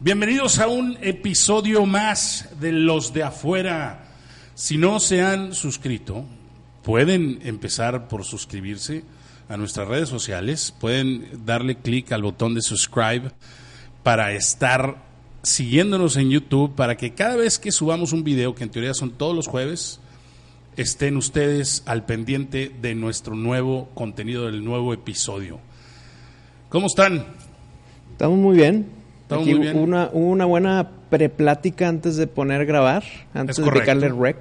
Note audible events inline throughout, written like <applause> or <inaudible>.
Bienvenidos a un episodio más de Los de Afuera. Si no se han suscrito, pueden empezar por suscribirse a nuestras redes sociales, pueden darle clic al botón de subscribe para estar siguiéndonos en YouTube, para que cada vez que subamos un video, que en teoría son todos los jueves, estén ustedes al pendiente de nuestro nuevo contenido, del nuevo episodio. ¿Cómo están? Estamos muy bien. Estamos Aquí muy bien. hubo Una, hubo una buena preplática antes de poner grabar, antes Es de correcto. picarle rec.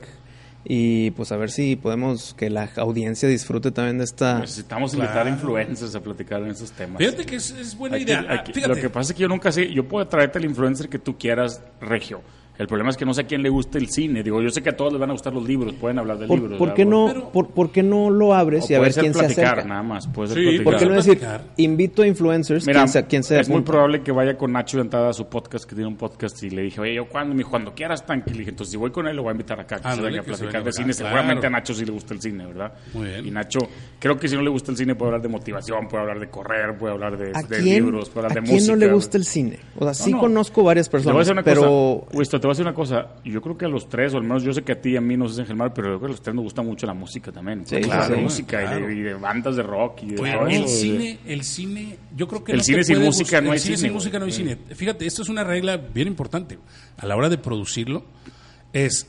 Y pues a ver si podemos que la audiencia disfrute también de esta. Ah, Necesitamos Claro. invitar influencers a platicar en esos temas. Fíjate que es, es buena Aquí- idea. Ah, aquí- fíjate. lo que pasa es que yo nunca sé, yo puedo traerte el influencer que tú quieras, Regio. El problema es que no sé a quién le gusta el cine. Digo, yo sé que a todos les van a gustar los libros, pueden hablar de ¿Por, libros. por ¿verdad? qué no, Pero- por, por qué no lo O abres y a puede ver ser quién se platicar, acerca? nada más. Puede ser Sí, platicar. ¿Por qué no decir Platicar. invito a influencers? Mira, pues, ¿Quién se, quién se es muy apunta? probable que vaya con Nacho Dentada a su podcast, que tiene un podcast, y le dije, oye, yo cuando, me dijo, cuando quieras, tranquilo. Y dije, entonces si voy con él, lo voy a invitar acá, que se Ándale, venga a Ah, que se venga platicar de acá, cine. claro. Seguramente a Nacho sí le gusta el cine, ¿verdad? Muy bien. Y Nacho, creo que si no le gusta el cine, puede hablar de motivación, puede hablar de correr, puede hablar de, ¿A de quién, libros, puede a hablar de quién música. no le gusta el cine? O sea, sí no. conozco varias Te voy a personas, decir una pero cosa, Wisto, te voy a decir una cosa. Yo creo que a los tres, o al menos yo sé que a ti y a mí nos hacen Germán, pero yo creo que a los tres nos gusta mucho la música también. Sí, Claro, sí, sí. de música y de- Claro. y, de, bandas de rock y de Oye, todo eso, el de- cine, el cine, yo creo que El no cine te sin puede música gust- no el hay cine sin cine, música no hay güey. cine. Fíjate, esto es una regla bien importante a la hora de producirlo es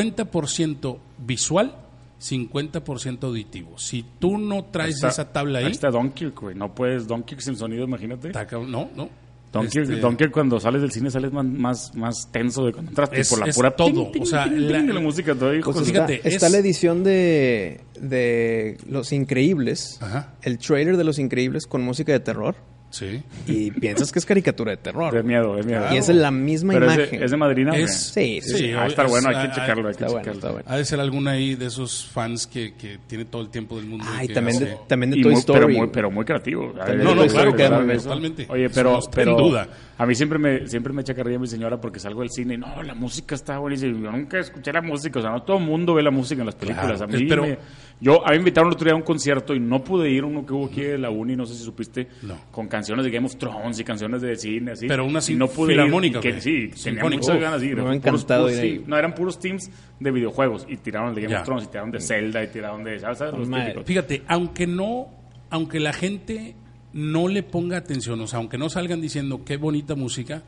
50% visual, 50% auditivo. Si tú no traes Está- esa tabla ahí, está Dunkirk, güey. No puedes Dunkirk sin sonido, imagínate. está cabrón. no, no. Dunkirk, Este, Dunkirk, cuando sales del cine sales más, más, más tenso de cuando entraste Es- por la es pura todo, ting, ting, o sea, ting, la- ting de la música todo hijo Pues de- está, fíjate, está es- la edición de, de Los Increíbles, Ajá. el trailer de Los Increíbles con música de terror, sí. <laughs> y piensas que es caricatura de de terror. miedo, de miedo. Y es la misma Pero es de- imagen. es de madrina, güey. Es- Sí, sí, Ah, está es- bueno, hay ah, que checarlo, hay que está bueno, checarlo. está bueno. Ha de ser alguna ahí de esos fans que, que tiene todo el tiempo del mundo. y Ay, que también de, hace- también de Y Toy muy- Story. Pero muy, pero muy creativo. También No, no, Toy claro, Story, claro, ¿verdad? totalmente. Oye, No pero, está en pero duda. a mí siempre me, siempre me echa carrilla mi señora porque salgo del cine y no, la música está buenísima. Yo nunca escuché la música, o sea, no todo el mundo ve la música en las películas. Claro, A mí pero- me- yo, a mí me invitaron el otro día a un concierto y no pude ir, uno que hubo aquí de la uni, no sé si supiste, No. con canciones de Game of Thrones y canciones de cine, así. Pero una Y sin- no pude ir, filarmónica, y que ¿o qué? Sí, tenía Sinfónica. muchas Uf, ganas de ir. me Puros- encantado puros ir ahí. sí, No, eran puros teams de videojuegos y tiraron de Game Ya. of Thrones y tiraron de Zelda y tiraron de, ¿sabes? ¿Sabes? Los Mm. Madre. típicos. Fíjate, aunque no, aunque la gente no le ponga atención, o sea, aunque no salgan diciendo qué bonita música,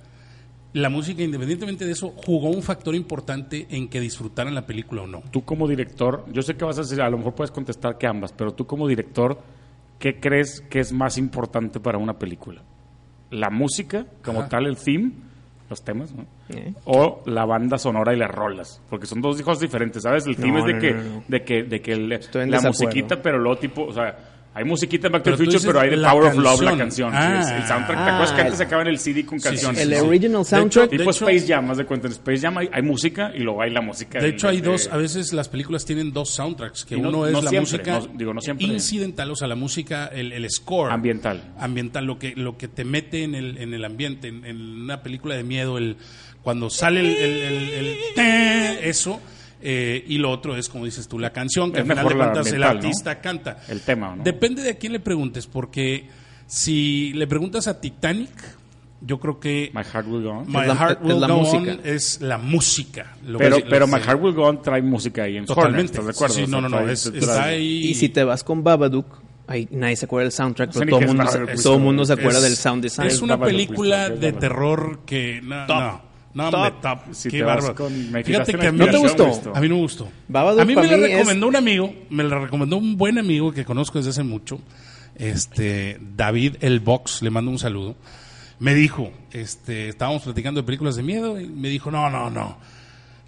la música, independientemente de eso, jugó un factor importante en que disfrutaran la película o no. Tú como director, yo sé que vas a decir, a lo mejor puedes contestar que ambas, pero tú como director, ¿qué crees que es más importante para una película? ¿La música, como Ajá. tal, el theme, los temas, ¿no? Eh. o la banda sonora y las rolas? Porque son dos cosas diferentes, ¿sabes? El theme No, es de, no, que, no, no. de que, de que el- en la desacuerdo. musiquita, pero lo tipo, o sea, hay musiquita en Back to Pero the tú Future, dices pero hay de la Power of Love, la canción. canción. Ah. sí, es el soundtrack, ¿te Ah, acuerdas que el- antes sacaban el CD con canciones? El Sí. original De hecho, soundtrack. de Tipo hecho- Space Jam, haz de cuenta, en Space Jam hay, hay música y luego hay la música. De del- hecho, hay de- dos, a veces las películas tienen dos soundtracks, que Y no- uno es no la siempre, música no- digo, no siempre. incidental, o sea, la música, el, el score. Ambiental. Ambiental, lo que, lo que te mete en el, en el ambiente, en, en una película de miedo, el cuando sale el, el- el- el te, eso, eh, y lo otro es, como dices tú, la canción, que Es al final de mejor la cuentas el ambiental, ¿no? artista canta. El tema, ¿no? Depende de a quién le preguntes, porque si le preguntas a Titanic, yo creo que My Heart Will Go On. My Es la- Heart es Will la Go música. On es la música. lo pero que- pero lo My que- Heart Will Go On trae música ahí en Corner, Totalmente. ¿estás de acuerdo? Sí, O sea, no, no, no. trae- es- trae- está ahí. Y si te vas con Babadook, ahí nadie se acuerda del soundtrack, sé pero ni todo qué el mundo, es se- Babadook, todo güey. mundo se acuerda pues, Es- del sound design. Es una Babadook, película Babadook, de Babadook. terror que. No, no. No, Top. hombre, top. Si Qué te vas bárbaro. con- me Fíjate quitaste que a la mí. ¿No te inspiración, gustó? Wisto. A mí no me gustó. Babadook a mí me pa' la mí es- recomendó un amigo, me la recomendó un buen amigo que conozco desde hace mucho, este David El Box, le mando un saludo. Me dijo, este, estábamos platicando de películas de miedo y me dijo, "No, no, no.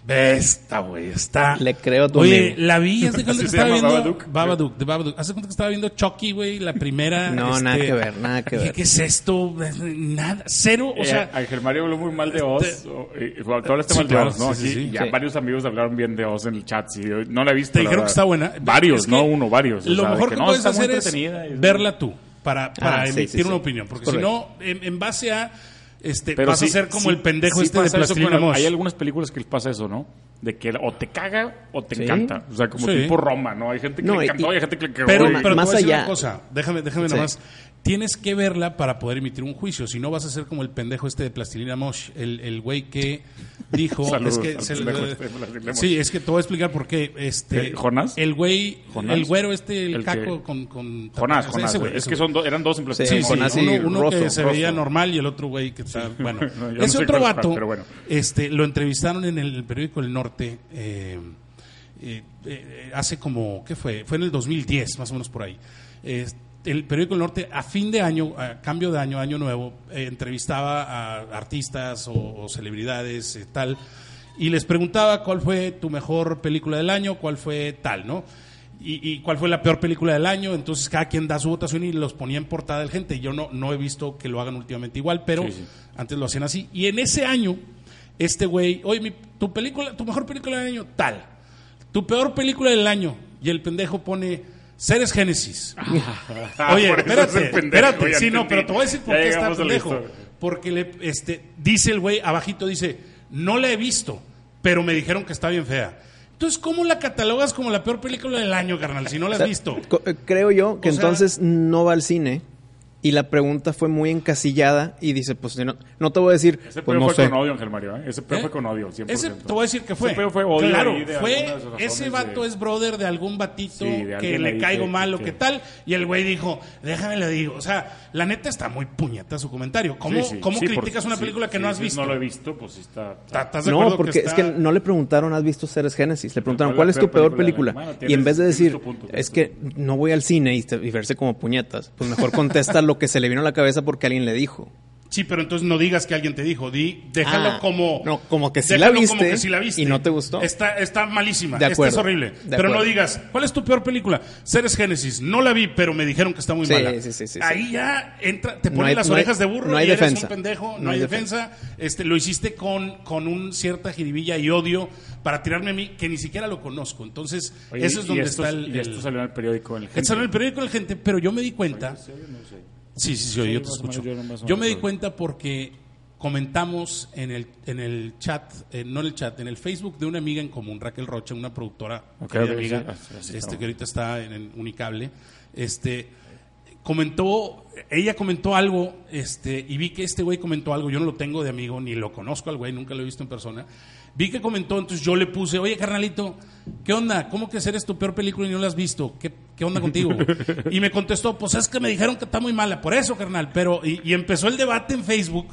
Ve esta, güey, está Le creo a tu Oye, amigo. la vi, <laughs> haz de cuenta Así que se estaba llama viendo Babadook. Babadook, de Babadook. Hace cuenta que estaba viendo Chucky, güey, la primera. No, nada que ver, nada que dije, ver. Este, ¿Qué es esto? Nada, cero, o Eh, sea, a Germario habló muy mal de Oz. o- eh, Tú hablaste Sí, mal de claro, Oz, ¿no? sí, sí, Aquí sí. Ya Sí. varios amigos hablaron bien de Oz en el chat. sí, yo no la he visto. te la dijeron que verdad. está buena. Varios, Es que no uno, varios. o Lo sea, de mejor que, no, puedes está muy hacer es entretenida y- verla tú para, para Ah, sí, sí, emitir una sí. opinión, porque Es si no, correcto. en, en base a, este, Pero vas a sí- ser como sí- el pendejo sí este de pasa eso Plastilina con- Mosh. Hay algunas películas que les pasa eso, ¿no? De que o te caga o te Sí. encanta. O sea, como Sí. tipo Roma, ¿no? Hay gente que No, le y- encantó y hay gente que le cagó. Pero, y- pero te más voy a decir allá- una cosa, déjame, déjame Sí. nomás. Tienes que verla para poder emitir un juicio, si no vas a ser como el pendejo este de Plastilina Mosh, el, el güey que <laughs> dijo... Saludos es que, al se- pendejo este de Plastilina Mosh. sí, es que te voy a explicar por qué. Este, ¿Eh, Jonás? El güey, ¿Jonás? el güero este, el, El que- caco con... con Jonás, ese Jonás. güey, es ese que güey. son do- eran dos en Plastilina Sí, Mosh. Sí, Jonás y uno, uno que Rosso, se veía Rosso. normal y el otro güey que está... Bueno, yo <laughs> no ese sé otro cuál es cuál, vato, pero bueno. este, lo entrevistaron en el periódico El Norte eh, eh, eh, hace como, ¿qué fue? Fue en el 2010, más o menos por ahí. Eh, el periódico El Norte, a fin de año, a cambio de año, año nuevo, eh, entrevistaba a artistas o, o celebridades, eh, tal, y les preguntaba cuál fue tu mejor película del año, cuál fue tal, ¿no? y, y cuál fue la peor película del año. Entonces cada quien da su votación y los ponía en portada de gente. Yo no, no he visto que lo hagan últimamente igual, pero Sí, sí. antes lo hacían así. Y en ese año, este güey, oye, mi- tu película, tu mejor película del año, tal. Tu peor película del año. Y el pendejo pone Seres Génesis. <laughs> Ah, Oye, por eso es espérate, el pendejo, espérate. ya Sí, no, entendí. pero te voy a decir por Ya qué está llegamos a la pendejo. historia. Porque le, este, dice el güey, abajito dice, no la he visto, pero me dijeron que está bien fea. Entonces, ¿cómo la catalogas como la peor película del año, carnal, si no la O has sea, visto? co- eh, Creo yo que O sea- entonces no va al cine y la pregunta fue muy encasillada y dice, pues no, no te voy a decir, Ese pues pedo no fue sé. con odio, Ángel Mario. ¿eh? Ese pedo ¿Eh? fue con odio, 100%. Ese, te voy a decir que fue. Ese pedo fue odio claro, ahí de fue, algunas razones ese vato de- es brother de algún batito Sí, de que alguien le ahí caigo que- mal o que- qué tal. Y el güey dijo, déjame le digo. O sea, la neta está muy puñeta su comentario. ¿Cómo, Sí, sí, cómo sí, por- criticas una sí, película que sí, no has sí, visto? No lo he visto, pues sí está. Ta- ¿Estás de acuerdo No, porque que es que está- no le preguntaron, ¿has visto Seres Génesis? Le preguntaron, ¿cuál ¿cuál es es la tu peor peor película? película? Bueno, y en tienes- vez de tienes decir, tu punto, tienes es tu que no voy al cine y, te- y verse como puñetas, pues mejor contesta lo que se le vino a la cabeza porque alguien le dijo. Sí, pero entonces no digas que alguien te dijo, di, déjalo Ah, como no, como que sí déjalo la viste como que sí la viste. y no te gustó. Está está malísima, De esta es acuerdo, horrible, de pero no acuerdo. digas, ¿cuál es tu peor película? Seres Génesis, no la vi, pero me dijeron que está muy Sí, mala. sí, sí, sí, sí. Ahí ya entra te No ponen hay- las no hay- orejas de burro no hay y eres defensa. un pendejo, no, No hay hay defensa. Este lo hiciste con con un cierta jiribilla y odio para tirarme a mí que ni siquiera lo conozco. Entonces, Oye, eso es y donde esto- está el, Y esto el- salió en el periódico. En el Está en el periódico el gente, pero yo me di cuenta. Sí, sí, sí, oye, Sí, yo te más o menos, escucho. yo era más o Yo menos me di oye. cuenta porque comentamos en el, en el chat, eh, no en el chat, en el Facebook de una amiga en común, Raquel Rocha, una productora, Ok, querida ok, amiga, sí, así este, estamos. que ahorita está en, en Unicable, este, comentó, ella comentó algo, este, y vi que este güey comentó algo, yo no lo tengo de amigo, ni lo conozco al güey, nunca lo he visto en persona. Vi que comentó, entonces yo le puse, oye carnalito, ¿qué onda? ¿Cómo que eres tu peor película y no la has visto? ¿Qué, qué onda contigo? Y me contestó, pues es que me dijeron que está muy mala, por eso carnal, pero, y, y empezó el debate en Facebook.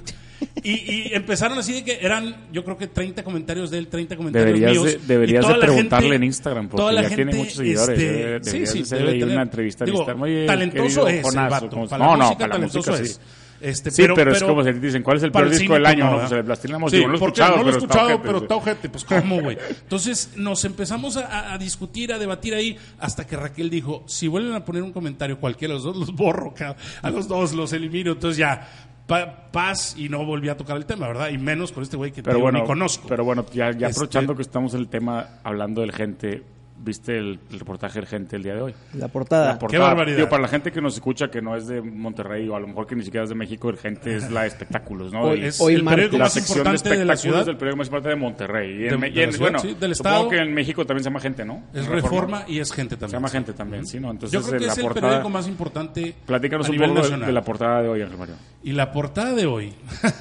Y, y empezaron así de que eran, yo creo que 30 comentarios de él, 30 comentarios Deberías de- míos. y deberías toda de la preguntarle gente- en Instagram, porque toda la ya tiene gente, muchos seguidores, este, debe- deberías sí, sí, de hacerle debe ahí tener. una entrevista al Digo, Instagram. Oye, talentoso querido es Jonazo, el ¿cómo vato. estás? Para la No, no, música, para la música talentoso sí. es. Este, Sí, pero es como se dicen, ¿cuál es el para peor disco del cine, año? no, No, ¿verdad? pues, el Plastilina Mosh, Sí, digo, lo he porque no escuchado, lo he pero está escuchado, ojete, pero sí. está ojete. Pues, ¿cómo, güey? Entonces, nos empezamos a- a, a discutir, a debatir ahí, hasta que Raquel dijo, si vuelven a poner un comentario cualquiera de los dos, los borro, cabrón. A los dos los elimino. Entonces, ya, pa- paz y no volví a tocar el tema, ¿verdad? Y menos con este güey que Pero digo, bueno, ni conozco. Pero bueno, ya, ya Este- aprovechando que estamos en el tema, hablando del gente, ¿viste el, el reportaje del gente el día de hoy? La portada. La portada. Qué barbaridad. Digo, para la gente que nos escucha que no es de Monterrey o a lo mejor que ni siquiera es de México, el gente es la de espectáculos, ¿no? Hoy Y- es hoy el martes. periódico la más sección de importante de la espectáculos ciudad. del periódico más importante de Monterrey. Y en- De- y en- de la ciudad, bueno, sí, del estado. supongo que en México también se llama gente, ¿no? Es reforma y es gente también. Se llama sí. gente también, sí, ¿no? Entonces, Yo creo que la es el portada, periódico más importante Platícanos a un nivel poco de- nacional. de la portada de hoy, Ángel Mario. Y la portada de hoy. <laughs>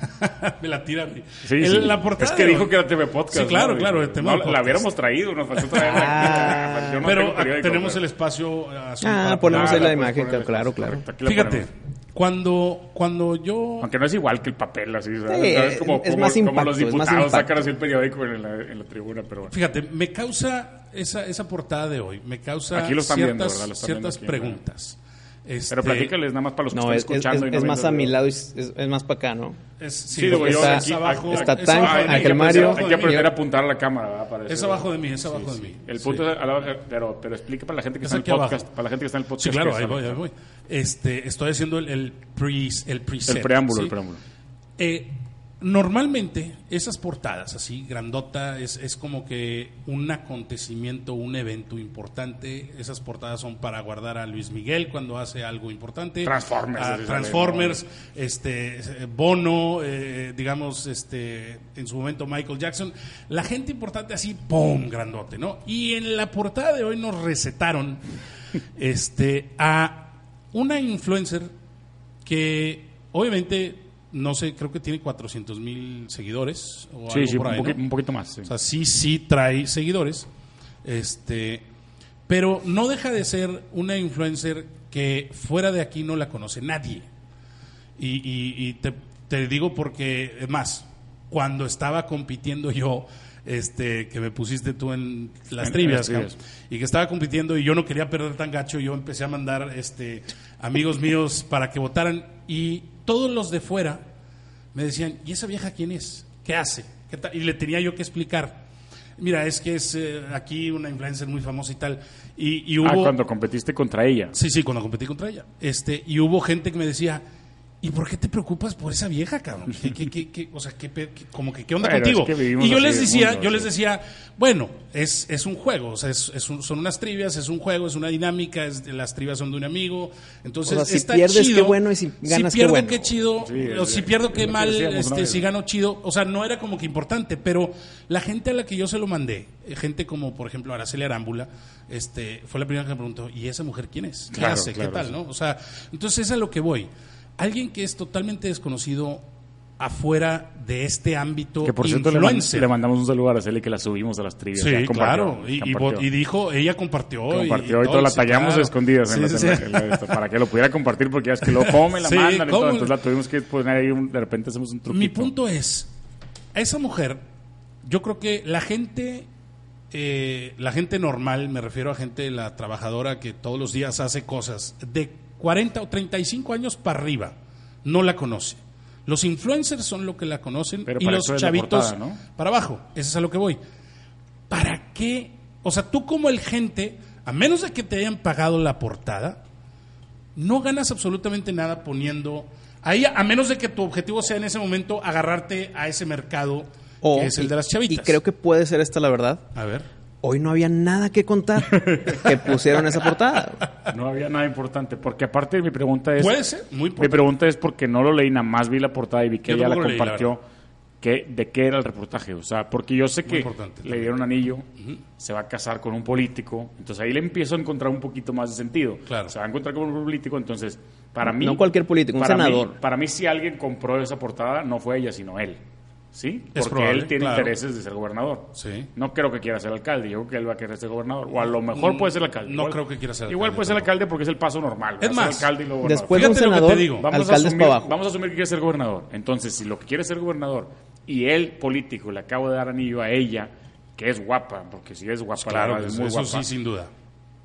me la tira. güey. Sí, El- sí. La portada es que de dijo hoy. que era TV Podcast. Sí, claro, ¿no? claro, el No, tema del la podcast. hubiéramos traído, nos faltó traerla <laughs> Ah. aquí. Yo no pero tengo periódico, pues. tenemos pero- el espacio eh, azul Ah, para ponemos ahí ponerla. la Ah, imagen, puedes claro, poner- claro. Aquí la Fíjate, ponemos. cuando, cuando yo. Aunque no es igual que el papel, así, ¿sabes? Sí, ¿Sabes? es más como los impacto, es más diputados sacan impacto. así el periódico en la, en la tribuna, pero bueno. Fíjate, me causa esa, esa portada de hoy, me causa Aquí lo están viendo, ciertas, ¿verdad? Lo están ciertas viendo aquí, preguntas. Este, Pero platícales nada más para los que No, es, están es- escuchando. es- y no es más a viendo el mi video. lado, y es, es- es más para acá, ¿no? es, sí, Sí, digo, porque yo está, aquí- abajo, está es tan- abajo de mí, Ah, hay que Ángel aprender- Mario. es Hay abajo que de mí. aprender a apuntar a la cámara. ¿verdad? Para Es eso. abajo de mí, es abajo de mí. El Sí. punto es, a la- pero, pero explica para la gente que Es está en aquí el podcast. abajo. Para la gente que está en el podcast. Sí, claro, que ahí sabe. voy, ahí voy. Este, estoy haciendo el, el, pre, el preset. El preámbulo, ¿sí? el preámbulo. Eh, normalmente esas portadas así, grandota, es, es como que un acontecimiento, un evento importante. Esas portadas son para guardar a Luis Miguel cuando hace algo importante. Transformers, A Luis Miguel, Transformers, este, eh, Bono, eh, digamos, este, en su momento Michael Jackson. La gente importante así, ¡pum! Grandote, ¿no? Y en la portada de hoy nos recetaron este, a una influencer que obviamente, no sé, creo que tiene 400 mil seguidores o Sí, algo sí, por un, ahí, ¿no? poqui- un poquito más. sí. O sea, sí, sí trae seguidores. Este, pero no deja de ser una influencer que fuera de aquí no la conoce nadie. Y, y- y te, te digo porque, es más, cuando estaba compitiendo yo, este, que me pusiste tú en las En- trivias, en las trivias. cabrón, y que estaba compitiendo y yo no quería perder tan gacho, yo empecé a mandar este, amigos míos para que votaran y todos los de fuera me decían, ¿y esa vieja quién es? ¿Qué hace? ¿Qué tal?" y le tenía yo que explicar. Mira, es que es eh, aquí una influencer muy famosa y tal. Y, y hubo... Ah, cuando competiste contra ella. Sí, sí, cuando competí contra ella. Este, y hubo gente que me decía, ¿y por qué te preocupas por esa vieja, cabrón? ¿Qué, qué, qué, qué- o sea, qué, pe- qué- como que, ¿qué onda Bueno, contigo? es que vivimos y yo así les el decía, mundo, yo sí. les decía, bueno, es, es un juego, o sea, es, es un- son unas trivias, es un juego, es una dinámica, es- las trivias son de un amigo. Entonces, O sea, si está pierdes, chido. qué bueno, y si ganas, si qué pierdo, bueno. chido, Sí, o es- si pierdo, es qué lo que mal, decíamos, este, ¿no? si gano chido. O sea, no era como que importante, pero la gente a la que yo se lo mandé, eh, gente como, por ejemplo, Araceli Arámbula, este, fue la primera que me preguntó, ¿y esa mujer quién es? ¿Qué Claro, hace? claro, ¿Qué tal? sí. ¿no? O sea, entonces es a lo que voy. Alguien que es totalmente desconocido afuera de este ámbito Que por cierto le, man- influencer. le mandamos un saludo a Araceli que la subimos a las trivias. Sí, ya compartió, claro. Y, y compartió. vo- y dijo, ella compartió. compartió y, todo, todo, la sí, tallamos claro. a escondidas en Sí, la- sí, en la- sí. en <laughs> la- esto, para que lo pudiera compartir porque ya es que lo come, la Sí, mandan y todo. ¿cómo? entonces la tuvimos que poner ahí un- de repente hacemos un truquito Mi punto es, a esa mujer, yo creo que la gente, eh, la gente normal, me refiero a gente, la trabajadora que todos los días hace cosas, de 40 o 35 años para arriba, no la conoce. Los influencers son los que la conocen Pero y para los eso es la chavitos portada, ¿no? para abajo. Eso es a lo que voy. ¿Para qué? O sea, tú como el gente, a menos de que te hayan pagado la portada, no ganas absolutamente nada poniendo ahí, a menos de que tu objetivo sea en ese momento agarrarte a ese mercado O- que es el de las y- chavitas. Y creo que puede ser esta la verdad. a ver, Hoy no había nada que contar que pusieron esa <laughs> portada. No había nada importante porque aparte mi pregunta es... puede ser muy Mi importante. pregunta es porque no lo leí, nada más vi la portada y vi que pues Yo ella la tampoco lo leí, compartió. que, ¿De qué era el reportaje? O sea, porque yo sé que importante. le dieron anillo, se va a casar con un político, entonces ahí le empiezo a encontrar un poquito más de sentido. Claro. Se va a encontrar con un político, entonces, para mí... No cualquier político, un para mí- senador. para mí, si alguien compró esa portada, no fue ella, sino él. ¿Sí? Es Porque probable, él tiene claro. intereses de ser gobernador. Sí. No creo que quiera ser alcalde, yo creo que él va a querer ser gobernador. O a lo mejor Mm, puede ser alcalde. no Igual- creo que quiera ser Igual alcalde puede ser tampoco. alcalde porque es el paso normal. Es va a ser más, alcalde y luego gobernador. Después de un Fíjate lo que te senador, digo. Vamos a alcaldes asumir, para abajo. Vamos a asumir que quiere ser gobernador. Entonces, si lo que quiere es ser gobernador y el político le acabo de dar anillo a ella, que es guapa, porque si es guapa, la Pues claro, verdad, es eso, muy eso sí, guapa, sin duda.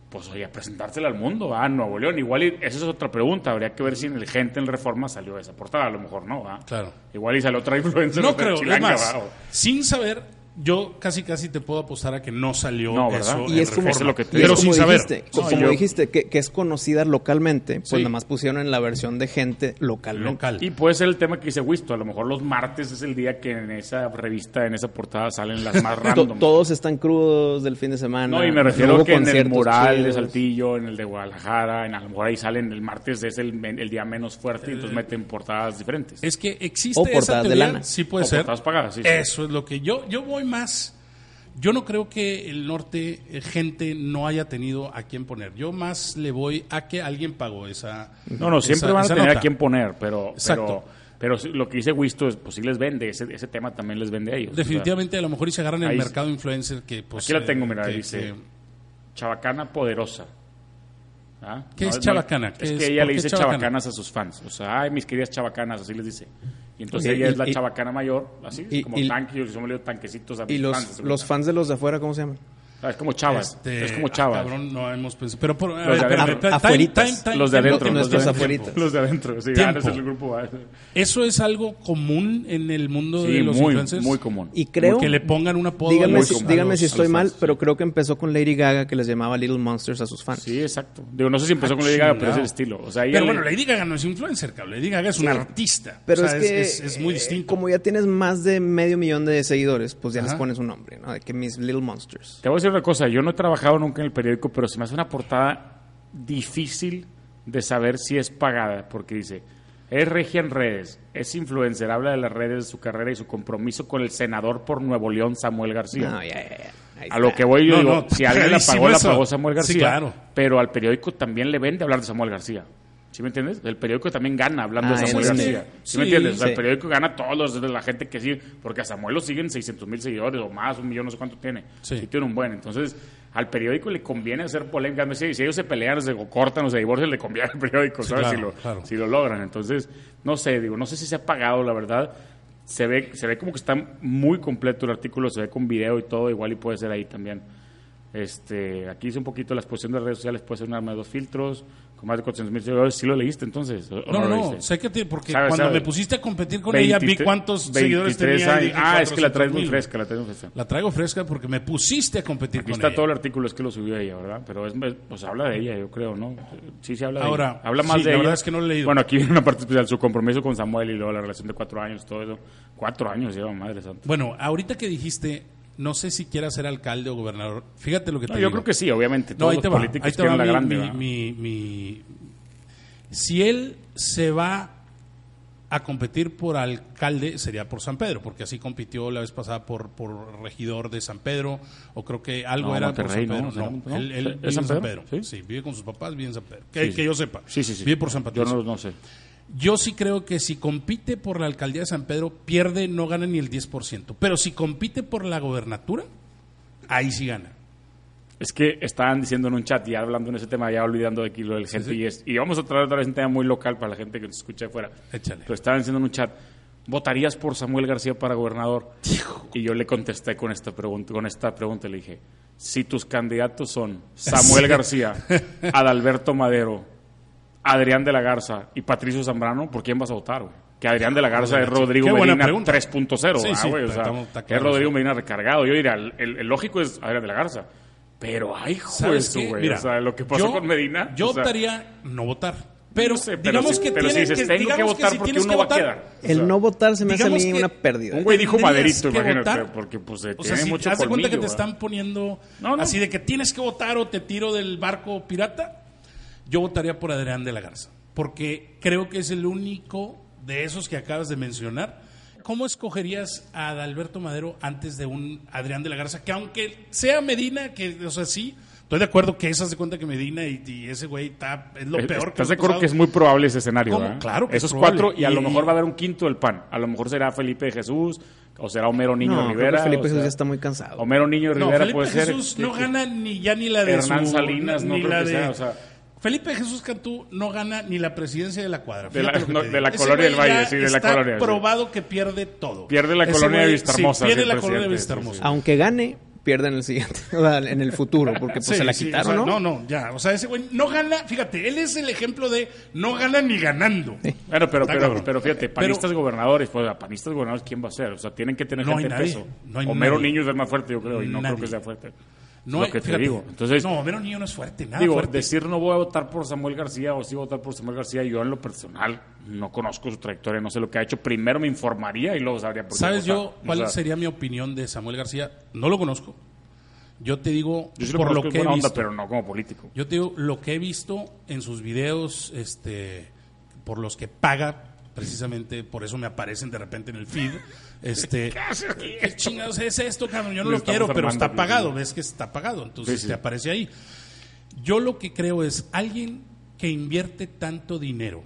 pues oye, a presentársela al mundo, a Nuevo León. Igual, y- esa es otra pregunta. Habría que ver si en el gente en Reforma salió esa portada. A lo mejor no, ¿va? Claro. Igual y salió otra influencer. No otra creo, es chilanga, más, ¿va? O- sin saber, yo casi casi te puedo apostar a que no salió No, ¿verdad? eso. Y en es como- Reforma. Eso es lo que te- Y es pero como sin saber. dijiste, No, como yo- dijiste que, que es conocida localmente, pues Sí. nada más pusieron en la versión de gente localmente. Local. Y puede ser el tema que dice Wisto. A lo mejor los martes es el día que en esa revista, en esa portada, salen las más <laughs> To- random. todos están crudos del fin de semana. No, y me refiero hubo que en el conciertos mural de chidos. Saltillo, en el de Guadalajara, en a lo mejor ahí salen el martes, es el, men- el día menos fuerte y entonces meten portadas diferentes. Eh, Es que existe O esa portadas de teoría, lana. Sí puede O ser. portadas pagadas, sí, sí. Eso es lo que yo yo voy más. Yo no creo que el norte eh, gente no haya tenido a quién poner. Yo más le voy a que alguien pagó esa. No, no, siempre esa- van a esa tener nota. a quién poner, pero, Exacto. pero, pero sí, lo que dice Wisto es, pues sí les vende, ese, ese tema también les vende a ellos. Definitivamente a lo mejor y se agarran el Ahí sí. mercado influencer que pues. Aquí la tengo, mira, que- dice, que- O sea, chabacana poderosa. ¿Ah? ¿Qué es chabacana? ¿Qué es es? que ella ¿Por le qué dice chabacana? chabacanas a sus fans. O sea, ay, mis queridas chabacanas, así les dice. Y entonces Oye, ella y- es la y- chabacana mayor, así y- como y- tanque, yo les hemos leído tanquecitos a mis Y fans. los, así, los fans de los de afuera, ¿cómo se llaman? Ah, Es como chavas. este, es como ah, chavas. cabrón, no hemos pensado. Pero por, a Los de ver, adentro. espérame, time, Afueritas. time, time, los de time. adentro. en los de nuestros adentro. afueritas. Los de adentro. Sí, Tiempo. ahora es el grupo. ah. Eso es algo común en el mundo Sí, de los muy, influencers. muy común. Y creo. Que le pongan un apodo. a Díganme los- Muy si, común. díganme a si los- estoy a los mal, fans. pero creo que empezó con Lady Gaga, que les llamaba Little Monsters a sus fans. Sí, exacto. Digo, no sé si empezó con Lady Gaga, pero es el estilo. O sea, ella Ah, Pero le- bueno, Lady Gaga no es influencer, cabrón. Lady Gaga es un artista. Pero O sea, es que es, es muy eh, distinto. como ya tienes más de medio millón de seguidores, pues ya les Ajá. pones un nombre, ¿no? De que mis Little Monsters. Te voy a decir una cosa, yo no he trabajado nunca en el periódico, pero se me hace una portada difícil de saber si es pagada, porque dice, es regia en redes, es influencer, habla de las redes, de su carrera y su compromiso con el senador por Nuevo León, Samuel García. Ah, No, ya, ya, ya. Ahí a lo está. que voy yo No, digo, no, si alguien la clarísimo pagó, la eso. pagó Samuel Sí, García, claro. pero al periódico también le vende hablar de Samuel García. ¿Sí me entiendes? El periódico también gana hablando Ah, de Samuel sí. García. ¿Sí, me Sí, entiendes? O sea, sí. el periódico gana a todos los de la gente que sigue, porque a Samuel lo siguen 600 mil seguidores o más, un millón, no sé cuánto tiene. Sí. Sí. tiene un buen. Entonces, al periódico le conviene hacer polémica. No sé, si ellos se pelean, se cortan o se divorcian, le conviene al periódico, Sí, ¿sabes? claro, si, lo, claro. si lo logran. Entonces, no sé, digo, no sé si se ha pagado, la verdad. Se ve, se ve como que está muy completo el artículo, se ve con video y todo, igual y puede ser ahí también. Este, aquí hice un poquito la exposición de las redes sociales, puede ser un arma de dos filtros, con más de 400 mil seguidores. ¿Sí lo leíste entonces? ¿O- No, o no, lo no, leíste? sé que te, porque Sabe, cuando sabe. me pusiste a competir con ella vi 23 cuántos seguidores 23 tenía. y años. dije, Ah, es que la traes muy 400,000. fresca, la traes muy fresca. La traigo fresca porque me pusiste a competir Aquí con está ella. todo el artículo, es que lo subió ella, ¿verdad? Pero es, pues habla de ella, yo creo, ¿no? Sí, se habla de Ahora, ella. Habla más sí, de la ella. verdad es que no lo he leído. Bueno, aquí viene una parte especial, su compromiso con Samuel y luego la relación de cuatro años, todo eso. Cuatro años lleva, madre santa. Bueno, ahorita que dijiste, no sé si quieras ser alcalde o gobernador. Fíjate lo que te No, yo digo. creo que sí, obviamente. No, Todos ahí te los va. políticos Ahí te va quieren la mi, grande, mi- ¿verdad? mi- mi- Si él se va a competir por alcalde, sería por San Pedro, porque así compitió la vez pasada por, por regidor de San Pedro, o creo que algo No, era Monterrey, por San ¿no? Pedro. ¿Será? ¿No? él, él ¿Es vive en San San Pedro. Pedro? ¿Sí? Sí. vive con sus papás, vive en San Pedro. Que, Sí, sí. que yo sepa. Sí, sí, sí. Vive por San Patricio. Yo no, no sé. Yo sí creo que si compite por la alcaldía de San Pedro, pierde, no gana ni el 10%. Pero si compite por la gobernatura, ahí sí gana. Es que estaban diciendo en un chat, ya hablando en ese tema, ya olvidando de aquí lo del gente y es. Y vamos a traer otra vez un tema muy local para la gente que nos escucha afuera. Échale. Pero estaban diciendo en un chat, ¿votarías por Samuel García para gobernador? Y yo le contesté con esta pregunta, con esta pregunta le dije, si tus candidatos son <laughs> Samuel Sí. García, Adalberto Madero, Adrián de la Garza y Patricio Zambrano, ¿por quién vas a votar, güey? Que Adrián de la Garza es Rodrigo Pues, Qué buena Medina pregunta. 3.0, Sí, ah, sí, güey, o está- sea, estamos- está es claro, Rodrigo sí. Medina recargado. Yo diría, el, el- el lógico es Adrián de la Garza. Pero, ay, joder, ¿Sabes eso, qué? güey. Mira, O sea, lo que pasó yo- con Medina. Yo o sea, optaría no votar. Pero no sé, pero digamos si- que pero si tienes dices, que, tengo que digamos votar si porque tienes uno que va a votar, quedar. O El sea, no votar se me hace a digamos mí que- una pérdida. Un güey dijo tendrías maderito, que imagínate, votar. porque pues eh, O sea, tiene si mucho haz de cuenta que colmillo, te ¿verdad? están poniendo No, no. así de que tienes que votar o te tiro del barco pirata, yo votaría por Adrián de la Garza. Porque creo que es el único de esos que acabas de mencionar. ¿Cómo escogerías a Adalberto Madero antes de un Adrián de la Garza? Que aunque sea Medina, que, o sea, sí, estoy de acuerdo que esas de cuenta que Medina y, y ese güey está, es lo Eh, peor ¿Estás nos de ha acuerdo pasado. que es muy probable ese escenario? ¿Cómo? ¿verdad? Claro que es Esos probable. cuatro, y a Y- lo mejor va a haber un quinto del pan. A lo mejor será Felipe Jesús, o será Homero Niño No, creo que Rivera. o Felipe Jesús sea, ya está muy cansado. Homero Niño No, Rivera Felipe puede ser. Jesús no Sí, gana ni ya ni la de Hernán su- Salinas, no ni creo la que de- sea, o sea. Felipe Jesús Cantú no gana ni la presidencia de la cuadra. De la- Fíjate lo que no, te de digo. la Ese colonia del güey ya Valle, sí, de la está colonia, sí. probado que pierde todo. Pierde la colonia de güey, Vistahermosa, sí, pierde sí, la el colonia de presidente, sí, Vistahermosa. Aunque gane, pierden el siguiente, <laughs> o sea, en el futuro, porque pues Sí, se la sí, quitaron, o sea, ¿no? No, no, ya. O sea, ese güey no gana. Fíjate, él es el ejemplo de no gana ni ganando. Bueno, pero, Está pero, cabrón. pero fíjate, panistas gobernadores, pues a panistas gobernadores, ¿quién va a ser? O sea, tienen que tener No gente de hay nadie, peso. no hay Homero nadie. Niño es el más fuerte, yo creo, y no Nadie. creo que sea fuerte. No lo hay- que te fíjate, digo. Entonces, no, Homero Niño no es fuerte, nada digo, fuerte. decir no voy a votar por Samuel García o sí voy a votar por Samuel García, yo en lo personal no conozco su trayectoria, no sé lo que ha hecho. Primero me informaría y luego sabría por qué ¿Sabes votar. yo O cuál sea, sería mi opinión de Samuel García? No lo conozco. Yo te digo Yo sí lo por lo conozco, es que he buena onda, visto. pero no como político. <laughs> Yo te digo lo que he visto en sus videos, este, por los que paga, precisamente por eso me aparecen de repente en el feed. Este, <laughs> ¿Qué chingados es esto, cabrón? Yo no Le lo quiero, estamos pero está armando aquí, pagado. sí. Ves que está pagado, entonces Sí, sí. te aparece ahí. Yo lo que creo es alguien que invierte tanto dinero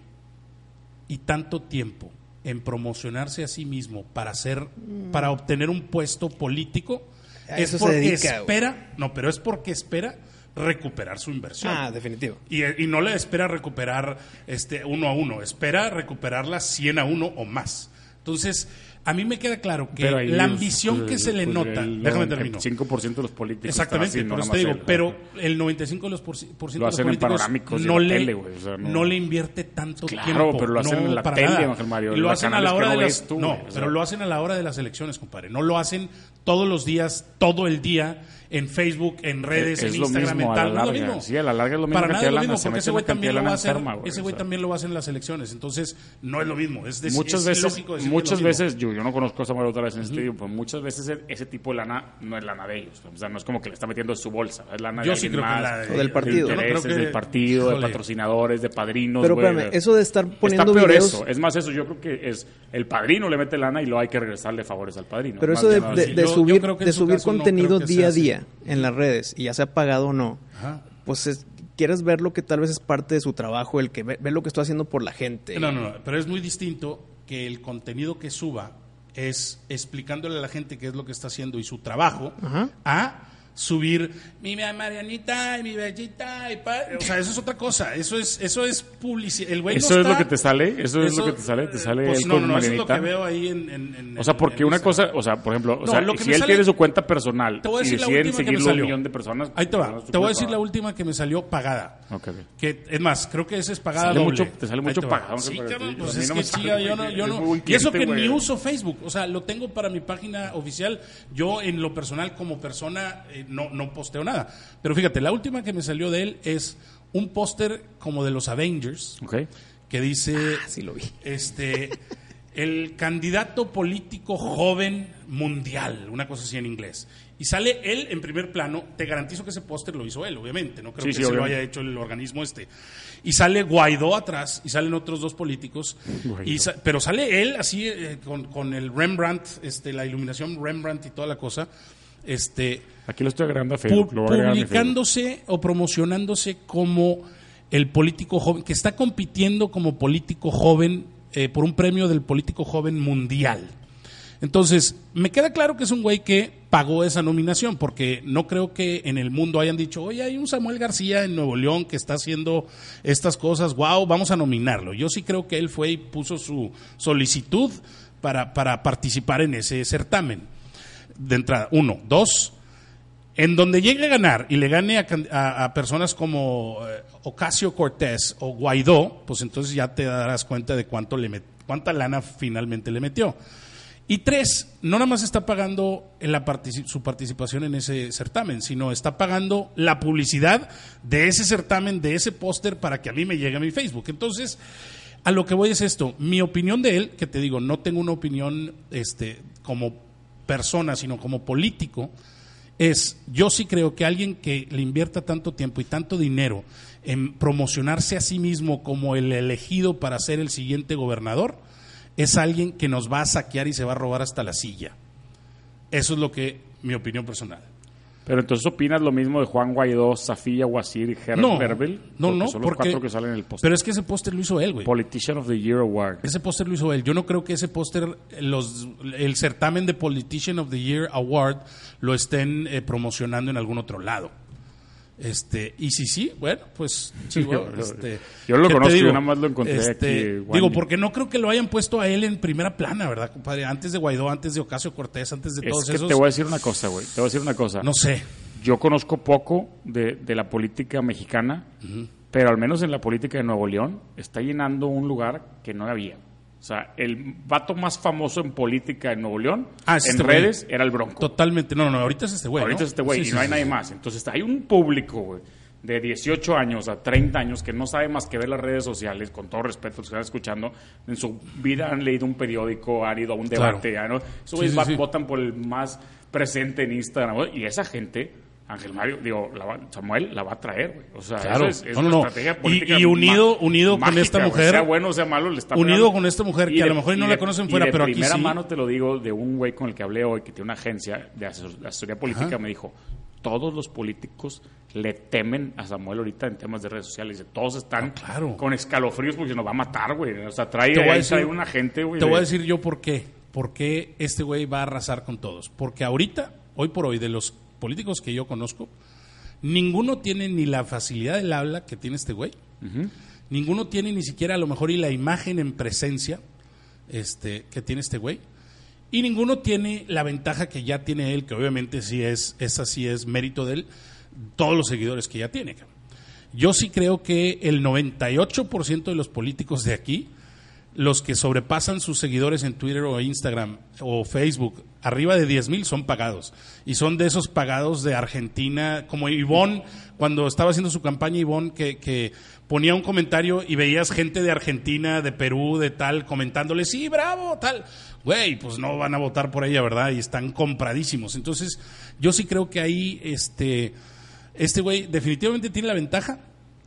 y tanto tiempo en promocionarse a sí mismo para ser, para obtener un puesto político, Mm. A es eso se porque dedica, güey. espera, no, pero es porque espera recuperar su inversión. Ah, definitivo. Y, eh, y no le espera recuperar este uno a uno, espera recuperarla 100 a uno o más. Entonces, a mí me queda claro que Pero ahí la es- ambición que pues, se le pues, nota, el déjame terminar. 5% de los políticos. Exactamente, están por eso así, no te nada digo, más él. pero el 95% de los, por- por ciento Lo de los hacen en políticos panorámicos de no, la le, tele, güey, o sea, no. no- le invierte tanto Claro, tiempo. pero lo hacen no, en la para tele, nada. Ángel Mario, Y en lo los hacen a canales la que hora no de las... ves tú, no, güey, o pero sea. lo hacen a la hora de las elecciones, compadre. No lo hacen todos los días, todo el día, en Facebook, en redes, Es- E-, es en lo Instagram, mismo, en a tal. no la es lo larga. mismo. Sí, a la larga es lo mismo Para que nada te es lo lana, mismo, se porque mete ese una güey también cantidad lo de va a lana hacer, enferma, güey, ese o güey sea. también lo va a hacer en las elecciones. Entonces, no es lo mismo. Es decir, muchas es veces, lógico decir que es muchas lo mismo. veces yo, yo no conozco a Samuel otra vez en este tipo, muchas veces e- ese tipo de lana no es lana de ellos. O sea, no es como que le está metiendo en su bolsa, es lana Yo de sí alguien creo que más. la de- O del partido. De Yo no creo intereses que- del partido, de Híjole. patrocinadores, de padrinos. Pero güey. espérame, eso de estar poniendo Está peor videos- eh, eso. Es más, eso yo creo que es el padrino le mete lana y luego hay que regresarle favores al padrino. Pero Más eso de, nada, de- sí. sí. de Yo- yo subir, creo que en de su subir caso no contenido creo que sea día a así. día en las redes, y ya sea pagado o no, Ajá. pues es- quieras ver lo que tal vez es parte de su trabajo, el que ve, ve lo que estoy haciendo por la este, gente. No, no, no, pero es muy distinto que el contenido que suba es explicándole a la gente qué es lo que está haciendo y su trabajo Ajá. a subir mi ma- Marianita y mi bellita y pa-". o sea, eso es otra cosa, eso es eso es publicidad. El güey no ¿Eso es está- lo que te sale? ¿Eso es lo que te sale? ¿Te eh, sale pues él no, con no, no, eso es lo que Marianita? veo ahí en, en- en- O sea, en- porque en una esa. cosa, o sea, por ejemplo, No, o sea, lo que si me él sale- tiene su cuenta personal Te voy a y decir la deciden última que me seguirlo un salió. millón de personas. pues, Ahí te no va. es tu Te voy a culpa. decir la última que me salió pagada. Ok, ok. Que, es más, creo que esa es pagada Sale doble. mucho- te sale Ahí mucho va. pagado, Sí, pero cabrón, tú- pues a mí es no que me sí, sale, yo no, güey. yo Es no- muy buen Y eso cliente, que ni güey. uso Facebook, o sea, lo tengo para mi página oficial. Yo en lo personal como persona eh, no, no posteo nada. Pero fíjate, la última que me salió de él es un póster como de los Avengers Ok. que dice Ah, Así lo vi. este el candidato político joven mundial, una cosa así en inglés. Y sale él en primer plano, te garantizo que ese póster lo hizo él, obviamente, no creo Sí, que sí, se obviamente. lo haya hecho el organismo este. Y sale Guaidó atrás, y salen otros dos políticos, Guaidó. y sa- pero sale él así eh, con, con el Rembrandt, este, la iluminación Rembrandt y toda la cosa, este, Aquí lo estoy agregando a pu- Facebook. lo voy a agregar a mi Facebook. publicándose o promocionándose como el político joven, que está compitiendo como político joven eh, por un premio del político joven mundial. Entonces, me queda claro que es un güey que pagó esa nominación, porque no creo que en el mundo hayan dicho, oye, hay un Samuel García en Nuevo León que está haciendo estas cosas, wow, vamos a nominarlo. Yo sí creo que él fue y puso su solicitud para, para participar en ese certamen. De entrada, uno. Dos, en donde llegue a ganar y le gane a, can- a- a personas como eh, Ocasio Cortés o Guaidó, pues entonces ya te darás cuenta de cuánto le met- cuánta lana finalmente le metió. Y tres, no nada más está pagando en la partici- su participación en ese certamen, sino está pagando la publicidad de ese certamen, de ese póster, para que a mí me llegue a mi Facebook. Entonces, a lo que voy es esto. Mi opinión de él, que te digo, no tengo una opinión este, como persona, sino como político, es, yo sí creo que alguien que le invierta tanto tiempo y tanto dinero en promocionarse a sí mismo como el elegido para ser el siguiente gobernador, es alguien que nos va a saquear y se va a robar hasta la silla. Eso es lo que, mi opinión personal. Pero entonces opinas lo mismo de Juan Guaidó, Safía Wasir, Gerard No, Berbel. no, no, Son los porque- cuatro que salen en el post. Pero es que ese póster lo hizo él, güey. Politician of the Year Award. Ese póster lo hizo él. Yo no creo que ese póster, los- el certamen de Politician of the Year Award, lo estén eh, promocionando en algún otro lado. Este, y si sí, bueno, pues sí, Yo- bueno, este, yo lo ¿qué te conozco, yo digo? Este, nada más lo encontré aquí, Juan. Digo, porque no creo que lo hayan puesto a él en primera plana, ¿verdad, compadre? Antes de Guaidó, antes de Ocasio Cortés, antes de Es todos que esos. te voy a decir una cosa, güey. Te voy a decir una cosa. No sé. Yo conozco poco de, de la política mexicana, pero al menos en la política de Nuevo León está llenando un lugar que no había. O sea, el vato más famoso en política de Nuevo León Ah, es en este güey. redes era el Bronco. Totalmente. No, no, ahorita es este güey. Ahorita ¿no? es este güey Sí, y sí, no hay sí, nadie sí. más. Entonces hay un público, güey, de 18 años a 30 años que no sabe más que ver las redes sociales, con todo respeto, los que están escuchando, en su vida han leído un periódico, han ido a un Claro. debate, ya, ¿no? Esos Sí, güeyes sí, va- sí. votan por el más presente en Instagram, güey, y esa gente... Ángel Mario, digo, la va- Samuel la va a traer, güey. O sea, Claro. eso es, es No, no, una no. estrategia Y- política y unido- ma- unido con esta güey. mujer, sea bueno o sea malo, le está unido pegando. con esta mujer Y que a de- lo mejor y no de- la conocen y fuera, de pero aquí primera sí. mano te lo digo de un güey con el que hablé hoy, que tiene una agencia de asesor- de asesoría política, Ajá. me dijo, todos los políticos le temen a Samuel ahorita en temas de redes sociales. Dice, Todos están Ah, claro. con escalofríos porque nos va a matar, güey. O sea, trae, Te voy a ahí decir- trae una gente, güey. Te de- voy a decir yo por qué. ¿Por qué este güey va a arrasar con todos? Porque ahorita, hoy por hoy, de los políticos que yo conozco, ninguno tiene ni la facilidad del habla que tiene este güey. Ninguno tiene ni siquiera a lo mejor y la imagen en presencia este, que tiene este güey. Y ninguno tiene la ventaja que ya tiene él, que obviamente sí es, esa sí es mérito de él, todos los seguidores que ya tiene. cabrón. Yo sí creo que el 98% de los políticos de aquí, los que sobrepasan sus seguidores en Twitter o Instagram o Facebook, arriba de 10 mil son pagados. Y son de esos pagados de Argentina, como Ivonne, cuando estaba haciendo su campaña Ivonne, que, que ponía un comentario y veías gente de Argentina, de Perú, de tal, comentándole, sí, bravo, tal. Güey, pues no van a votar por ella, ¿verdad? Y están compradísimos. Entonces, yo sí creo que ahí, este, este güey definitivamente tiene la ventaja.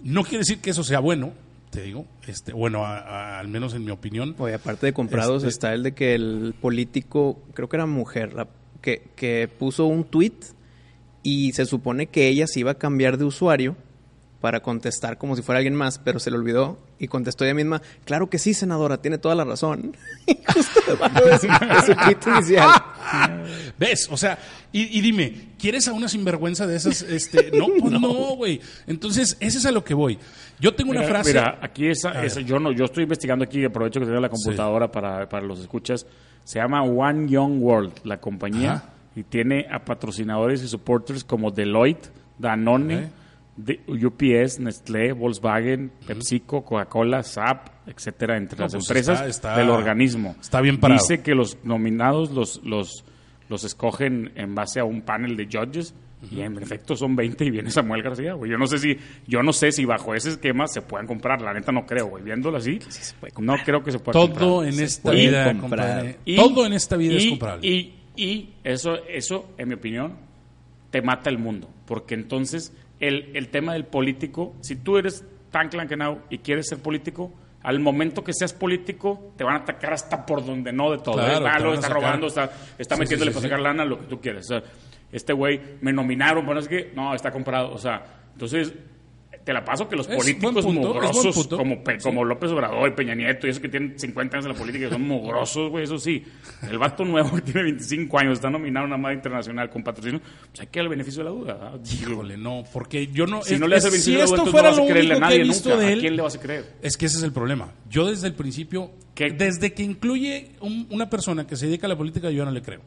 No quiere decir que eso sea bueno, te digo. Este, bueno, a- a- al menos en mi opinión. Oye, aparte de comprados Este- está el de que el político, creo que era mujer, la- que, que puso un tweet y se supone que ella se iba a cambiar de usuario para contestar como si fuera alguien más, pero se le olvidó y contestó ella misma, claro que sí, senadora, tiene toda la razón. <laughs> Y Justo debajo de su, de su tweet inicial. ¿Ves? O sea, y, y dime, ¿quieres a una sinvergüenza de esas? Este, <laughs> no, pues no, güey. Entonces, ese es a lo que voy. Yo tengo una mira, frase. mira, aquí esa, ver. esa- yo no, yo estoy investigando aquí, aprovecho que tengo la computadora para, para los escuchas. Se llama One Young World, la compañía, Ajá. y tiene a patrocinadores y supporters como Deloitte, Danone, Ok. de- UPS, Nestlé, Volkswagen, PepsiCo, Coca-Cola, SAP, etcétera, entre No, las pues empresas está- está- del organismo. está bien parado. Dice que los nominados los, los, los escogen en base a un panel de judges y en efecto son 20 y viene Samuel García, güey. Yo no sé si yo no sé si bajo ese esquema se puedan comprar, la neta no creo, güey. Viéndolo así, no creo que se pueda comprar. Todo en esta puede vida, comprar. compadre. Y- Todo en esta vida es y- comprable. Y, y eso, eso, en mi opinión, te mata el mundo. Porque entonces el, el tema del político, si tú eres tan clanquenado y quieres ser político, al momento que seas político, te van a atacar hasta por donde no de todo. Claro, es te malo, van a está sacar. robando, está, está Sí, metiéndole sí, para sí, sacar lana, lo que tú quieras. O sea, este güey me nominaron, bueno, es que no, está comprado. O sea, entonces te la paso que los Es buen políticos punto, es buen mugrosos punto. como, Pe- como López Obrador, Peña Nieto, y esos que tienen 50 años en la política, que son mugrosos, güey, eso sí. El vato nuevo <laughs> que tiene 25 años, está nominado a una madre internacional con patrocinio, pues hay que darle el beneficio de la duda. ¿verdad? Híjole, no, porque yo no. Si es- no le es- hace el si beneficio de la esto duda, entonces fuera no vas lo a creerle único a que he nadie visto nunca. de ¿A él, quién le vas a creer? Es que ese es el problema. Yo desde el principio, ¿Qué? desde que incluye un- una persona que se dedica a la política, yo no le creo.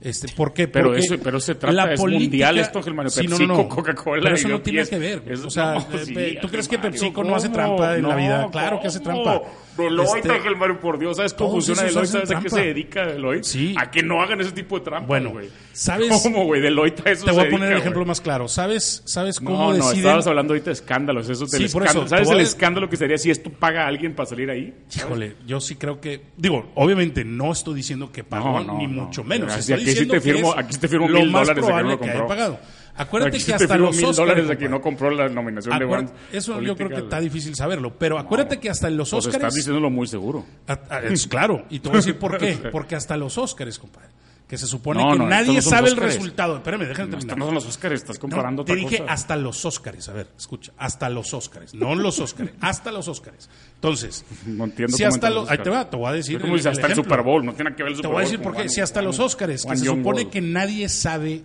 Este, ¿Por qué? Pero Porque eso- pero se trata- es mundial esto, Germán, Pepsico, Coca-Cola, Pero eso y no UPS. tiene que ver. Es- o sea, no, eh, sí, pe- ¿tú crees que Germán, Pepsico no hace ¿cómo? trampa en la No, vida? Claro que hace ¿cómo? trampa. Deloitte, Este, Ángel Mario, por Dios, ¿sabes cómo todos funciona esos Deloitte? hacen ¿Sabes a qué trampa. se dedica Deloitte? Sí. A que no hagan ese tipo de trampa, Bueno, güey. ¿sabes? ¿Cómo, güey? Deloitte a eso te voy se a poner el dedica, ejemplo güey. más claro. ¿Sabes, sabes cómo No, no, deciden? estabas hablando ahorita de escándalos. Eso del Sí, por escándalo. eso, ¿Sabes te voy el a- escándalo que sería si esto paga a alguien para salir ahí? Híjole, yo sí creo que. Digo, obviamente no estoy diciendo que pagó, No, no, ni no. mucho menos. Aquí Estoy sí te diciendo que firmo- es aquí sí te firmo lo mil más dólares de que no probable lo que haya compró. pagado. Acuérdate Aquí que te hasta firmo los mil Oscar, dólares de que no compadre. compró la nominación de Acuérdate- One. Eso yo creo que está difícil. difícil saberlo, pero acuérdate que hasta en los Pues estás Oscars. diciéndolo muy seguro. a- a- es claro, y te voy a decir por <laughs> qué. Porque hasta los Oscars, compadre. Que se supone No, que no, estos nadie no son sabe el Óscares. resultado. Espérame, déjame No, terminar. esto no son los Oscars, estás No, comparando te otra dije cosa. hasta los Óscares. A ver, escucha, hasta los Óscares. No los Óscares, hasta los Óscares. Entonces, No entiendo si cómo hasta entran los los... Ahí te Óscares. va, te voy a decir... Es como dice, hasta el ejemplo. Super Bowl, no tiene que ver Te el Super voy a Bowl decir con por qué. One- Si hasta los One- Óscares, que One se Young supone World. que nadie sabe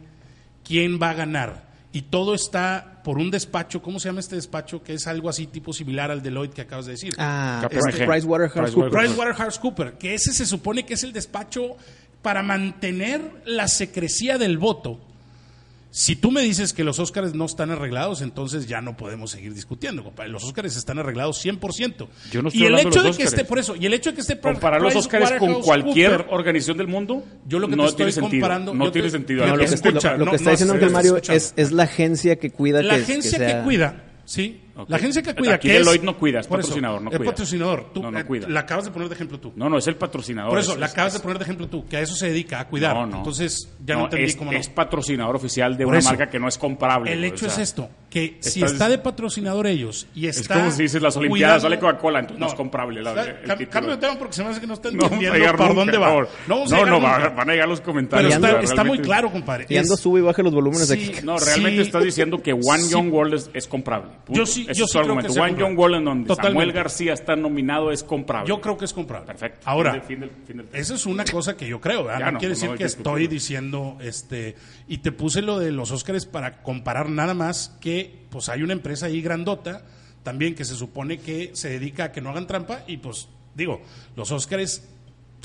quién va a ganar. Y todo está por un despacho, ¿cómo se llama este despacho? Que es algo así tipo similar al Deloitte que acabas de decir. Ah, Capaz. este PricewaterhouseCoopers. PricewaterhouseCoopers, que ese se supone que es el despacho para mantener la secrecía del voto. Si tú me dices que los Óscares no están arreglados, entonces ya no podemos seguir discutiendo, compadre. Los Óscares están arreglados 100%. Yo no estoy y el hablando de hecho de los que esté Óscares. por eso, y el hecho de que esté Comparar los Oscars con PricewaterhouseCoopers cualquier organización del mundo Yo lo que no te estoy tiene sentido. comparando- No yo tiene te- sentido. Pero No, Aquí lo que, se está, escucha, lo- lo no- que está no diciendo sé, Ángel Mario escuchando. es, es la agencia que cuida La que, agencia que, sea- cuida, sí. Ok. La agencia que cuida. Aquí que es- Deloitte no cuida, es por eso, patrocinador, no es cuida. patrocinador. Tú, No, no eh, cuida. La acabas de poner de ejemplo tú. No, no, es el patrocinador. por eso, es- la es- acabas de poner de ejemplo tú, que a eso se dedica, a cuidar. Entonces, ya no, entendí es, cómo no. es patrocinador oficial de Por una eso. marca que no es comprable. El güey, o hecho es sea, esto, que si estás- está de patrocinador ellos y está... como si dices, las Olimpiadas, cuidando- sale Coca-Cola, entonces no es comprable la- Está- el cam- título. Cambio de tema porque se me hace que no <laughs> está No vamos a entendiendo llegar por nunca, dónde va. por- No, vamos a no, llegar no, va- nunca. van a llegar los Pero comentarios. está, güey, está muy realmente. claro, compadre. Y ando, Es- sube y baja los volúmenes Sí, aquí. No, realmente Sí. estás diciendo que One Sí. Young World es, es comprable. Punto. Yo sí- Ese yo es sí tu creo que argumento. sea One comprable. Young World en donde Samuel Totalmente. García está nominado es comprable. Yo creo que es comprable. Perfecto. Ahora, Fin del- fin del- fin del- Eso es una cosa que yo creo, ¿verdad? Ya No, no, quiere no decir hay que que estoy discutirlo. diciendo, este, y te puse lo de los Óscares para comparar nada más que, pues hay una empresa ahí grandota también que se supone que se dedica a que no hagan trampa y pues digo, los Óscares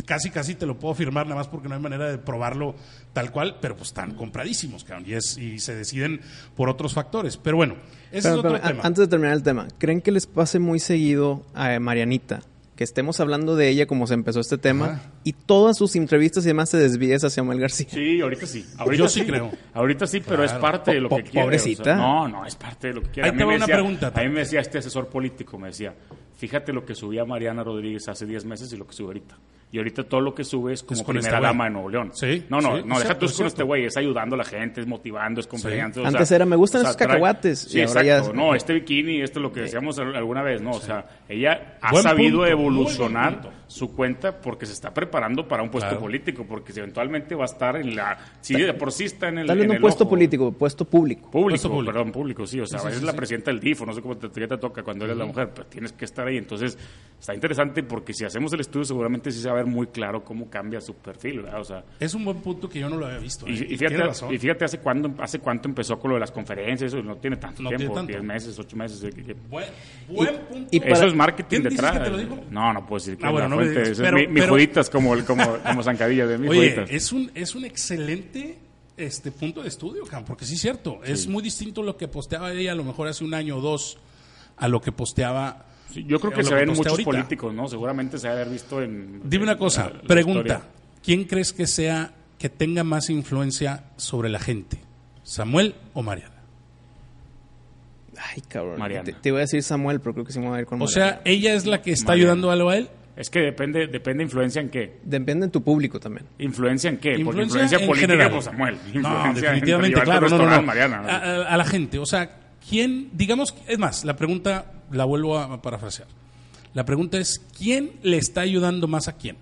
casi casi te lo puedo firmar nada más porque no hay manera de probarlo tal cual, pero pues están compradísimos, cabrón, y, es, y se deciden por otros factores. Pero bueno, ese Espérame, es otro espérame, a- tema. Antes de terminar el tema, ¿creen que les pase muy seguido a eh, Marianita? Que estemos hablando de ella como se empezó este tema Ajá. y todas sus entrevistas y demás se desvíes hacia Samuel García. Sí, ahorita sí. Ahorita Yo sí creo. Ahorita sí, pero es Claro. parte de lo Po- que po- quiere. o sea, pobrecita. no, no, es parte de lo que quiere. Ahí A mí te va me una decía- pregunta, A mí Tate. me decía este asesor político, me decía, fíjate lo que subía Mariana Rodríguez hace 10 meses y lo que sube ahorita. Y ahorita todo lo que sube es como Es con primera este güey. dama de Nuevo León. Sí, No, no, sí, no, es deja cierto, tú es es con cierto. este güey, es ayudando a la gente, es motivando, es confiando. Antes era, "Me gustan esos trae- cacahuates", Sí, y ahora ya- exacto. No, este bikini, esto es lo que decíamos al- alguna vez, ¿no? O sea, ella ha Buen punto, sabido muy buen evolucionar punto. su cuenta porque se está preparando para un puesto Claro. político, porque si eventualmente va a estar en la... Si de por sí está en el... Tal vez en no el puesto ojo. político, puesto público. Público, Puesto público. perdón, público, sí. O sea, a veces la presidenta del DIF, o no sé cómo te, ya te toca cuando eres la mujer, pues tienes que estar ahí. Entonces, está interesante porque si hacemos el estudio seguramente sí se va a ver muy claro cómo cambia su perfil, ¿verdad? O sea, Es un buen punto que yo no lo había visto. y, ¿eh? y Tiene fíjate, razón. y fíjate hace, cuándo, hace cuánto empezó con lo de las conferencias, eso no tiene tanto No tiene tiempo, tanto. 10 meses, 8 meses. eh, que- Buen, buen punto. y Eso para- es marketing ¿Quién dices detrás. ¿eh? que te lo dijo? No, no puedo decir que Ah, es bueno, la no me fuente, digas, eso es pero- mi, mi pero- juditas como, el- como, como zancadilla de mi Oye, juditas. es un, es un excelente este punto de estudio, Cam, porque sí es cierto. Es muy distinto lo que posteaba ella a lo mejor hace un año o dos a lo que posteaba. Sí, yo creo eh, que lo se ven postea muchos ahorita. políticos, ¿no? Seguramente se va a haber visto en... Dime una cosa, en la- la pregunta. historia. ¿Quién crees que sea que tenga más influencia sobre la gente? ¿Samuel o Mariana? Ay, cabrón. Mariana. Te, te iba a decir Samuel, pero creo que sí me voy a ir con O Mariana. sea, ella es la que está Mariana. ayudando algo a él. Es que depende, depende influencia en qué. Depende de tu público también. ¿Influencia en qué? Eh, Porque Influencia influencia en política, general. pues Samuel. Influencia No, en definitivamente, llevarte claro, al no, no, no. Ah, restaurante, Mariana. A, a- a la gente, o sea, ¿quién, digamos, es más, la pregunta la vuelvo a parafrasear. La pregunta es, ¿quién le está ayudando más a quién?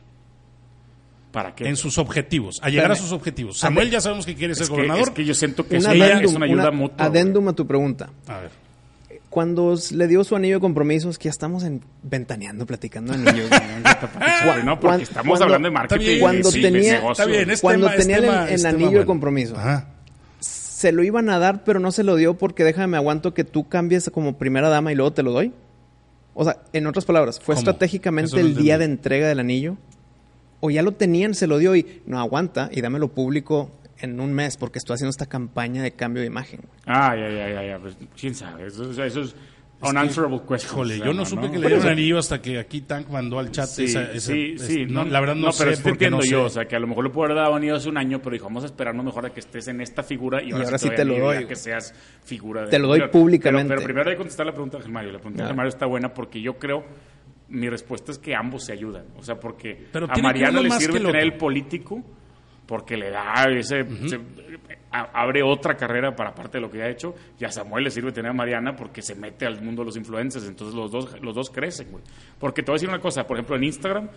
¿Para qué? En sus objetivos, a llegar a Espérame. sus objetivos. Samuel ya sabemos que quiere ser es, que, gobernador. es que yo siento que Un eso ella adendum, es una ayuda una- mutua. güey. <laughs> adendum a tu pregunta. A ver, Cuando s- le dio su anillo de compromisos, que ya estamos en, ventaneando, platicando de anillos. Güey, no, porque Cuan- estamos cuando- hablando de marketing. bien, y cuando sí, de tenía- negocio, está bien, güey. es Cuando tema- es tenía el- tema- el es tema anillo de bueno. compromiso. Ajá. se lo iban a dar, pero no se lo dio porque déjame, me aguanto que tú cambies como primera dama y luego te lo doy. O sea, en otras palabras, ¿fue ¿Cómo? estratégicamente Eso no el día de entendí. entrega del anillo? ¿O ya lo tenían, se lo dio y no aguanta y dámelo público en un mes porque estoy haciendo esta campaña de cambio de imagen? güey"? Ah, ya, ya, ya, ya. pues, ¿Quién sabe? Eso, eso- eso es unanswerable question. Híjole, yo no supe que le dieron dieron anillo hasta que aquí Tank mandó al chat Sí, esa, esa- sí, es- sí. no, la verdad no, pero sé sí te porque entiendo no sé. yo. O sea, que a lo mejor le puedo haber dado anillo hace un año, pero dijo, vamos a esperarnos mejor a que estés en esta figura y ahora, ahora sí doy te lo anillo, ya doy. que seas figura. de- Te lo doy Pero- públicamente. Pero, pero primero hay que contestar la pregunta de Germario. La pregunta de Germario está buena porque yo creo... Mi respuesta es que ambos se ayudan. O sea, porque Pero a tiene que Mariana uno le más que sirve el tener otro. el político porque le da ese, se- a- abre otra carrera para parte de lo que ya ha hecho y a Samuel le sirve tener a Mariana porque se mete al mundo de los influencers entonces los dos los dos crecen güey porque te voy a decir una cosa por ejemplo en Instagram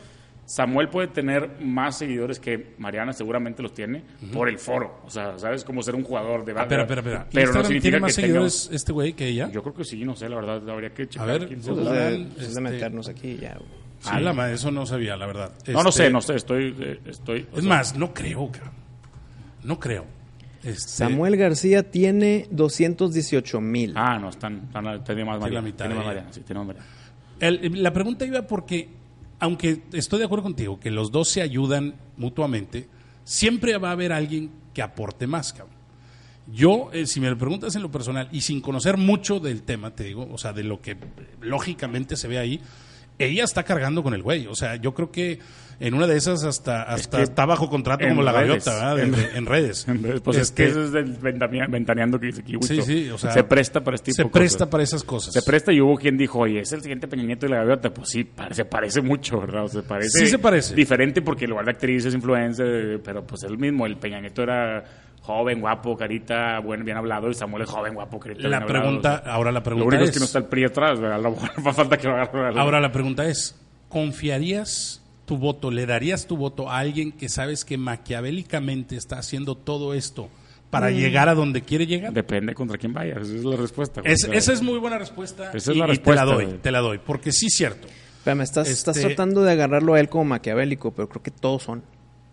Samuel puede tener más seguidores que Mariana seguramente los tiene por el foro o sea sabes como ser un jugador de Ah, espera, espera, espera. Instagram tiene más tenga- seguidores este güey que ella. yo creo que sí no sé la verdad habría que checar ver, quién Pues, Pues, la de- verdad, pues, de este- meternos aquí ya. güey. Ah, la madre, eso no sabía, la verdad. no no Este, sé no sé estoy eh, estoy o Es sea, más, no creo, cabrón. No creo. Este, Samuel García tiene 218 mil. ah no están, están tiene más Mariana mitad tiene más de ella. Mariana sí tiene más Mariana el- la pregunta iba porque, aunque estoy de acuerdo contigo que los dos se ayudan mutuamente, siempre va a haber alguien que aporte más, cabrón. Yo, eh, si me lo preguntas en lo personal y sin conocer mucho del tema, te digo, o sea, de lo que eh, lógicamente se ve ahí, ella está cargando con el güey. O sea, yo creo que en una de esas hasta, hasta que está bajo contrato en como la redes, gaviota, ¿verdad? De- en- de- en redes. Pues es Este, que eso es del ventamia- ventaneando que dice aquí, Huito. Sí, sí, o sea, se presta para este tipo Se de presta cosas. para esas cosas. Se presta y hubo quien dijo, oye, es el siguiente Peña Nieto y la gaviota. Pues sí, pare- se parece mucho, ¿verdad? O sea, parece Sí se parece. Diferente porque el lugar de actriz es influencer, eh, pero pues es el mismo. El Peña Nieto era joven, guapo, carita, bueno, bien hablado. Y Samuel es joven, guapo, carita, bien la hablado, pregunta, o sea, ahora la lo pregunta único es, es, que no está el PRI atrás, ¿verdad? A lo mejor <laughs> va a falta que lo agarre. al- ahora la pregunta es, ¿confiarías tu voto, le darías tu voto a alguien que sabes que maquiavélicamente está haciendo todo esto para Mm. llegar a donde quiere llegar? Depende contra quién vaya. Esa es la respuesta. güey. Es- O sea, esa es muy buena respuesta. Esa es y- la y respuesta, te la doy, güey. te la doy, porque sí es cierto. Espérame, estás, estás Este- tratando de agarrarlo a él como maquiavélico, pero creo que todos son.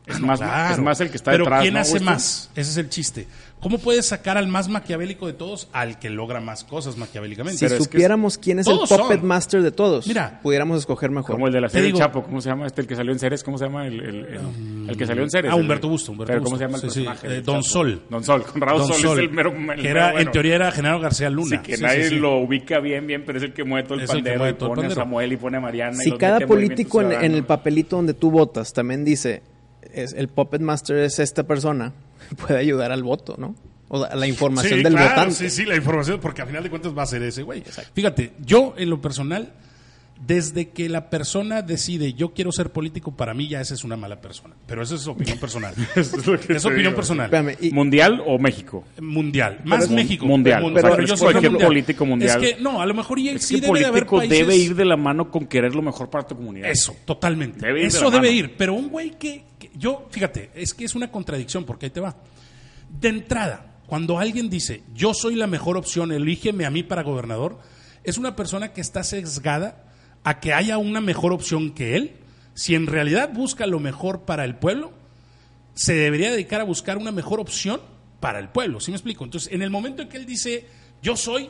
es más, Claro. es más el que está Pero detrás. ¿quién ¿no, hace Huito? más? Ese es el chiste. ¿Cómo puedes sacar al más maquiavélico de todos al que logra más cosas maquiavélicamente? Si Pero es que supiéramos quién es el todos puppet son. master de todos, Mira. pudiéramos escoger mejor. Como el de la Te serie El digo- Chapo, ¿cómo se llama este? El que salió en Ceres, ¿cómo se llama? El, el, el- el que salió en Ceres. Ah, el- Humberto Busto, Humberto pero ¿cómo se Busto. llama el Sí, sí, personaje? eh, del Don Chapo? Sol. Don Sol, Conrado Don Sol, Sol, es el mero. el que mero era, bueno. en teoría era Genaro García Sí, Luna. que Sí, nadie sí, sí. lo ubica bien, bien, pero es el que mueve todo el Es el que pandero mueve y todo el pone a pandero. Samuel y pone a Mariana. y si los cada mete a Movimiento político en, en Ciudadano. el papelito donde tú votas también dice, es, el puppet master es esta persona, <laughs> puede ayudar al voto, ¿no? O sea, a la información Sí, del claro, votante. Sí, sí, la información, porque al final de cuentas va a ser ese güey. Fíjate, yo en lo personal Desde que la persona decide, yo quiero ser político, para mí ya esa es una mala persona. Pero esa es opinión <laughs> personal. Eso <laughs> es lo que es te opinión digo. personal. Espérame, y- ¿Mundial o México? Mundial. Más es- México. mundial. Mun- Pero bueno, es yo soy cualquier mundial. político mundial. Es que, no, a lo mejor y Es sí que debe de haber político países... debe ir de la mano con querer lo mejor para tu comunidad. Eso, totalmente. Debe ir de Eso la debe mano. ir. Pero un güey que, que- Yo, fíjate, es que es una contradicción porque ahí te va. De entrada, cuando alguien dice, yo soy la mejor opción, elígeme a mí para gobernador, es una persona que está sesgada a que haya una mejor opción que él. Si en realidad busca lo mejor para el pueblo, se debería dedicar a buscar una mejor opción para el pueblo. ¿Sí me explico? Entonces, en el momento en que él dice, yo soy,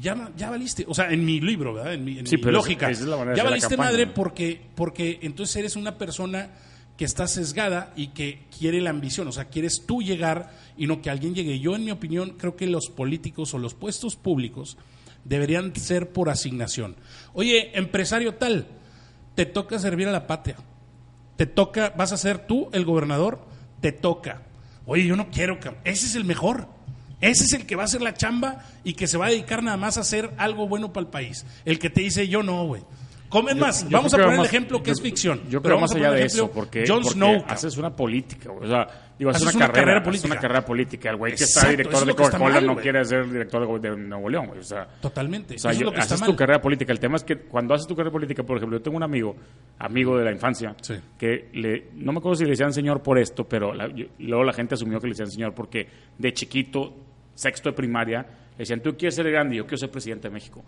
ya, ma- ya valiste. O sea, en mi libro, ¿verdad? En mi, en Sí, mi pero lógica. esa es la manera de ya hacer la valiste campaña, madre ¿no? porque, porque entonces eres una persona que está sesgada y que quiere la ambición. O sea, quieres tú llegar y no que alguien llegue. Yo, en mi opinión, creo que los políticos o los puestos públicos deberían ser por asignación. Oye, empresario tal, te toca servir a la patria te toca, vas a ser tú el gobernador, te toca. Oye, yo no quiero, cabrón. ese es el mejor. Ese es el que va a hacer la chamba y que se va a dedicar nada más a hacer algo bueno para el país. El que te dice, yo no, güey. Comen más, Yo vamos a creo que poner va el más- ejemplo que yo- es ficción. Yo Pero creo vamos más a allá poner de el ejemplo eso, porque, Jon porque Snow. cabrón. haces una política, güey. o sea, digo, haces, Haces una, una carrera, carrera política. política. Haces una carrera política. El güey que Exacto, está eso director es de lo que está Coca-Cola mal, no güey. quiere ser director de Go- de Nuevo León, güey. O sea, Totalmente. o Eso sea, es yo- lo que está haces mal. tu carrera política. El tema es que cuando haces tu carrera política, por ejemplo, yo tengo un amigo, amigo de la infancia, Sí. que le, no me acuerdo si le decían señor por esto, pero la- yo- luego la gente asumió que le decían señor porque de chiquito, sexto de primaria, le decían, tú quieres ser grande, yo quiero ser presidente de México.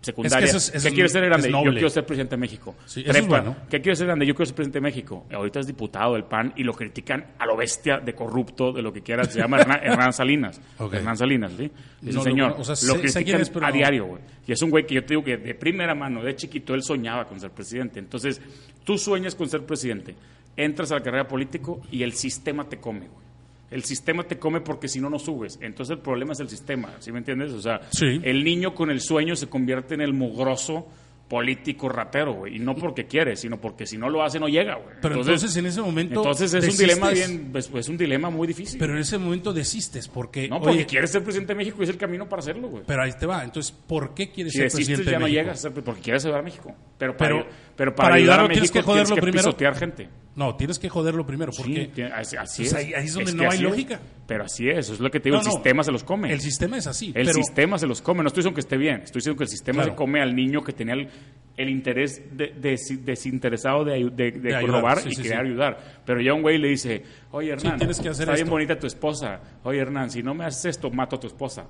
Secundaria, eso es- eso ¿qué es- quieres ser grande? es Yo noble. quiero ser presidente de México. Sí, eso es Prepa, bueno. ¿Qué quiere ser grande? Yo quiero ser presidente de México. Ahorita es diputado del PAN y lo critican a lo bestia de corrupto, de lo que quieran. Se llama Hernán, Hernán Salinas. <laughs> Ok. Hernán Salinas, ¿sí? Es No un lo señor. conozco. O sea, sé- lo sé critican quién es, pero a no- diario, güey. Y es un güey que yo te digo que de primera mano, de chiquito, él soñaba con ser presidente. Entonces, tú sueñas con ser presidente, entras a la carrera político y el sistema te come, güey. El sistema te come porque si no, no subes. Entonces el problema es el sistema, ¿sí me entiendes? O sea, Sí. el niño con el sueño se convierte en el mugroso político ratero, güey. Y no porque quiere, sino porque si no lo hace no llega, güey. Pero entonces, en ese momento, Entonces es desistes. un dilema bien, pues, pues, es un dilema muy difícil. Pero en ese momento desistes porque, no, porque oye, quieres ser presidente de México y es el camino para hacerlo, güey. pero ahí te va. Entonces, ¿por qué quieres Si ser desistes presidente ya de no México? llegas a ser- porque quieres ayudar a México. Pero para, Pero- ayu- pero para, para ayudar a ayudarlo México tienes que joderlo tienes que primero. pisotear gente. No, tienes que joderlo primero porque Sí, tiene- así, así Pues es. ahí- ahí es donde que no hay así lógica. Pero así es, eso es lo que te digo, No, el no. sistema se los come. el sistema es así. El pero- sistema se los come. No estoy diciendo que esté bien. Estoy diciendo que el sistema Claro. se come al niño que tenía el, el interés de- des- desinteresado de, ayu- de, de De ayudar, robar sí, y sí, querer sí. ayudar. Pero ya un güey le dice, oye Hernán, tienes que hacer está bien esto". bonita tu esposa. Oye Hernán, si no me haces esto, mato a tu esposa.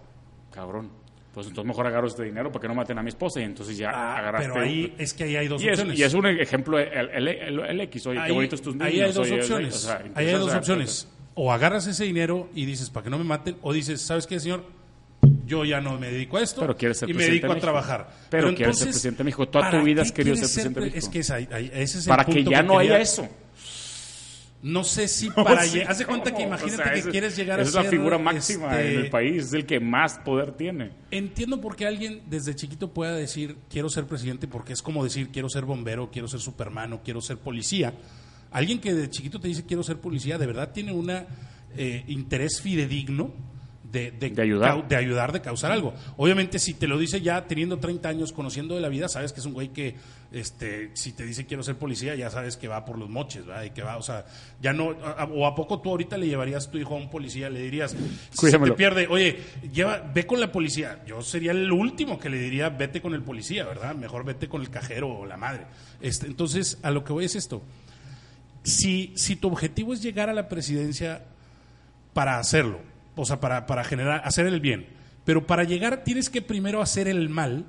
Cabrón. Pues entonces mejor agarro este dinero para que no maten a mi esposa. Y entonces ya Ah, agarraste... pero ahí es que ahí hay dos y es, opciones. y es un ejemplo, el, el- el- el X, oye, ahí, qué bonitos tus niños. ahí hay dos oye, el- opciones. o sea, ahí hay entonces, o dos sea, opciones. O agarras ese dinero y dices, para que no me maten, o dices, ¿sabes qué, señor? Yo ya no me dedico a esto Pero quieres ser y me presidente dedico de a México. trabajar. Pero quieres ser presidente de México. Toda tu ¿para vida qué has querido quieres ser presidente de pre- México? Es que es ahí- ahí- ese es el para que punto ya no quería- haya eso. No sé <laughs> si para Sí, llegar. Haz de cuenta que ¿cómo? imagínate O sea, que ese- quieres llegar esa a ser. es la figura máxima este, en el país, es el que más poder tiene. Entiendo por qué alguien desde chiquito pueda decir quiero ser presidente porque es como decir quiero ser bombero, quiero ser superman o quiero ser policía. Alguien que de chiquito te dice quiero ser policía, de verdad tiene un interés fidedigno de, De ayudar. cau- de ayudar, de causar algo. Obviamente si te lo dice ya teniendo 30 años, conociendo de la vida, sabes que es un güey que este, si te dice quiero ser policía, ya sabes que va por los moches, ¿verdad? Y que va, o sea, ya no, a- a- o a poco tú ahorita le llevarías tu hijo a un policía, le dirías, si se te Cuídamelo. pierde, oye, lleva, ve con la policía. Yo sería el último que le diría, vete con el policía, ¿verdad? Mejor vete con el cajero o la madre. Este, entonces, a lo que voy es esto. Si, si tu objetivo es llegar a la presidencia para hacerlo, o sea, para, para generar, hacer el bien, pero para llegar tienes que primero hacer el mal.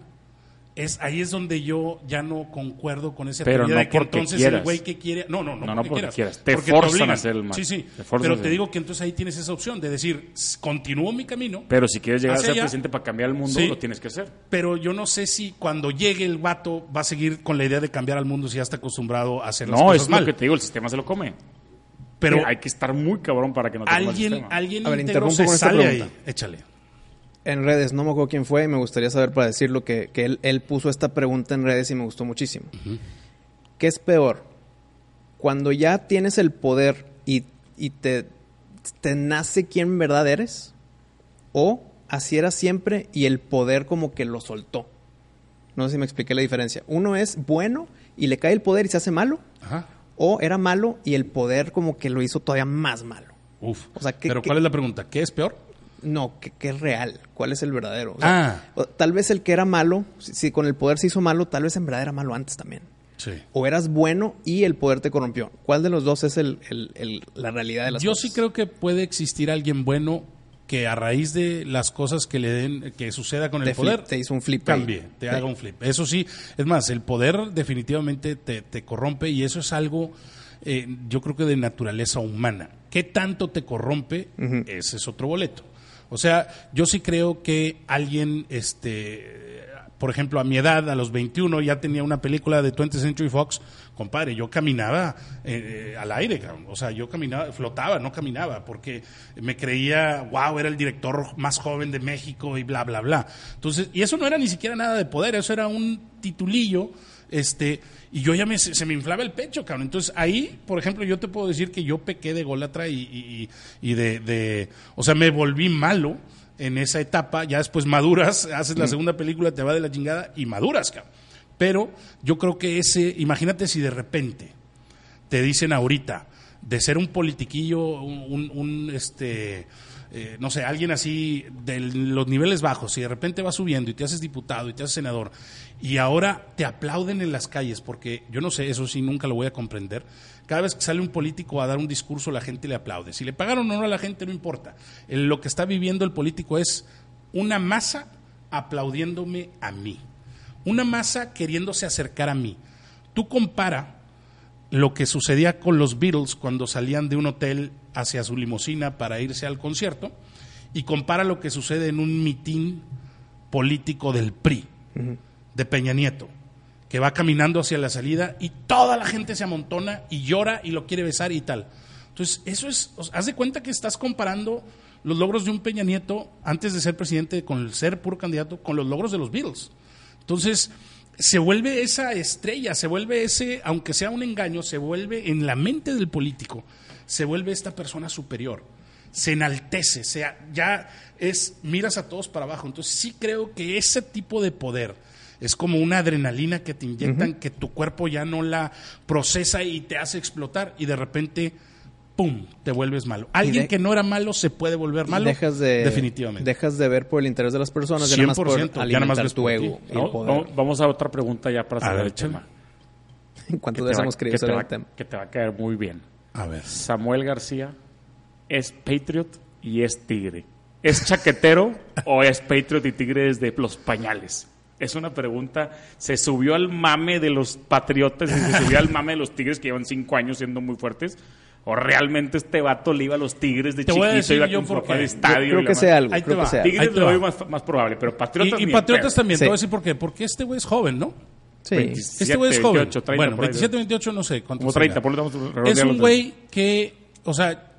Es, ahí es donde yo ya no concuerdo con esa Pero teoría no de que porque entonces el quieras. güey que quiere. No, no, no, No, no porque, porque quieras. quieras. Te porque forzan a obligan. hacer el mal. Sí, sí. Te forzan a Pero hacer te el digo que entonces ahí tienes esa opción de decir, "S- continúo mi camino, Pero si quieres llegar a Hacia ser allá. presidente para cambiar el mundo, Sí. lo tienes que hacer. pero yo no sé si cuando llegue el vato va a seguir con la idea de cambiar al mundo si ya está acostumbrado a hacer las No, cosas es mal. lo que te digo, el sistema se lo come. Eh, pero hay que estar muy cabrón para que no te coma el alguien, sistema. alguien A ver, íntegro interrumpo se con esta sale ahí. pregunta. Échale. en redes, no me acuerdo quién fue, y me gustaría saber para decirlo que, que él, él puso esta pregunta en redes y me gustó muchísimo. ¿Qué es peor? Cuando ya tienes el poder y, y te, te nace quién en verdad eres, o así era siempre y el poder como que lo soltó. No sé si me expliqué la diferencia. Uno es bueno y le cae el poder y se hace malo, Ajá. o era malo y el poder como que lo hizo todavía más malo. Uf. O sea, ¿qué- Pero qué- ¿cuál es la pregunta? ¿Qué es peor? No, que, que es real. ¿Cuál es el verdadero? O Ah. sea, o- tal vez el que era malo, si, si con el poder se hizo malo, tal vez en verdad era malo antes también. Sí. O eras bueno y el poder te corrompió. ¿Cuál de los dos es el- el- el- la realidad de las Yo cosas? sí creo que puede existir alguien bueno que a raíz de las cosas que le den, que suceda con el Te flip- poder, te hizo un flip ahí. cambie, te Sí. haga un flip. Eso sí, es más, el poder definitivamente te, te corrompe y eso es algo, eh, yo creo que de naturaleza humana. ¿Qué tanto te corrompe? Ese es otro boleto. O sea, yo sí creo que alguien, este, por ejemplo, a mi edad, a los 21, ya tenía una película de 20th Century Fox, compadre, yo caminaba eh, eh, al aire, cabrón. o sea, yo caminaba, flotaba, no caminaba, porque me creía, wow, era el director más joven de México y bla, bla, bla. Entonces, y eso no era ni siquiera nada de poder, eso era un titulillo, este, y yo ya me, se se me inflaba el pecho, cabrón. Entonces, ahí, por ejemplo, yo te puedo decir que yo pequé de golatra y, y, y- y de, de, o sea, me volví malo en esa etapa, ya después maduras, haces la segunda película, te va de la chingada y maduras, cabrón. Pero yo creo que ese, imagínate si de repente te dicen ahorita de ser un politiquillo, un, un- un, este, eh, no sé, alguien así de los niveles bajos y de repente vas subiendo y te haces diputado y te haces senador y ahora te aplauden en las calles porque yo no sé, eso sí nunca lo voy a comprender. Cada vez que sale un político a dar un discurso la gente le aplaude. Si le pagaron o no a la gente no importa. Eh, Lo que está viviendo el político es una masa aplaudiéndome a mí. Una masa queriéndose acercar a mí. Tú compara lo que sucedía con los Beatles cuando salían de un hotel hacia su limusina para irse al concierto y compara lo que sucede en un mitin político del PRI, de Peña Nieto, que va caminando hacia la salida y toda la gente se amontona y llora y lo quiere besar y tal. Entonces, eso es, o sea, haz de cuenta que estás comparando los logros de un Peña Nieto antes de ser presidente, con el ser puro candidato, con los logros de los Beatles. Entonces, se vuelve esa estrella, se vuelve ese, aunque sea un engaño, se vuelve en la mente del político, se vuelve esta persona superior, se enaltece, sea, ya es, miras a todos para abajo. Entonces, sí creo que ese tipo de poder es como una adrenalina que te inyectan, que tu cuerpo ya no la procesa y te hace explotar y de repente... ¡Pum! Te vuelves malo. Alguien de- que no era malo se puede volver Y malo. dejas de, definitivamente. Dejas de ver por el interés de las personas, ya nada más por 100%, ya alimentar nada más ves tu por ti. ego y el No, poder. <laughs> no, vamos a otra pregunta ya para A saber ver, el tema. ¿Cuántas te veces va- hemos que creído te sobre va- el tema? Que te va a caer muy bien. A ver. Samuel García es Patriot y es Tigre. ¿Es chaquetero o es Patriot y Tigre desde los pañales? Es una pregunta. Se subió al mame de los patriotas y se subió al mame de los tigres que llevan cinco años siendo muy fuertes. ¿O realmente este vato le iba a los tigres de Te voy a chiquito? decir iba yo con su por papá qué. al Yo estadio y creo la que madre. sea algo, Ahí te creo que va. sea algo. Ahí Tigres te lo va. veo más, más probable, pero Patriotas. Y, y ni en Patriotas pedo. también, te voy a Sí. decir por qué. Porque este güey es joven, ¿no? Sí. 27, Este güey es joven. 28, 30, bueno, por ahí, 27, 28, no sé. cuánto Como 30, tenga. por lo tanto, vamos a Es redondearlo. un güey que, o sea,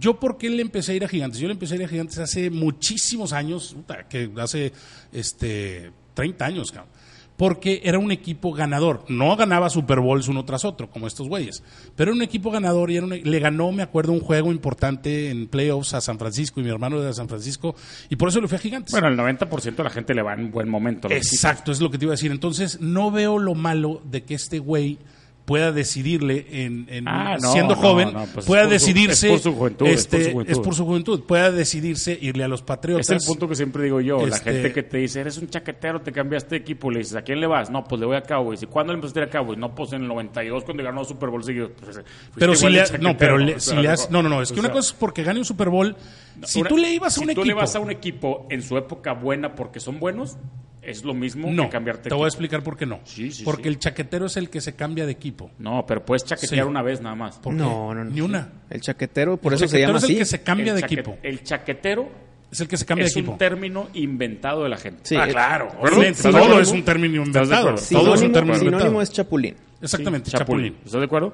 yo por qué le empecé a ir a Gigantes. Yo le empecé a ir a Gigantes hace muchísimos años, puta, que hace este 30 años, cabrón. Porque era un equipo ganador. No ganaba Super Bowls uno tras otro, como estos güeyes. Pero era un equipo ganador y era un- e-, le ganó, me acuerdo, un juego importante en playoffs a San Francisco y mi hermano era de San Francisco. Y por eso le fui a Gigantes. Bueno, el 90% de la gente le va en buen momento. a los equipos. Exacto, es lo que te iba a decir. Entonces, no veo lo malo de que este güey pueda decidirle en, en- Ah, no, siendo no, joven no, pues es pueda por su- decidirse es por su juventud, es por este, su juventud. es por su juventud, pueda decidirse irle a los patriotas Es el punto que siempre digo yo. La Este- gente que te dice, eres un chaquetero, te cambiaste de equipo. Le dices, ¿a quién le vas? No, pues le voy a Cowboys. ¿Y cuándo le empezaste a ir a Cowboys? No, pues en el 92 cuando ganó Super Bowl seguido. Pues, fuiste pero si igual le de ha- no chaquetero, pero le- o si sea, le has- no no no es o que una sea, cosa es porque gane un Super Bowl si una- tú le ibas a un si equipo tú le vas a un equipo en su época buena porque son buenos, es lo mismo no que cambiarte te voy a equipo. explicar por qué no Sí, sí, porque sí. el chaquetero es el que se cambia de equipo No, pero puedes chaquetear Sí. una vez nada más. ¿Por No, qué? no, no. ni una El chaquetero, por El eso se chaquetero llama es el así. que se cambia El de chaque- equipo El chaquetero es el que se cambia es de equipo un término inventado de la gente. Sí, ah eh, claro ¿Perdón? obviamente, ¿Estás de todo acuerdo? es un término ¿Estás de inventado acuerdo? todo es Sinónimo- un término inventado sinónimo es chapulín. Exactamente, Sí, Chapulín. ¿Estás de acuerdo?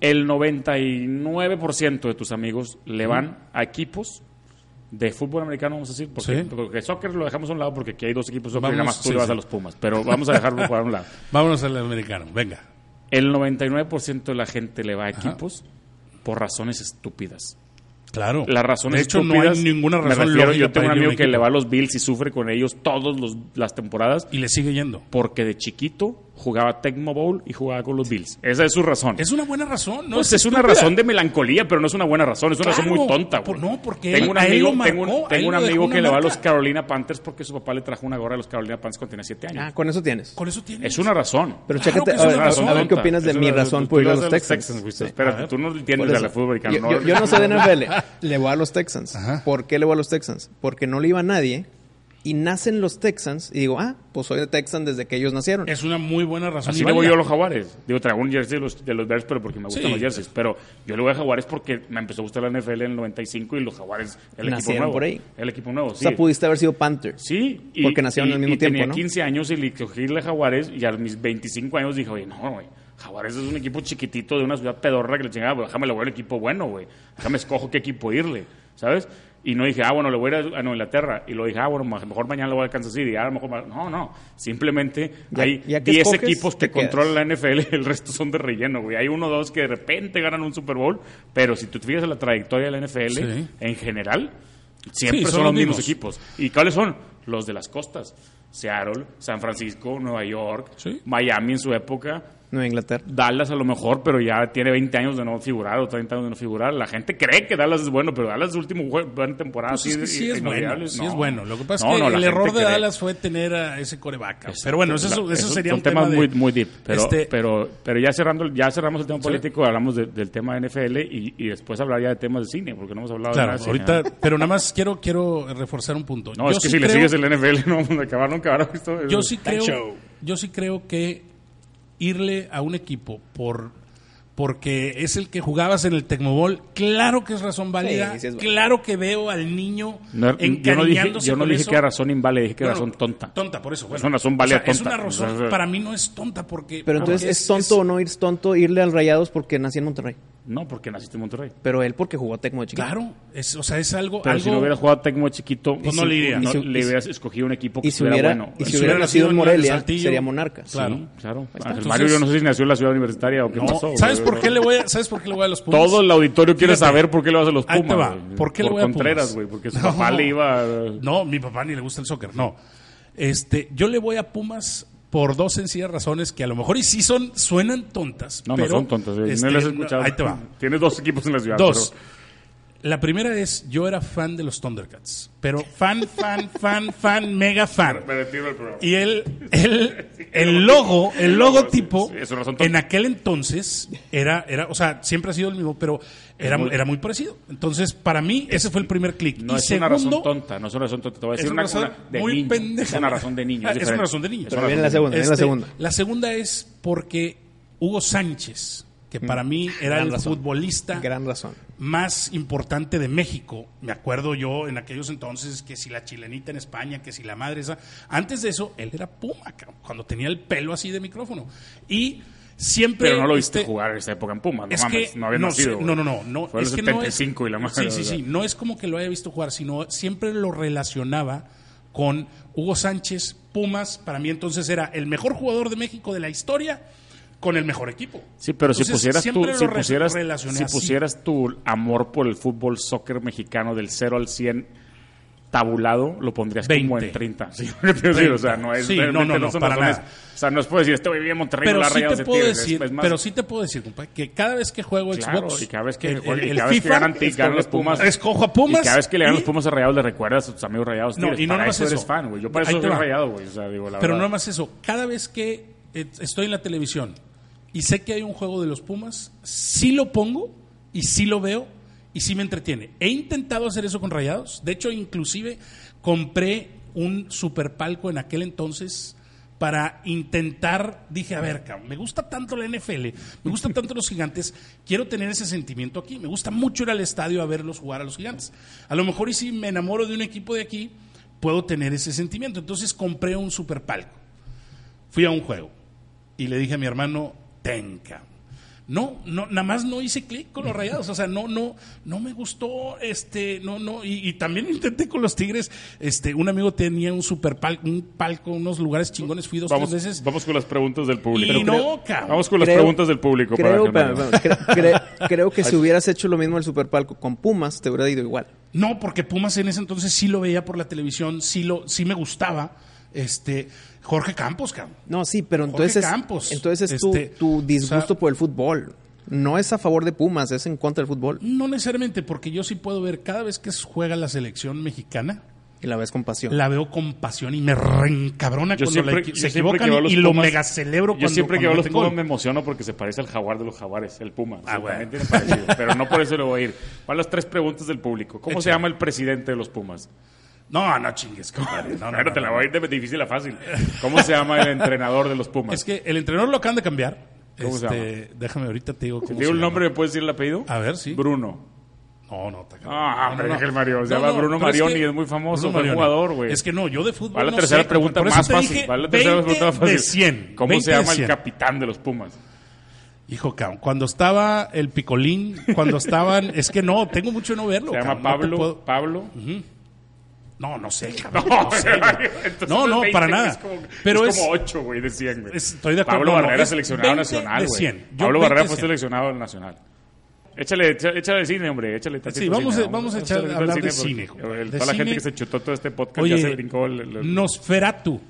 El 99% de tus amigos le van a equipos de fútbol americano, vamos a decir, porque, Sí. porque soccer lo dejamos a un lado porque aquí hay dos equipos de soccer y nada Vamos, más tú sí, le vas sí. a los Pumas, pero vamos a dejarlo jugar a <laughs> un lado. Vámonos al americano, venga. El 99% de la gente le va a equipos por razones estúpidas. Claro. Las razones De hecho, no estúpidas, hay ninguna me razón refiero, lógica Yo tengo para irle a un amigo un que le equipo. va a los Bills y sufre con ellos todas las temporadas Y le sigue yendo. porque de chiquito jugaba Tecmo Bowl y jugaba con los Bills. Esa es su razón. Es una buena razón, ¿no? Pues es una estúpida. razón de melancolía, pero no es una buena razón. Es una razón Claro, muy tonta, por- güey. no, porque tengo él- un a él amigo, lo marcó, tengo un- a él tengo un lo dejó amigo una que le va a los marca. Carolina Panthers porque su papá le trajo una gorra de los Carolina Panthers cuando tenía 7 años. Ah, con eso tienes. Con eso tiene. es una razón. Pero Claro chécate, que es a, una ver, a- razón a ver qué tonta. opinas de Es mi una- razón tú- por tú ir a le vas los Texans. güey. Sí. A Espérate, ver. tú no Por entiendes de eso. la fútbol americano. yo, yo- yo no sé de NFL. Le voy a los Texans. Ajá. ¿Por qué le voy a los Texans? Porque no le iba a nadie y nacen los Texans y digo, ah, pues soy de Texans desde que ellos nacieron. Es una muy buena razón. Así y Pues le voy válida. yo a los jaguares. Digo, traigo un jersey de los, de los Bears, pero porque me gustan Sí. los jerseys. Pero yo le voy a jaguares porque me empezó a gustar la NFL en el 95 y los jaguares, el equipo Nacieron nuevo. por ahí. El equipo nuevo, O sí. sea, pudiste haber sido Panthers. Sí, y, Porque nacieron y- al mismo y tiempo, Tenía ¿no? 15 años y le cogí la Jaguares y a mis 25 años dije, oye, no, güey. Jaguares es un equipo chiquitito de una ciudad pedorra que le chingaba, pues, déjame le voy al equipo bueno, güey. Déjame escojo qué equipo irle, ¿sabes? Y no dije, ah, bueno, le voy a ir a Nueva Inglaterra. Y lo dije, ah, bueno, ma- mejor mañana le voy a Kansas City. Ah, a lo mejor. ma- No, no. Simplemente Ya- hay ya que 10 escoges, equipos que te quedas. controlan la NFL, el resto son de relleno, güey. Hay uno o dos que de repente ganan un Super Bowl, pero si tú te fijas en la trayectoria de la NFL Sí. en general, siempre Sí, son, son los los mismos mismos. equipos equipos. pues, ¿Y cuáles son? Los de las costas. Seattle, San Francisco, Nueva York, Sí. Miami en su época, Nueva Inglaterra. Dallas a lo mejor, pero ya tiene 20 años de no figurar o 30 años de no figurar. La gente cree que Dallas es bueno, pero Dallas es su último jue- buena temporada. Pues sí es que sí es bueno, inolvidable. sí No. es bueno. Lo que pasa No, es que no, la el gente error de cree. Dallas fue tener a ese coreback. Pero bueno, eso, La- eso esos sería son un tema temas de- muy, muy deep. Pero, este, pero, pero ya, cerrando, ya cerramos el tema Sí. político, hablamos de- del tema NFL y, y después hablaría de temas de cine, porque no hemos hablado claro, de nada de cine, ahorita, ¿no? pero nada más quiero, quiero reforzar un punto. No, es que si le creo- sigues el NFL <laughs> no vamos a acabar nunca. ahora esto- yo sí Tan creo show. yo sí creo que irle a un equipo por porque es el que jugabas en el Tecnobol, claro que es razón válida, Sí, sí es válida. claro que veo al niño No, yo no dije, encariñándose yo no con dije eso. que era razón inválida, dije que era Bueno, razón tonta. Tonta, por eso. bueno. una razón válida Es tonta. una razón, O sea, para mí no es tonta porque... Pero entonces, porque ¿es, tonto o no ir tonto irle al Rayados porque nací en Monterrey? No, porque naciste en Monterrey. Pero él porque jugó Tecmo de chiquito. Claro, es, o sea, es algo... Pero algo si no hubieras jugado a Tecmo de chiquito, Pues no le iría. Y si- le y si- hubieras escogido un equipo que Y si estuviera hubiera, bueno. y si Si hubiera nacido en la de Morelia, Saltillo. sería monarca. Claro. Sí, claro. está. Ángel Entonces- Mario, yo no sé si nació en la ciudad universitaria o qué No, pasó. güey. ¿sabes, por qué le voy a, ¿Sabes por qué le voy a los Pumas? Todo el auditorio quiere Fíjate. saber por qué le vas a los Ahí te Pumas. va. güey. ¿Por qué le voy a Pumas? Contreras, güey, porque su No. papá le iba. a- No, mi papá ni le gusta el soccer, no. Este, yo le voy a Pumas por dos sencillas razones que a lo mejor y sí son, suenan tontas. No, no pero, son tontos. güey. este, no les he escuchado. Ahí te <laughs> va. Tienes dos equipos en la ciudad. Dos. La primera es, yo era fan de los Thundercats, pero fan, fan, fan, fan, mega fan. pero- Me retiro del programa. Y el, el, el logo, el logotipo, Sí, eso no son tontos. en aquel entonces era, era, o sea, siempre ha sido el mismo, pero era, era muy parecido. Entonces, para mí, ese fue el primer clic. No y es segundo, una razón tonta, no es una razón tonta. Te voy a es decir una una, razón una de muy niño. pendeja. Es una razón de niño. Ah, Es, es diferente. una razón de niño. Es Pero una viene la razón de segunda, viene la Este, segunda. la segunda es porque Hugo Sánchez, que para mí era Mm, Gran el razón. futbolista Gran razón. más importante de México. Me acuerdo yo en aquellos entonces que si la chilenita en España, que si la madre esa. Antes de eso, él era Puma, cabrón, cuando tenía el pelo así de micrófono. Y siempre. Pero no lo viste este, jugar en esa época en Pumas, no es mames, que no había sé, nacido. güey. no, no, no, no, Fue en es el que no es- 75 y la Sí, madre. sí, sí. No es como que lo haya visto jugar, sino siempre lo relacionaba con Hugo Sánchez, Pumas. Para mí entonces era el mejor jugador de México de la historia con el mejor equipo. Sí, pero si Entonces, pusieras, tú, siempre si, lo re- pusieras, relacioné si así. pusieras tu amor por el fútbol soccer mexicano del 0 al 100 tabulado, lo pondrías como 20. en 30. <laughs> Sí, yo quiero decir, o sea, no es Sí, no, realmente no, no, son para razones- nada. O sea, no es puedo decir, este güey vive en Monterrey, no pero la sí rayas te de puedo Tigres, decir, es más- pero sí te puedo decir, compadre, que cada vez que juego Claro, Xbox, y cada vez que, el- y el- cada el vez que FIFA, ganan, ti- ganan los Pumas, escojo a Pumas y cada vez que le ganan y- los Pumas a Rayados le recuerdas a tus amigos Rayados. No, Tigres. y no para nomás eso eres eso. fan, güey. Yo para Ahí eso te soy va. Rayado, güey. O sea, digo, la Pero verdad. no más eso, cada vez que eh, estoy en la televisión y sé que hay un juego de los Pumas, sí lo pongo y sí lo veo y sí me entretiene. He intentado hacer eso con Rayados, de hecho inclusive compré un super palco en aquel entonces para intentar, dije, a ver, cabrón, me gusta tanto la NFL, me gusta tanto los gigantes, quiero tener ese sentimiento aquí, me gusta mucho ir al estadio a verlos jugar a los gigantes. A lo mejor y si me enamoro de un equipo de aquí, puedo tener ese sentimiento. Entonces compré un super palco. Fui a un juego y le dije a mi hermano, tenca. No, no, nada más no hice clic con los rayados, o sea, no, no, no me gustó, este, no, no, y, y también <laughs> intenté con los tigres, este, un amigo tenía un super pal- un palco, unos lugares chingones, fui dos, Vamos, tres veces. vamos con las preguntas del público. Y no, cabrón. Vamos con las Creo- preguntas del público. para Creo, dejarnos. espérame, espérame, cre- <laughs> cre- creo que si hubieras hecho lo mismo el Superpalco con Pumas, te hubiera ido igual. No, porque Pumas en ese entonces sí lo veía por la televisión, sí lo, sí me gustaba, este, Jorge Campos, cabrón. No, sí, pero Jorge entonces, Campos, entonces es este, tu, tu o disgusto sea- por el fútbol no es a favor de Pumas, es en contra del fútbol. No necesariamente, porque yo sí puedo ver cada vez que juega la selección mexicana, Y la ves con pasión. la veo con pasión y me reencabrona Yo cuando siempre, la- yo se siempre que equivocan veo a los y lo Pumas- mega celebro cuando Yo siempre que veo a cuando los meten gol. Pumas me emociono porque se parece al jaguar de los jaguares, el Puma. Ah, Sí, bueno. también tiene parecido, pero no por eso le voy a ir. Para las tres preguntas del público. ¿Cómo se Échale. llama el presidente de los Pumas? No, no chingues, compadre. No, no, Bueno, no, te la no. voy a ir de difícil a fácil. ¿Cómo se llama el entrenador de los Pumas? Es que el entrenador lo acaban de cambiar. ¿Cómo se Este, déjame ahorita te digo Si cómo te digo se el llama. nombre, ¿me puedes decir el apellido? A ver, sí. Bruno. No, no, te acabo. Ah, No, hombre, no, no. deja el Mario. Se No, llama no, Bruno pero es que- Marioni, es muy famoso, Bruno fue Marioni. jugador, güey. Es que no, yo de fútbol. Va la no tercera sé, pregunta por eso más te fácil. dije va la tercera 20 pregunta más fácil. De 100. ¿Cómo se 20 de llama el 100? capitán de los Pumas? Hijo, cabrón, cuando estaba el picolín, cuando estaban. es que no, tengo mucho de no verlo. Se llama cabrón, no te Pablo. puedo- Pablo. No, <laughs> no, sé, cabrón. No, <laughs> sé, pero- güey. entonces no, no, 20 para Es nada. como, Pero es es. como 8, güey, decían, güey. Estoy de acuerdo, Pablo no, Barrera, es seleccionado 20 nacional, de güey. 100. Yo Pablo 20 de Barrera fue 100. seleccionado nacional. Échale, echa- échale cine, hombre, échale. tantito Sí, vamos cine, a- vamos a echar- tantito hablar de porque, cine, eh, güey. De Toda la gente cine. que se chutó todo este podcast Oye, ya se brincó. el- el- Nosferatu.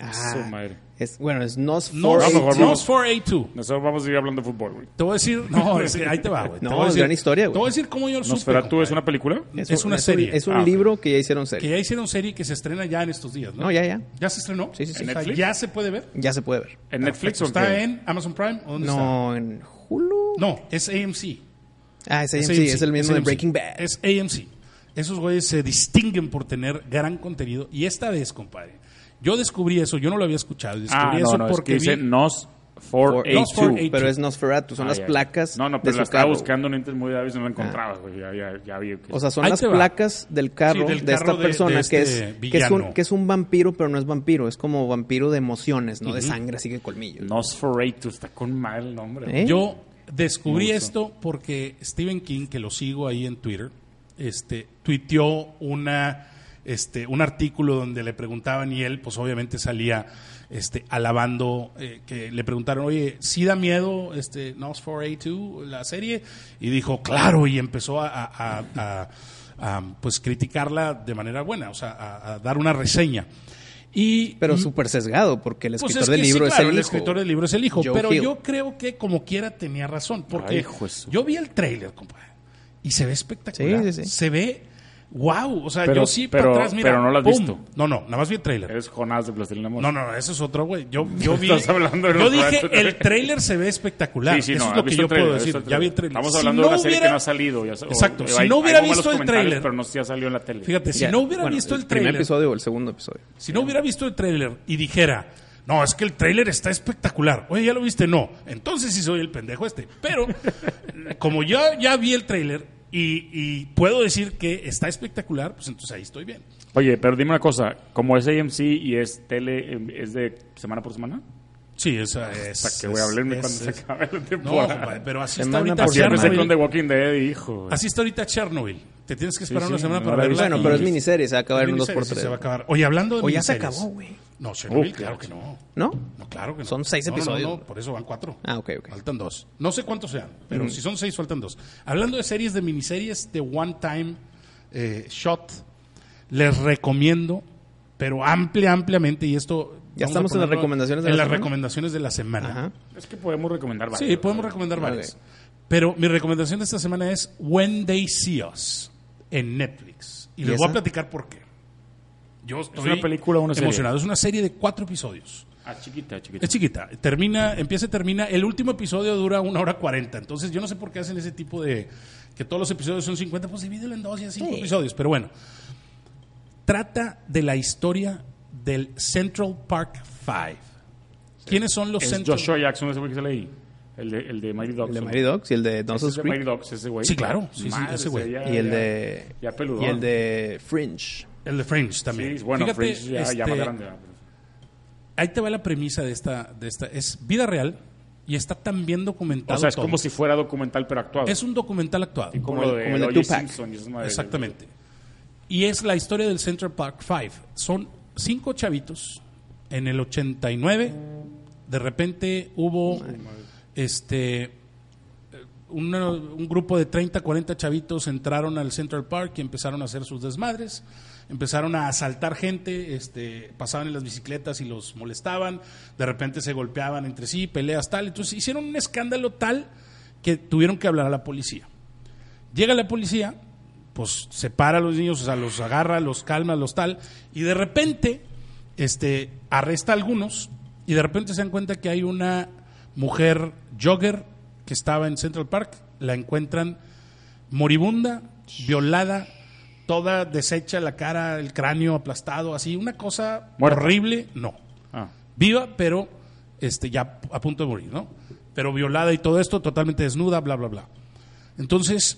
Ah, Su madre. es, bueno, es Nos Nos, 482. mejor no. Nos 482. Nosotros vamos a seguir hablando de fútbol, güey. Te voy a decir, no, es que ahí te va, güey. Te No, voy a es decir- gran historia, güey. Te voy a decir cómo yo lo supe. ¿Nosferatu es compadre. una película? es un- una serie. un- Es un Ah, ok. libro que ya hicieron serie. Que ya hicieron serie que se estrena ya en estos días, ¿no? No, ya, ya. ¿Ya se estrenó? Sí, sí, sí. O sea, ¿Netflix? ¿Ya se puede ver? Ya se puede ver. ¿En Netflix o en ¿Está qué? en Amazon Prime? ¿O dónde No, en Hulu. está? No, es AMC. Ah, es AMC, AMC, es el mismo de AMC. Breaking Bad. Es AMC. Esos güeyes se distinguen por tener gran contenido. Y esta vez, compadre, yo descubrí eso. Yo no lo había escuchado. Ah, Descubrí no, eso no, es porque que dice vi- Nos Por- Nos 482. 482. pero es Nosferatu, son Ah, las ya, ya. placas No, no, de pero su la estaba carro. buscando en entes muy graves y Ah. no la encontraba, güey. Ya, ya, ya vi. que- O sea, son Ahí las te va. placas del carro Sí, del de carro esta de- persona de que, este es, que, es un, villano. que es un vampiro, pero no es vampiro. Es como vampiro de emociones, no de sangre, así que colmillos. Nosferatu, está con mal el nombre. ¿Eh? Yo descubrí esto porque Stephen King, que lo sigo ahí en Twitter, este, tuiteó una, este, un artículo donde le preguntaban y él, pues obviamente salía este, alabando, eh, que le preguntaron, oye, ¿sí da miedo este, Nosferatu, la serie? Y dijo, claro, y empezó a... a- a- a- a, pues criticarla de manera buena, o sea, a, a dar una reseña. Y Pero súper sesgado, porque el pues escritor es del que sí, libro es claro, el hijo. escritor del libro es el hijo. Joe pero Hill. yo creo que como quiera tenía razón. Porque Ay, hijo de su- yo vi el trailer, compadre. Y se ve espectacular. Sí, sí, sí. Se ve wow. O sea, Pero- yo sí pero- para atrás, mira. pero no lo has pum. visto. No, no, nada más vi el trailer. Eres Jonás de Plastilina Mosh. No, no, no, eso es otro, güey. <laughs> Yo, yo vi. Estás hablando de yo los dije, ratos. el trailer se ve espectacular. Sí, sí, eso no, es has lo que visto yo el trailer, puedo has visto decir. el Ya vi el trailer. Estamos Si hablando de no una serie que hubiera- no ha salido. ya sa- o- Exacto. o Si ahí- no ahí hubiera pongo los visto el comentarios, trailer. Pero no se ha salido en la tele. Fíjate, si Ya, no hubiera bueno, visto el primer trailer. episodio o el segundo episodio. Si no hubiera visto el tráiler y dijera, no, es que el tráiler está espectacular. Oye, ¿ya lo viste? No. Entonces sí soy el pendejo este. Pero <laughs> como ya, ya vi el tráiler y, y puedo decir que está espectacular, pues entonces ahí estoy bien. Oye, pero dime una cosa. Como es AMC y es tele, em, ¿es de semana por semana? Sí, esa es... Para que voy a es- hablarme es- cuando se es- acabe la No, temporada. compadre, pero así está Semana ahorita por Así empecé semana. con The Chernobyl. Walking Dead, hijo. güey. Así está ahorita Chernobyl. Te tienes que esperar Sí, una sí, semana no para la he verla. visto. Bueno, y- pero es miniserie, se va a acabar en un miniserie, sí, se va a 2x3. acabar. Oye, hablando de O ya se miniseries. acabó, güey. No, Chernobyl, Oh, claro claro. que no. ¿No? No, claro que no. Son seis No, no, episodios. no, por eso van cuatro. Ah, ok, Mm. ok. Faltan dos. No sé cuántos sean, pero si son seis, faltan dos. Hablando de series de miniseries de One Time eh, Shot, les recomiendo, pero amplia, ampliamente, y esto. Ya vamos a estamos en las ponerlo recomendaciones de en la las semana. recomendaciones de la semana. Ajá. Es que podemos recomendar varios. Sí, podemos recomendar Ok. varias. Pero mi recomendación de esta semana es When They See Us en Netflix. Y, ¿Y les voy a esa? platicar por qué. Yo estoy una película o una serie? emocionado. Es una serie de cuatro episodios. Ah, chiquita, chiquita. Es chiquita. Termina, empieza y termina. El último episodio dura una hora cuarenta. Entonces, yo no sé por qué hacen ese tipo de. que todos los episodios son 50, pues divídelo en dos y a cinco episodios. Pero bueno. Trata de la historia del Central Park Five. ¿Quiénes son los Es Central Joshua Jackson, ese güey que sale ahí. El de, el de Mighty Dogs. El de ¿no? Mighty Dogs y el de Dawson's Ese es de Creek. Mighty Dogs, ese güey. Sí, claro. Sí, sí, Madre, ese güey. ya- Y el ya- de. Ya peludón. Y el de Fringe. El de Fringe Sí, también. es bueno, Fíjate, Fringe ya, ya este, más grande. ¿no? Ahí te va la premisa de esta, de esta. Es vida real Y está tan bien documentado. O sea, es todo. como si fuera documental, pero actuado. Es un documental actuado. Y como, como el- lo de, como el de O.J. Tupac. Simpson y esas madres. Exactamente. Y es la historia del Central Park 5. Son cinco chavitos. En el 89, de repente hubo este eh, una- un grupo de 30, 40 chavitos entraron al Central Park y empezaron a hacer sus desmadres. Empezaron a asaltar gente, este, pasaban en las bicicletas y los molestaban. De repente se golpeaban entre sí, peleas tal. Entonces hicieron un escándalo tal que tuvieron que hablar a la policía. Llega la policía, pues separa a los niños, o sea, los agarra, los calma, los tal, y de repente este, arresta a algunos y de repente se dan cuenta que hay una mujer jogger que estaba en Central Park, la encuentran moribunda, violada, toda deshecha la cara, el cráneo aplastado, así, una cosa Muerta. horrible, no Ah. viva, pero este, ya a punto de morir, ¿no? Pero violada y todo esto, totalmente desnuda, bla, bla, bla. Entonces,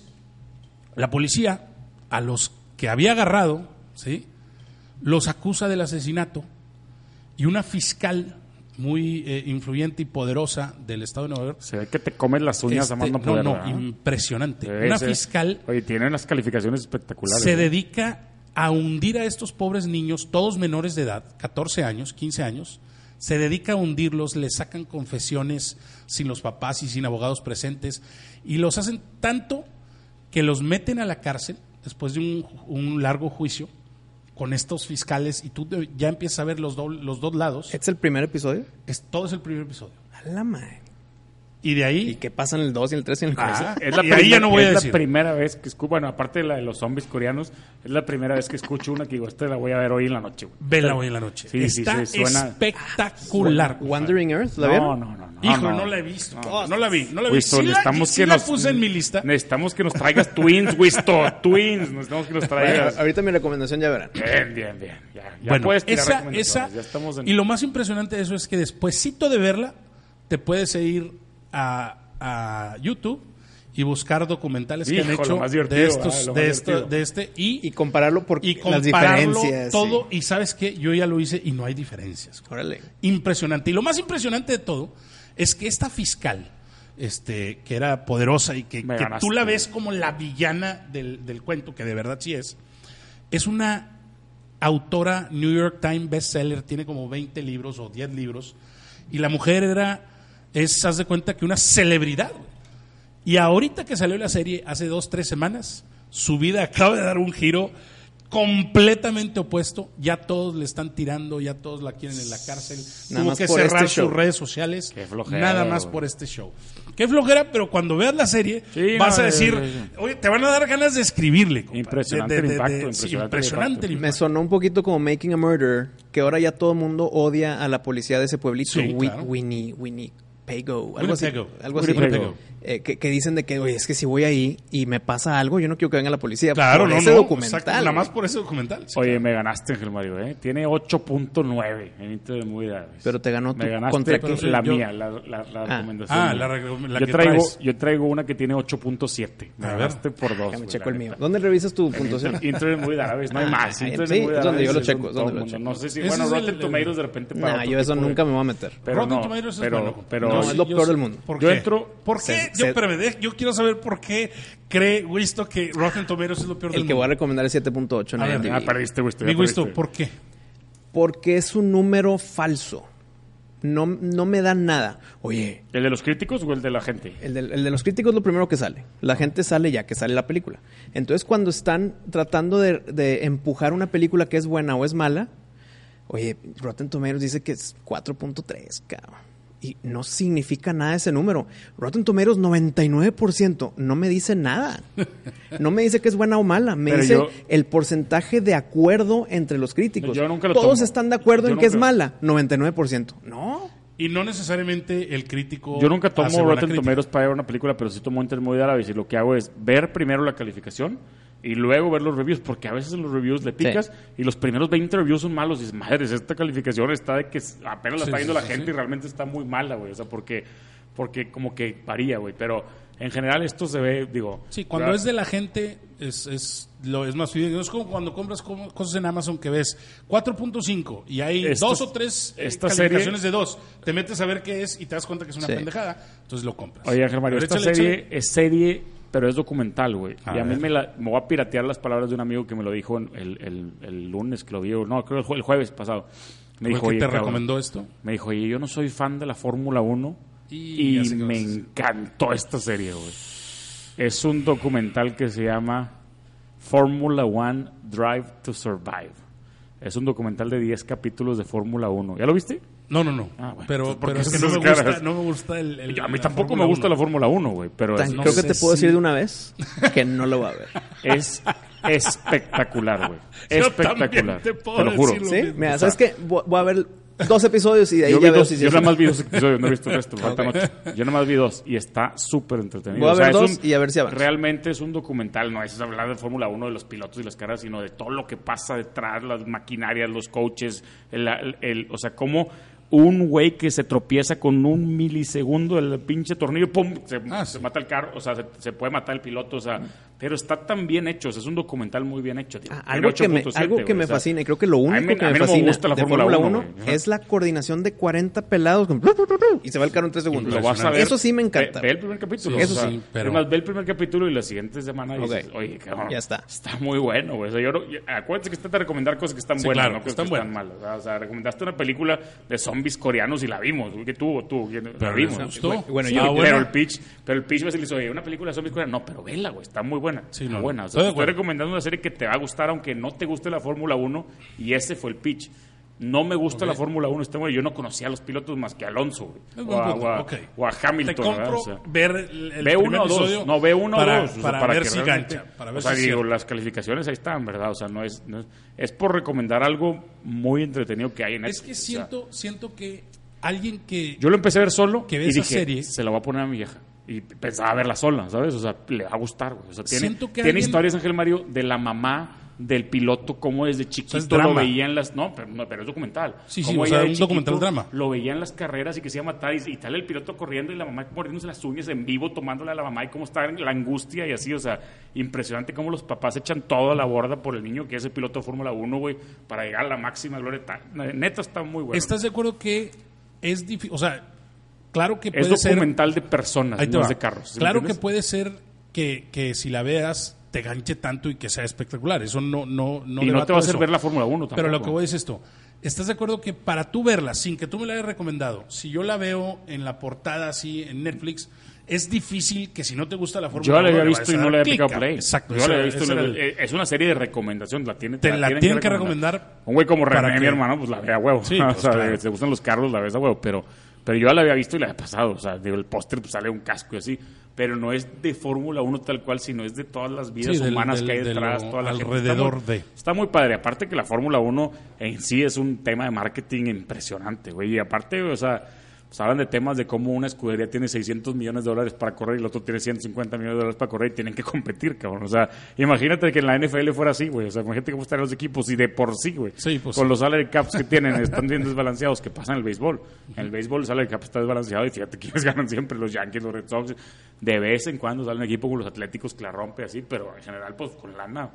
la policía, a los que había agarrado, ¿sí? Los acusa del asesinato y una fiscal muy eh, influyente y poderosa del estado de Nueva York. Se ve que te comes las uñas este, a más no no, poder, no, ¿verdad? impresionante. Debe Una ser. fiscal Oye, tiene unas calificaciones espectaculares. ¿eh? se ¿no? dedica a hundir a estos pobres niños, todos menores de edad, 14 años, 15 años, se dedica a hundirlos, les sacan confesiones sin los papás y sin abogados presentes, y los hacen tanto que los meten a la cárcel después de un, un largo juicio con estos fiscales y tú te- ya empiezas a ver los, doble- los dos lados. ¿Este Eh, ¿Es el primer episodio? Es, todo es el primer episodio. A la madre. Y de ahí... ¿Y qué pasa en el 2 y el 3 y en el 4? Ah, Es la, y ahí ya no voy es a la decir. primera vez que escucho, bueno, aparte de la de los zombies coreanos, es la primera vez que escucho una que digo, esta la voy a ver hoy en la noche. güey. Vela hoy en la noche. Sí, sí, Está sí, suena- espectacular. Wandering Earth, ¿la No, vieron? no, Ah, no, no. Hijo, no, la he visto. No, la vi, no la vi. Wisto, sí la, necesitamos sí que la nos- puse en mi lista. Necesitamos que nos traigas Twins, Wisto. Twins, necesitamos que nos Bueno, traigas. ahorita mi recomendación ya verán. Bien, bien, bien. Ya, ya bueno, puedes tirar esa, recomendaciones, esa, ya estamos en... y lo más impresionante de eso es que despuesito de verla, te puedes ir a, a YouTube y buscar documentales que han Hijo, lo hecho más de divertido, ah, estos, lo más de, esto- divertido. de este y, Y compararlo por y las compararlo diferencias. todo y- y sabes que yo ya lo hice y no hay diferencias. Órale. impresionante. Y lo más impresionante de todo es que esta fiscal, este, que era poderosa y que, Me que ganaste. tú la ves como la villana del, del cuento, que de verdad sí es, es una autora New York Times bestseller, tiene como 20 libros o 10 libros, y la mujer era, es, haz de cuenta que una celebridad. güey. Y ahorita que salió la serie, hace dos, tres semanas, su vida <laughs> acaba de dar un giro completamente opuesto. Ya todos le están tirando, ya todos la quieren en la cárcel. Nada Tuvo más que por este cerrar show. sus redes sociales. Qué flojera, nada más güey. por este show. Qué flojera, pero cuando veas la serie, Sí, vas no, eh, a no, decir, no, no, oye, te van a dar ganas de escribirle. compa. Impresionante De- el de- de- impacto, de- sí, impresionante el impresionante el Me impacto. sonó un poquito como Making a Murder, que ahora ya todo el mundo odia a la policía de ese pueblito. Sí, Wi- claro. Winnie, Winnie. Pego, algo así, Winnipego. algo así. Winnipego. Eh, que, que dicen de que, oye, es que si voy ahí y me pasa algo, yo no quiero que venga la policía. Claro, por no, ese no, documental. exacto, nada güey. más por ese documental. sí, Oye, me ganaste, Ángel Mario, ¿eh? Tiene 8.9 en Inter de Movie Database. Pero te ganó Me tu- ganaste contra pero quién. la Yo- mía, la, la- la Ah. recomendación. Ah, mía. la re- la yo que traigo, traes. Yo traigo una que tiene 8.7. Me A ver. ganaste por dos. Déjame güey, checo el la mío. neta. ¿Dónde revisas tu puntuación? Inter Inter de Movie Database, no hay Ah, más. ah, Inter sí, de Movie es donde yo lo Database checo, es todo donde lo mundo. checo. No sé si, Ese bueno, es Rotten el- Tomatoes de repente para Nah, otro yo eso tipo de- nunca me voy a meter. Pero Rotten no, Tomatoes es pero, bueno. pero No, sí, es lo yo peor sé. del mundo. ¿Por Yo qué? entro- ¿Por qué? se- yo, se- pero me de- yo quiero saber por qué cree Wisto que Rotten Tomatoes es lo peor del El que mundo. voy a recomendar es 7.8 en A ver, IMDb. Ah, perdiste, güey. esto ya Mi Wisto, perdiste. ¿por qué? Porque es un número falso. No, no me da nada. Oye, ¿El de los críticos o el de la gente? Eh, el de, el de los críticos es lo primero que sale. La gente sale ya que sale la película. Entonces, cuando están tratando de, de empujar una película que es buena o es mala, oye, Rotten Tomatoes dice que es 4.3, cabrón. Y no significa nada ese número. Rotten Tomatoes 99% no me dice nada. No me dice que es buena o mala. Me Pero dice yo- el porcentaje de acuerdo entre los críticos. Yo nunca lo Todos tomo. están de acuerdo Yo en que es nunca- mala. 99%. No. Y no necesariamente el crítico. Yo nunca hace tomo buena Rotten crítica. Tomatoes para ver una película, pero sí tomo Inter Movie Database y lo que hago es ver primero la calificación y luego ver los reviews, porque a veces en los reviews le picas y los primeros 20 reviews son malos y dices, madres, esta calificación está de que apenas la Sí, está viendo sí, la sí, gente sí. y realmente está muy mala, güey. O sea, porque, porque como que varía, güey. Pero En general esto se ve, digo... Sí, cuando es de la gente es, es, lo, es más fidedigno. Es como cuando compras co- cosas en Amazon que ves 4.5 y hay Esta- dos o tres eh, esta calificaciones de dos. Te metes a ver qué es y te das cuenta que es una Sí. pendejada, entonces lo compras. Oye, Ángel Mario, Pero esta échale, serie échale. es serie, pero es documental, güey. A Y a mí ver. me, la, me voy a piratear las palabras de un amigo que me lo dijo en- el, el- el lunes, que lo vio, no, creo el, jue- el jueves pasado. ¿Fue Me dijo, el que oye, te cabrón". recomendó esto? Me dijo, oye, yo no soy fan de la Fórmula 1 Y y, ya sé qué vas me a decir. encantó esta serie, güey. Es un documental que se llama Fórmula 1 Drive to Survive. Es un documental de 10 capítulos de Fórmula 1. ¿Ya lo viste? No, no, no. Ah, bueno. Pero, pero ¿Por qué es que no esas me, gusta, caras? no me gusta el... el- Yo- a mí la tampoco Fórmula me gusta Uno. la Fórmula 1, güey, pero Tan- es- Pues no creo que sé te puedo si- decir de una vez que no lo va a ver. Es espectacular, güey. Yo Espectacular. también te puedo lo juro. decirlo. ¿Sí? mismo, Mira, o ¿sabes qué? Voy voy a ver dos episodios y de ahí Yo, ya vi veo dos, si sí yo es nada una- más vi dos episodios, no he visto <laughs> el resto. faltan ocho. Yo nada más vi dos y está súper entretenido. Voy a ver es dos y a ver si avanzo. Realmente es un documental, no es hablar de Fórmula 1, de los pilotos y las carreras, sino de todo lo que pasa detrás, las maquinarias, los coaches, el, el- el- o sea, cómo un güey que se tropieza con un milisegundo del pinche tornillo, pum, se, Ah, se sí. mata el carro, o sea, se, se puede matar el piloto, o sea, pero está tan bien hecho, o sea, es un documental muy bien hecho. tío. Ah, Tiene algo que me, 8.7, algo que güey, me o sea, fascina, y creo que lo a único mí me- que a me mí no me fascina gusta la de Fórmula Fórmula 1, 1 güey. es la coordinación de 40 pelados con- y se va el carro en 3 segundos. Lo vas a ver. Eso sí me encanta. Ve, ve el primer capítulo. Sí, eso sí, pero- pero... Además, ve el primer capítulo y la siguiente semana dices, Ok. oye, cabrón. Ya está. Está muy bueno, güey. O sea, yo no- yo- acuérdate que está de recomendar cosas que están Sí, buenas, claro, no cosas están que están buenas. malas. ¿verdad? O sea, recomendaste una película de zombies coreanos y la vimos. güey, que tú, tú, que la Pero vimos. les gustó. Güey, Bueno, sí, yo- pero bueno. el pitch, pero el pitch me dice, oye, una película de zombies coreanos. No, pero vela, güey, está muy buena. Sí, Está no, buena. O estoy sea, de te estoy acuerdo. recomendando una serie que te va a gustar aunque no te guste la Fórmula 1 y ese fue el pitch. No me gusta la Fórmula 1, está bueno. Yo no conocía a los pilotos más que a Alonso, güey. Es O buen a, punto, o a- ok. o a Hamilton. Te ¿verdad? compro O sea, ver el, el ve primer uno o episodio dos. No, ve uno para, o dos. o sea, para, ver que si realmente- gancha. Para ver o sea, si es digo, cierto. las calificaciones ahí están, ¿verdad? O sea, no es, no es... es por recomendar algo muy entretenido que hay en Es Netflix. que o sea, siento, siento que alguien que... yo lo empecé a ver solo que ve y esa dije, serie- se la voy a poner a mi vieja. Y pensaba verla sola, ¿sabes? O sea, le va a gustar, güey. O sea, tiene, Siento que tiene alguien- historias, Ángel Mario, de la mamá del piloto, cómo desde chiquito lo drama. veía en las... No, pero, no, pero es documental. Sí, sí, Cómo o ella sea, de un documental drama. Lo veía en las carreras y que se iba a matar y, y tal el piloto corriendo y la mamá mordiéndose las uñas en vivo, tomándole a la mamá y cómo está la angustia y así, o sea, impresionante cómo los papás echan todo a la borda por el niño que es el piloto de Fórmula 1, güey, para llegar a la máxima gloria. Ta- Neta, está muy bueno. ¿Estás de acuerdo que es difícil? O sea, claro que Es puede ser. documental de personas, Ahí te no va. es de carros. ¿sí me claro que entiendes? puede ser que, que si la veas te ganche tanto y que sea espectacular. Eso no, no, no y no te debato va a hacer eso. ver la Fórmula 1 tampoco. Pero lo que voy es esto. ¿Estás de acuerdo que para tú verla, sin que tú me la hayas recomendado, si yo la veo en la portada así en Netflix, es difícil que si no te gusta la Fórmula Yo la había 1, le visto vayas y a no dar la había clic, picado cabrón. play. Exacto. Yo la ese había era- visto ese y no- era el- eh, es una serie de recomendación, la tiene, Te la tienen que recomendar Un güey como para René, que- mi hermano, pues la ve a huevo. Sí, <laughs> o pues, sea, claro. te gustan los carros, la ves a huevo. Pero, pero yo la había visto y la había pasado. O sea, digo, el póster pues, sale un casco y así. Pero no es de Fórmula 1 tal cual, sino es de todas las vidas Sí, del- humanas del- que hay de detrás. lo toda la gente. alrededor Está muy- de. Está muy padre. Aparte que la Fórmula 1 en sí es un tema de marketing impresionante, güey. Y aparte, o sea, pues hablan de temas de cómo una escudería tiene 600 millones de dólares para correr y el otro tiene 150 millones de dólares para correr y tienen que <laughs> competir, cabrón. O sea, imagínate que en la NFL fuera así, güey. O sea, imagínate cómo estarían los equipos y de por sí, güey. Sí, pues Con sí. los salary caps que tienen están bien desbalanceados, que pasa en el béisbol. En el béisbol el salary cap está desbalanceado y fíjate quiénes ganan siempre, los Yankees, los Red Sox. De vez en cuando sale un equipo con los Atléticos que la rompe así, pero en general, pues con lana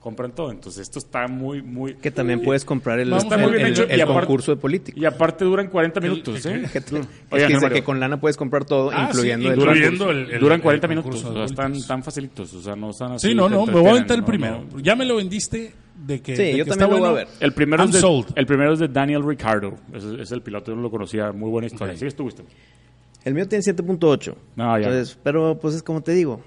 compran todo. Entonces esto está muy, muy... Que también puedes comprar el, Vamos el- a ver. el- Está muy bien el hecho y aparte- concurso <laughs> de política. Y aparte duran 40 minutos, ¿eh? Que, te- Oye, es que Ángel dice Mario, que con lana puedes comprar todo, Ah, sí, incluyendo, el- incluyendo- duran, el- el- duran 40 el minutos, concurso o de sea, están adultos. tan facilitos, o sea, no están así. Sí, no, te no, me voy a aventar entretienen, el primero. no, no. Ya me lo vendiste de que. Sí, de yo que también está lo voy a bueno. ver. El primero, I'm es de, sold. el primero es de Daniel Ricardo. Es, es el piloto, yo no lo conocía. Muy buena historia. Ok. ¿Sí estuviste? El mío tiene 7.8. Ah, ya. Entonces, pero pues es como te digo,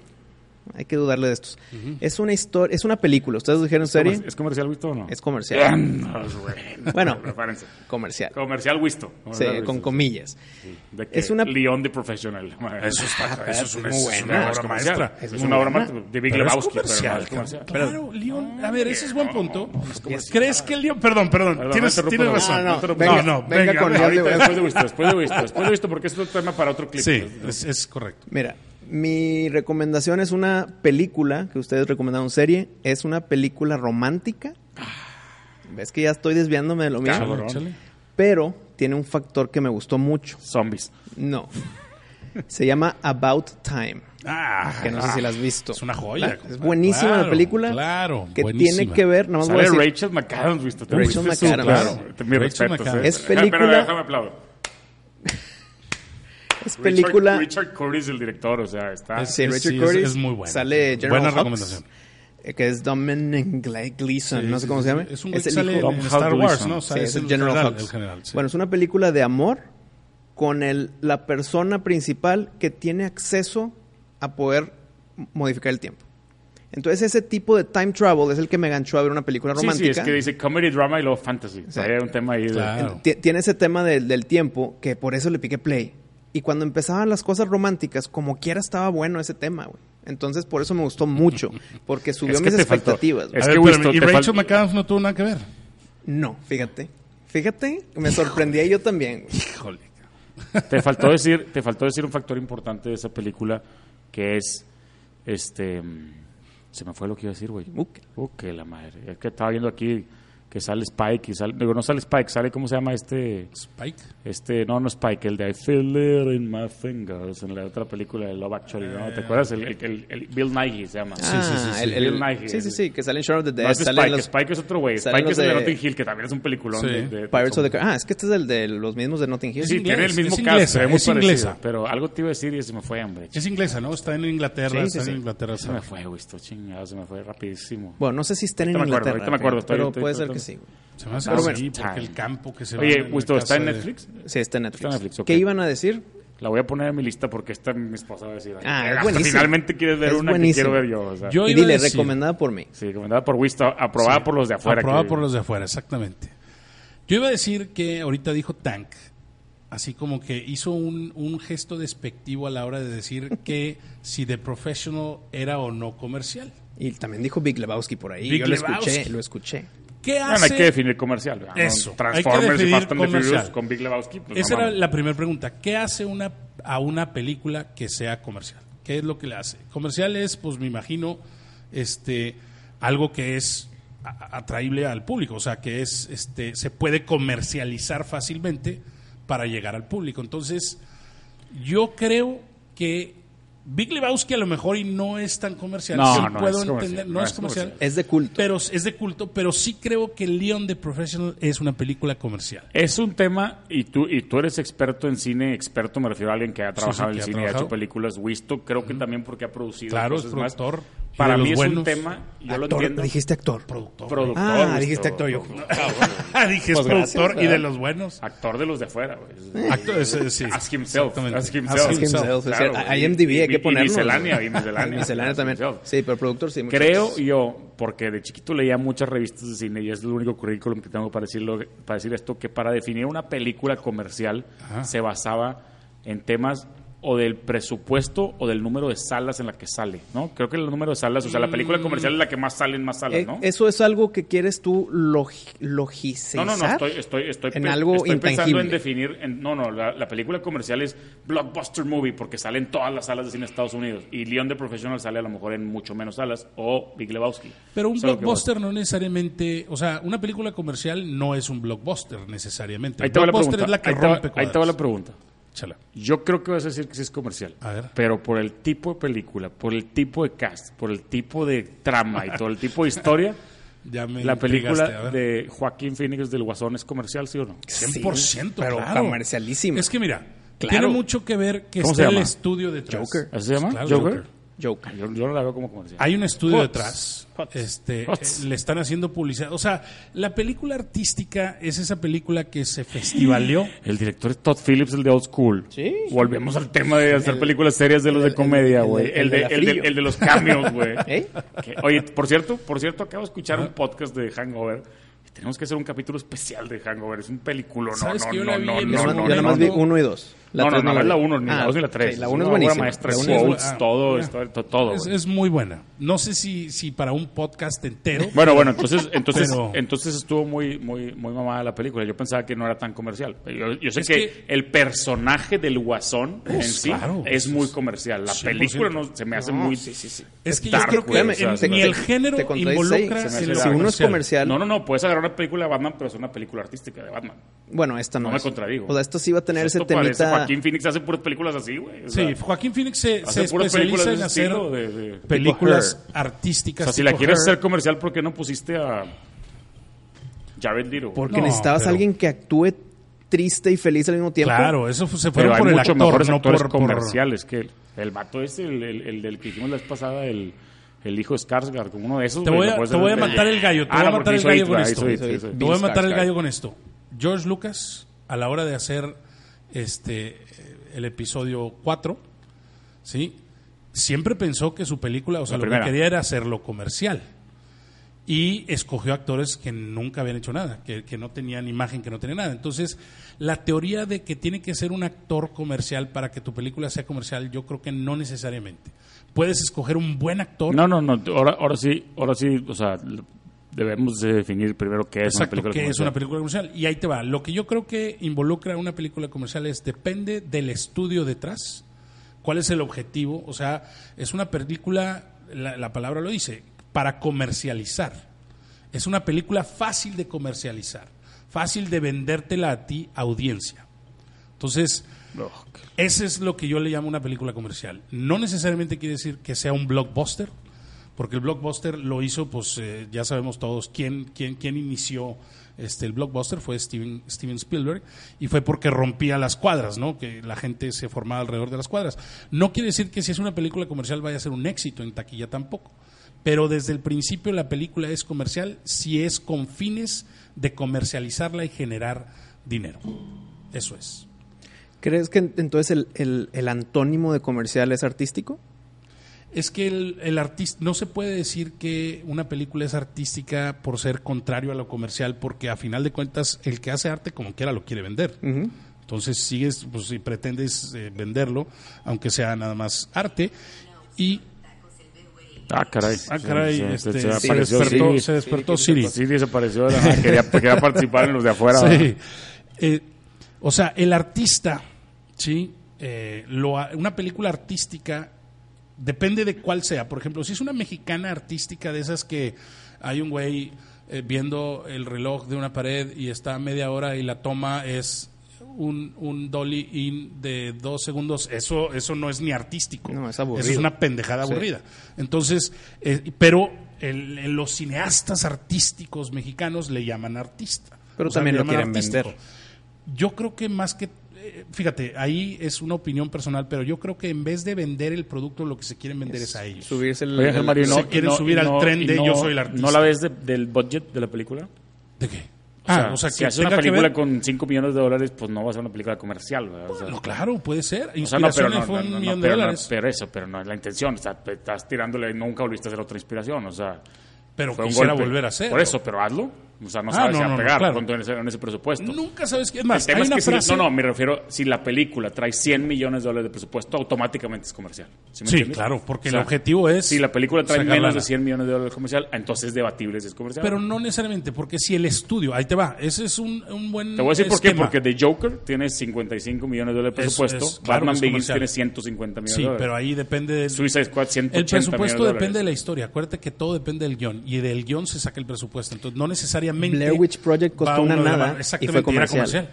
hay que dudarle de estos. Es una historia, es una película. Ustedes dijeron serie, ¿Es comercial Wisto o no? es comercial. <laughs> Bueno. Referencia. Comercial. Comercial Wisto. Sí, Comercial con Wisto. comillas. De que es una- León de Professional. Eso, está, eso es una, muy eso es buena. una Ah, Es obra comercial. maestra. Es, Es muy una obra buena. maestra de Big Pero es Lebowski. pero no comercial, es comercial. cabrón. Claro, León. A ver, ese es buen punto. no, no, es comercial. ¿Crees que el León.? Perdón, perdón. Perdón, tienes no te tienes interrumpo, razón. no, no, te interrumpo. venga, venga con venga. León. Ahorita, después de Wisto, después de Wisto, después de Wisto, porque es otro tema para otro clip. Sí, es, es correcto. Mira, mi recomendación es una película que ustedes recomendaron serie, es una película romántica. Ves que ya estoy desviándome de lo mío, Cabrón. Échale, échale. pero tiene un factor que me gustó mucho. Zombies. No. Se llama About Time. Ah, Que no sé si la has visto. Es una joya. ¿La? Es buenísima la Claro, película. Claro, Que buenísima. tiene que ver, nomás voy a Sale decir, Rachel McAdams, ¿viste? Te Rachel fuiste súper- McAdams. Claro, mis Rachel respetos, McAdams. eh. Es Pero película- déjame aplaudir. es Richard- película. Richard Curry es el director, o sea, está... Es- sí, Richard sí, es- Curtis. es muy buena. Sale General Buena Hux, recomendación. eh, Que es Dominic Gla- Gleeson, Sí, no sé sí, cómo sí, se llama. Es un güey Es que el sale hijo. en Bob Star Howard Wars, Wilson. ¿no? Sí, Sale es en el General, Hux. el general, sí. Bueno, es una película de amor con el, la persona principal que tiene acceso a poder m- modificar el tiempo. Entonces ese tipo de time travel es el que me ganchó a ver una película Sí, sí, romántica. es que dice comedy, drama y luego fantasy. O sea, Sí. hay un tema ahí de... Claro. Ti- Tiene ese tema del- del tiempo que por eso le piqué play. Y cuando empezaban las cosas románticas, como quiera estaba bueno ese tema, güey. Entonces por eso me gustó mucho, porque subió que mis te faltó. expectativas. güey. A Es ver, que, espérame, Winston, y te fal- Rachel McAdams no tuvo nada que ver. No, fíjate. Fíjate, me sorprendía yo también. güey. Híjole. Te faltó decir, te faltó decir un factor importante de esa película que es este mm, se me fue lo que iba a decir, güey. Uh, que- Uh, que la madre. Es que estaba viendo aquí que sale Spike y sale, digo, no sale Spike, sale cómo se llama este Spike. este no no Spike, el de I feel it in my fingers en la otra película de Love Actually, ¿no? ¿Te acuerdas? El, el- el- el Bill Nighy se llama. Sí, sí, sí, Ah, sí. el- el- Bill Nighy, sí, sí, el- sí, que sale en Short of the Dead. No es sale Spike, en los Spike es otro güey. salen Spike los es el de de- Notting Hill, que también es un peliculón Sí. de, de- Pirates of the Car- Ah, es que este es el de los mismos de Notting Hill. Sí, Es tiene inglés, el mismo es caso, inglesa, se ve muy es inglesa. parecido, Pero algo te iba a decir y se me fue, hombre. Es inglesa, ¿no? Está en Inglaterra. Sí, está sí, en sí. Inglaterra. Se me fue, güey, esto chingado, se me fue rapidísimo. Bueno, no sé si estén en Ahorita me acuerdo, Inglaterra. ahorita me acuerdo, estoy- pero estoy- puede estoy- ser que sí. estoy- güey. Se me hace Pero que bueno. sí, porque el campo que se va Oye, en la Wisto, ¿está casa en de- Netflix? Sí, está en Netflix. Está en Netflix, ok. ¿Qué iban a decir? La voy a poner en mi lista porque esta mi esposa va a decir. Ah, es "Hasta buenísima. Finalmente quieres ver Es una buenísima. que quiero ver yo. O sea, Yo y iba a dile, decir- recomendada por mí. Sí, recomendada por Wisto, aprobada por los de afuera. Aprobada que- por los de afuera, exactamente. Yo iba a decir que ahorita dijo Tank, así como que hizo un, un gesto despectivo a la hora de decir que si The Professional era o no comercial. Y también dijo Big Lebowski por ahí. Big Yo lo Lebowski. escuché, lo escuché. ¿Qué Bueno, hace? hay que definir comercial. ¿verdad? ¿no? Ah, Eso, hay que Transformers y definir Fast and the Furious comercial. con Big Lebowski. pues, Esa no era mames. la primera pregunta. ¿Qué hace una, a una película que sea comercial? ¿Qué es lo que le hace? Comercial es, pues me imagino, este, algo que es a- atraíble al público, o sea, que es, este, se puede comercializar fácilmente para llegar al público. Entonces, yo creo que Big Lebowski a lo mejor y no es tan comercial. No, Yo no puedo es comercial, entender, no, es comercial. Es de culto. Pero es de culto, pero sí creo que Leon the Professional es una película comercial. Es un tema, y tú, y tú eres experto en cine, experto me refiero a alguien que ha trabajado sí, en que ha cine, y ha trabajado. hecho películas, visto, creo que también porque ha producido Claro, es cosas más. productor, y Para de mí los es buenos. un tema, yo lo Actor, entiendo, dijiste actor. Productor. productor. Ah, Wisto, dijiste actor, yo- no, cabrón. Ah, <laughs> dije, es Pues gracias, productor y ¿verdad? de los buenos. Actor de los de afuera, güey. Actor, ese, sí. Ask himself. Exactamente. Ask himself. Ask Es que himself. himself, es Claro, cierto. güey. A- IMDb hay Y- que y ponerlo. miscelánea, y <laughs> miscelánea. Miscelánea también. Himself. Sí, pero productor sí. muchas Creo gracias. yo, porque de chiquito leía muchas revistas de cine y es el único currículum que tengo para, decirlo, para decir esto, que para definir una película comercial Ajá. se basaba en temas o del presupuesto o del número de salas en la que sale, ¿no? Creo que el número de salas, o sea, la película comercial es la que más salen más salas, Eh, ¿no? Eso es algo que quieres tú log- logicizar. No, no, no, estoy, estoy, estoy, en pe- algo estoy pensando en intangible. definir. en- no, no, la, la película comercial es blockbuster movie porque sale en todas las salas de cine de Estados Unidos. Y Leon the Professional sale a lo mejor en mucho menos salas o Big Lebowski. Pero un Eso es lo que voy. blockbuster no necesariamente, o sea, una película comercial no es un blockbuster necesariamente. Ahí te va la blockbuster pregunta. es la que ahí, te va- rompe ahí te va la cuadros. pregunta. Chala. Yo creo que vas a decir que sí es comercial. A ver. Pero por el tipo de película, por el tipo de cast, por el tipo de trama y todo el tipo de historia, Ya <laughs> me la intrigaste, a película ver. de Joaquín Phoenix del Guasón es comercial, ¿sí o no? 100%, pero claro. comercialísima. Es que mira, Claro. tiene mucho que ver que ¿Cómo está se el llama? estudio detrás. Joker. ¿Así se llama? Claro, ¿Joker? Joker. Yo, yo no la veo como comercial. Hay un estudio Hots. detrás. Hots. Este, Hots. eh, le están haciendo publicidad. O sea, la película artística es esa película que se festivaleó. El director es Todd Phillips, el de Old School. Sí. Volvemos al tema de hacer películas serias de los de comedia, el- güey. el- El, el de, de el, de, Lafrillo. el de los <laughs> cambios, güey. <laughs> ¿Eh? Que- Oye, por cierto, por cierto, acabo de escuchar un podcast de Hangover. Tenemos que hacer un capítulo especial de Hangover. Es un películo. No, ¿Sabes no, que yo no, la vi en- no, Yo no, nomás- no, yo no, nomás no. vi uno y dos. No, no, no, vi. es la 1, ni Ah, la 2 ni la ok, 3. la 1 es buena buenísima. maestra, La uno es bu- quotes, ah, todo, mira. esto- to- todo. Es, güey. es muy buena. No sé si, si para un podcast entero. Bueno, bueno, entonces, entonces, Pero- entonces estuvo muy, muy, muy mamada la película. Yo pensaba que no era tan comercial. Yo, yo sé Es que, que- el personaje del guasón en sí claro, es pues, muy es- comercial. La 100%. película no, se me hace muy. es que dark, yo creo güey, que o sea, ni te- el género te contradices ahí, involucra se me en hace lo dark. Si uno es comercial, No, no, no. Puedes era una película de Batman, pero es una película artística de Batman. Bueno, esta no. No me es. contradigo. O sea, esta sí va a tener Esto ese parece- temita. Joaquín Phoenix hace puras películas así, güey. O sea, Sí, Joaquín Phoenix se, se hace puras películas especializa de en ese hacer estilo. de- de- películas Tipo artísticas. O sea, si tipo la quieres Her. hacer comercial, ¿por qué no pusiste a Jared Leto? Porque No, necesitabas pero- alguien que actúe triste y feliz al mismo tiempo. Claro, eso fu- se pero fueron hay por el mucho actor, mejores no actores por, por- comerciales que él. El vato es el, el- el del que dijimos la vez pasada, el, el hijo de Skarsgård, como uno de esos. Te güey, voy a- no puede te ser voy a un matar rey. el gallo, te Ah, voy a no, porque matar el hizo gallo It, con ah, esto. hizo It, Hizo hizo It. It. Te voy a Bill matar el Skarsgård. gallo con esto. George Lucas, a la hora de hacer este eh, el episodio 4, ¿sí? siempre pensó que su película, o sea, La lo primera. que quería era hacerlo comercial. Y escogió actores que nunca habían hecho nada, que, que no tenían imagen, que no tenían nada. Entonces, la teoría de que tiene que ser un actor comercial para que tu película sea comercial, yo creo que no necesariamente. Puedes escoger un buen actor No, no, no. Ahora, ahora sí, ahora sí, o sea, l- debemos de definir primero qué es Exacto, una película. que es comercial. una película comercial. Y ahí te va. Lo que yo creo que involucra una película comercial es depende del estudio detrás. ¿Cuál es el objetivo? O sea, es una película, la, la palabra lo dice, para comercializar. Es una película fácil de comercializar, fácil de vendértela a ti, audiencia. Entonces, Oh, qué- ese es lo que yo le llamo una película comercial. No necesariamente quiere decir que sea un blockbuster, porque el blockbuster lo hizo, pues eh, ya sabemos todos quién, quién, quién inició este, el blockbuster, fue Steven, Steven Spielberg, y fue porque rompía las cuadras, ¿no? Que la gente se formaba alrededor de las cuadras. No quiere decir que si es una película comercial vaya a ser un éxito en taquilla tampoco. Pero desde el principio la película es comercial si es con fines de comercializarla y generar dinero. Eso es. ¿Crees que en- entonces el, el- el antónimo de comercial es artístico? Es que el, el artista no se puede decir que una película es artística por ser contrario a lo comercial, porque a final de cuentas el que hace arte como quiera lo quiere vender. Ujú. Entonces sigues, pues si pretendes eh, venderlo, aunque sea nada más arte. Y Ah, caray. ah, caray, Se- se- este, se se apareció despertó, Siri. se despertó Siri. Siri. desapareció de la nada. Quería, quería participar en los de afuera. <laughs> Sí. ¿verdad? Eh, o sea, el artista, ¿sí? Eh, lo ha- una película artística depende de cuál sea. Por ejemplo, si es una mexicana artística de esas que hay un güey eh, viendo el reloj de una pared y está a media hora y la toma es un, un dolly in de dos segundos, eso, eso no es ni artístico. No, es aburrido. Eso es una pendejada Sí. aburrida. Entonces, eh, pero el- el- los cineastas artísticos mexicanos le llaman artista. Pero O sea, también le lo llaman quieren vender. Yo creo que más que, eh, fíjate, ahí es una opinión personal, pero yo creo que en vez de vender el producto, lo que se quieren vender es, a ellos. Subirse el, Oye, el- Mario, no, se quieren y no- subir y al no- tren y de no- yo soy el artista. ¿No la ves de- del budget de la película? ¿De qué? O Ah, sea, o sea, si que haces una tenga que película ver- con 5 millones de dólares, pues no va a ser una película comercial. ¿verdad? O sea, No, claro, puede ser. o sea, no, pero Inspiración no, fue no, un no, no, millón de pero no, dólares. pero eso, pero no es la intención. O sea, te estás tirándole, nunca volviste a hacer otra inspiración. O sea, pero fue un quisiera golpe. volver a hacer. Por eso, pero hazlo. O sea, no Ah, sabes no, si va no, a no, pegar claro. cuánto en ese- en ese presupuesto. Nunca sabes qué es El más. tema Hay es una que si- frase. no, no, me refiero, si la película trae 100 millones de dólares de presupuesto, automáticamente es comercial. ¿Sí, me Sí, entiendes? claro, porque O sea, el objetivo es. Si la película trae sacar menos lana. de 100 millones de dólares comercial, entonces es debatible si es comercial. Pero no necesariamente, porque si el estudio, ahí te va, ese es un, un buen. Te voy a decir por qué, esquema. porque The Joker tiene 55 millones de dólares de Es- presupuesto, es- claro que Batman es Begins comercial. tiene 150 millones Sí, de dólares, pero ahí depende del. Suicide Squad 180 el presupuesto millones de depende de la dólares. historia. Acuérdate que todo depende del guión. Y del guión se saca el presupuesto. Entonces, no necesariamente. Blair Witch Project costó va uno una de la nada mano. y fue Exactamente, era comercial.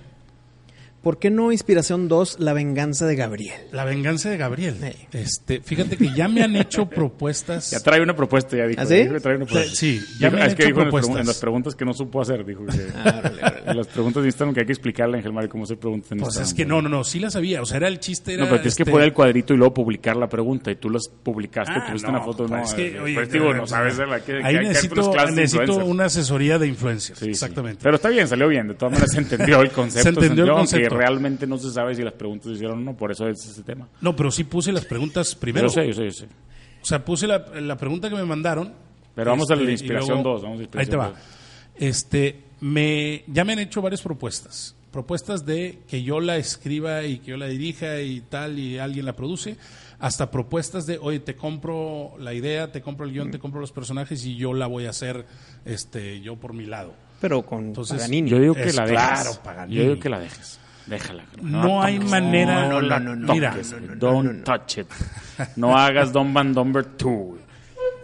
¿Por qué no Inspiración 2, La venganza de Gabriel? La venganza de Gabriel. Sí. Este, fíjate que ya me han <laughs> hecho propuestas. Ya trae una propuesta, ya dijo. ¿Ah, sí? dijo que trae una propuesta. Sí, ya Dijo- me han es que hecho dijo en las, pregun- propuestas. en las preguntas que no supo hacer, dijo que Ah, en las preguntas de Instagram que hay que explicarle a Ángel Mario cómo se preguntan en Pues es Instagram. que no, no, no, sí la sabía. O sea, era el chiste. Era, No, pero tienes que este, poner el cuadrito y luego publicar la pregunta. Y tú las publicaste, Ah, tuviste no, una foto. compadre, No, es que, oye, pues, de digo, verdad, no sabes de la que, que Ahí hay que hacer unas necesito, clases de necesito influencers. una asesoría de influencers. Sí, sí. exactamente. Pero está bien, salió bien. De todas maneras se entendió el <laughs> concepto. Se entendió el aunque concepto. realmente no se sabe si las preguntas se hicieron o no. Por eso es ese tema. No, pero sí puse las preguntas primero. yo sé, yo sé, yo sé. O sea, puse la, la pregunta que me mandaron. Este, Pero vamos a la y inspiración luego- dos, vamos a la Ahí te inspiración va. dos. Este, me, ya me han hecho varias propuestas. Propuestas de que yo la escriba y que yo la dirija y tal, y alguien la produce. Hasta propuestas de, oye, te compro la idea, te compro el guión, te compro los personajes y yo la voy a hacer este, yo por mi lado. Pero con Entonces, Paganini. Yo digo que Es la dejes. claro, Paganini. Yo digo que la dejes. Déjala. No hay manera- No, la no, no, no, toques. no, no, Don't touch it. No hagas Don Van Dumber 2.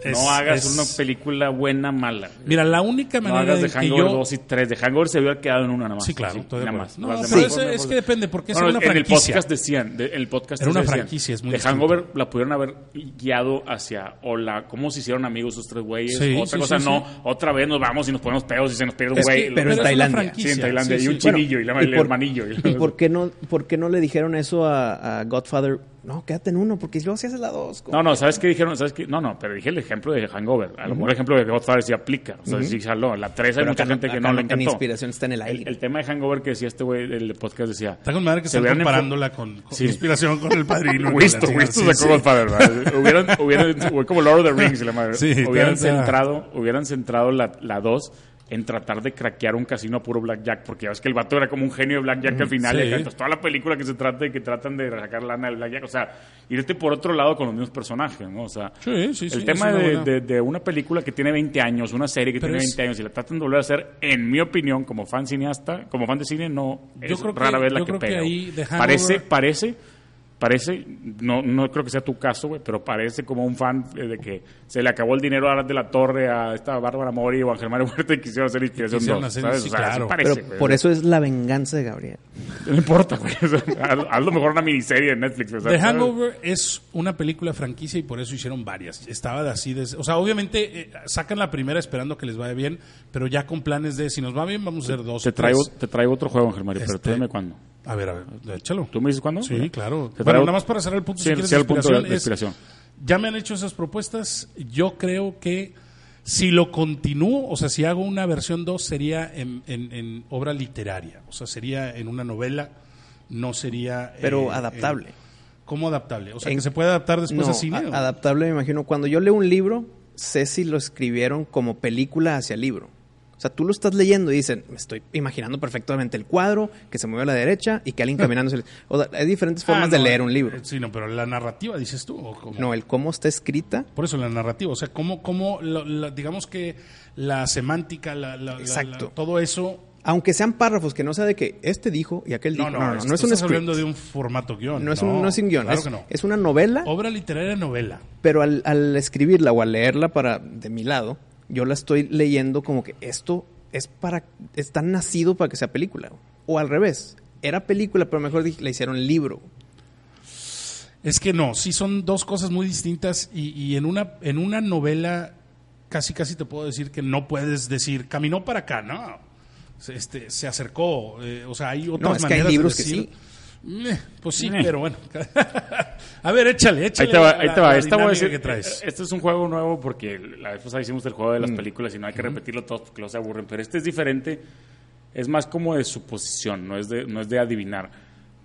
Es- no hagas es- una película buena, mala. Mira, la única No manera hagas de en que Hangover yo... 2 y 3. De Hangover se había quedado en una nada más. Sí, claro, estoy de nada acuerdo. más. No, Las pero demás- eso es que depende, porque es una En el franquicia. podcast decían, de- en el podcast Era una decían, franquicia, es muy De distinto. Hangover la pudieron haber guiado hacia o la, cómo se hicieron amigos esos tres güeyes. Sí, otra sí, cosa, sí, no, sí. otra vez nos vamos y nos ponemos pedos y se nos pierde un Es que- güey. pero es en una Tailandia. franquicia, Sí, en Tailandia. sí, y un sí. Bueno, chivillo, y la y el por- hermanillo. la- ¿Y por qué no, por qué no le dijeron eso a, a Godfather? No, quédate en uno, porque luego si haces la dos. No, no, ¿sabes qué dijeron? ¿Sabes qué? No, no, pero dije el ejemplo de Hangover. A lo mejor el ejemplo de Godfather sí aplica. O sea, sí jaló. La 3 hay Pero mucha acá no- gente que acá no no- le en encantó. inspiración está en el aire. El tema de Hangover que decía este güey del podcast decía... Está con madre que se están hubieran comparándola con, con Sí. inspiración con el <laughs> padrino. Wisto, Sí, sí, Wisto sacó sí. Godfather, ¿verdad? <laughs> hubieran, hubieran, fue como Lord of the Rings y la madre. Sí, hubieran tanta- centrado, hubieran centrado la, la 2 en tratar de craquear un casino a puro blackjack, porque ya ves que el vato era como un genio de blackjack al final, Mm, sí. y acá, entonces, toda la película que se trata de que tratan de sacar lana del blackjack, o sea, irte por otro lado con los mismos personajes, ¿no? O sea, Sí, sí, sí, el es tema una de, buena- de- de una película que tiene 20 años, una serie que Pero tiene es- 20 años, y la tratan de volver a hacer, en mi opinión, como fan cineasta, como fan de cine, no, Yo es creo que- rara vez la yo que creo que pega. ahí de Hangover- Parece, parece, parece, no, no creo que sea tu caso, güey, pero parece como un fan eh, de que se le acabó el dinero a Aras de la Torre, a esta Bárbara Mori o a Germán Huerta y quisieron hacer inspiración Quisieron dos, hacer- ¿sabes? sí, O sea, así claro. parece, Pero güey. por eso es la venganza de Gabriel. <laughs> No importa, güey. O sea, haz, haz lo mejor una miniserie de Netflix. o sea, The ¿sabes? Hangover es una película franquicia y por eso hicieron varias. Estaba de así de... O sea, obviamente eh, sacan la primera esperando que les vaya bien, pero ya con planes de si nos va bien vamos a hacer dos. Te o traigo, Pues, tres. te traigo otro juego, Ángel Mario, pero Este- tú dime cuándo. A ver, a ver, échalo. ¿Tú me dices cuándo? Sí, Mira. claro. Bueno, Te traigo- nada más para cerrar el punto, Sí, si quieres, sí, el punto de- inspiración de es- inspiración. ya me han hecho esas propuestas. Yo creo que si lo continúo, o sea, si hago una versión 2, sería en, en- en obra literaria. O sea, sería en una novela, no sería... eh, Pero adaptable. en- ¿Cómo adaptable? O sea, En- que se puede adaptar después No, a cine. a- ¿o? adaptable me imagino. Cuando yo leo un libro, sé si lo escribieron como película hacia libro. O sea, tú lo estás leyendo y dicen, me estoy imaginando perfectamente el cuadro, que se mueve a la derecha y <laughs> que alguien caminando... se le-". O sea, hay diferentes Ah, formas de no, leer un eh, libro. Sí, no, pero la narrativa, dices tú. ¿o cómo? No, el cómo está escrita. Por eso la narrativa, o sea, cómo, cómo la- la- digamos que la semántica, la, la- la- Exacto. la- todo eso Aunque sean párrafos, que no sea de que este dijo y aquel dijo. No, no, no, no es un script. hablando de un formato guión. No es un, no es un guión. Claro es, que no. es una novela, Obra literaria novela. pero al, al escribirla o al leerla para de mi lado, yo la estoy leyendo como que esto es para. está nacido para que sea película. O al revés. Era película, pero mejor dije, la hicieron libro. Es que no, sí son dos cosas muy distintas y, y en, una, en una novela casi casi te puedo decir que no puedes decir caminó para acá, no. Se, este, se acercó, eh, o sea, hay otras es que hay maneras libros de que Eh. decir. Meh, pues sí, Meh. pero bueno. <laughs> a ver, échale, échale. Ahí te va, la- ahí te va. la Esta voy a dinámica decir- que traes. eh, Este es un juego nuevo porque la vez pasada hicimos el juego de las películas y no hay que repetirlo todos porque los aburren. Pero este es diferente. Es más como de suposición, no es de, no es de adivinar.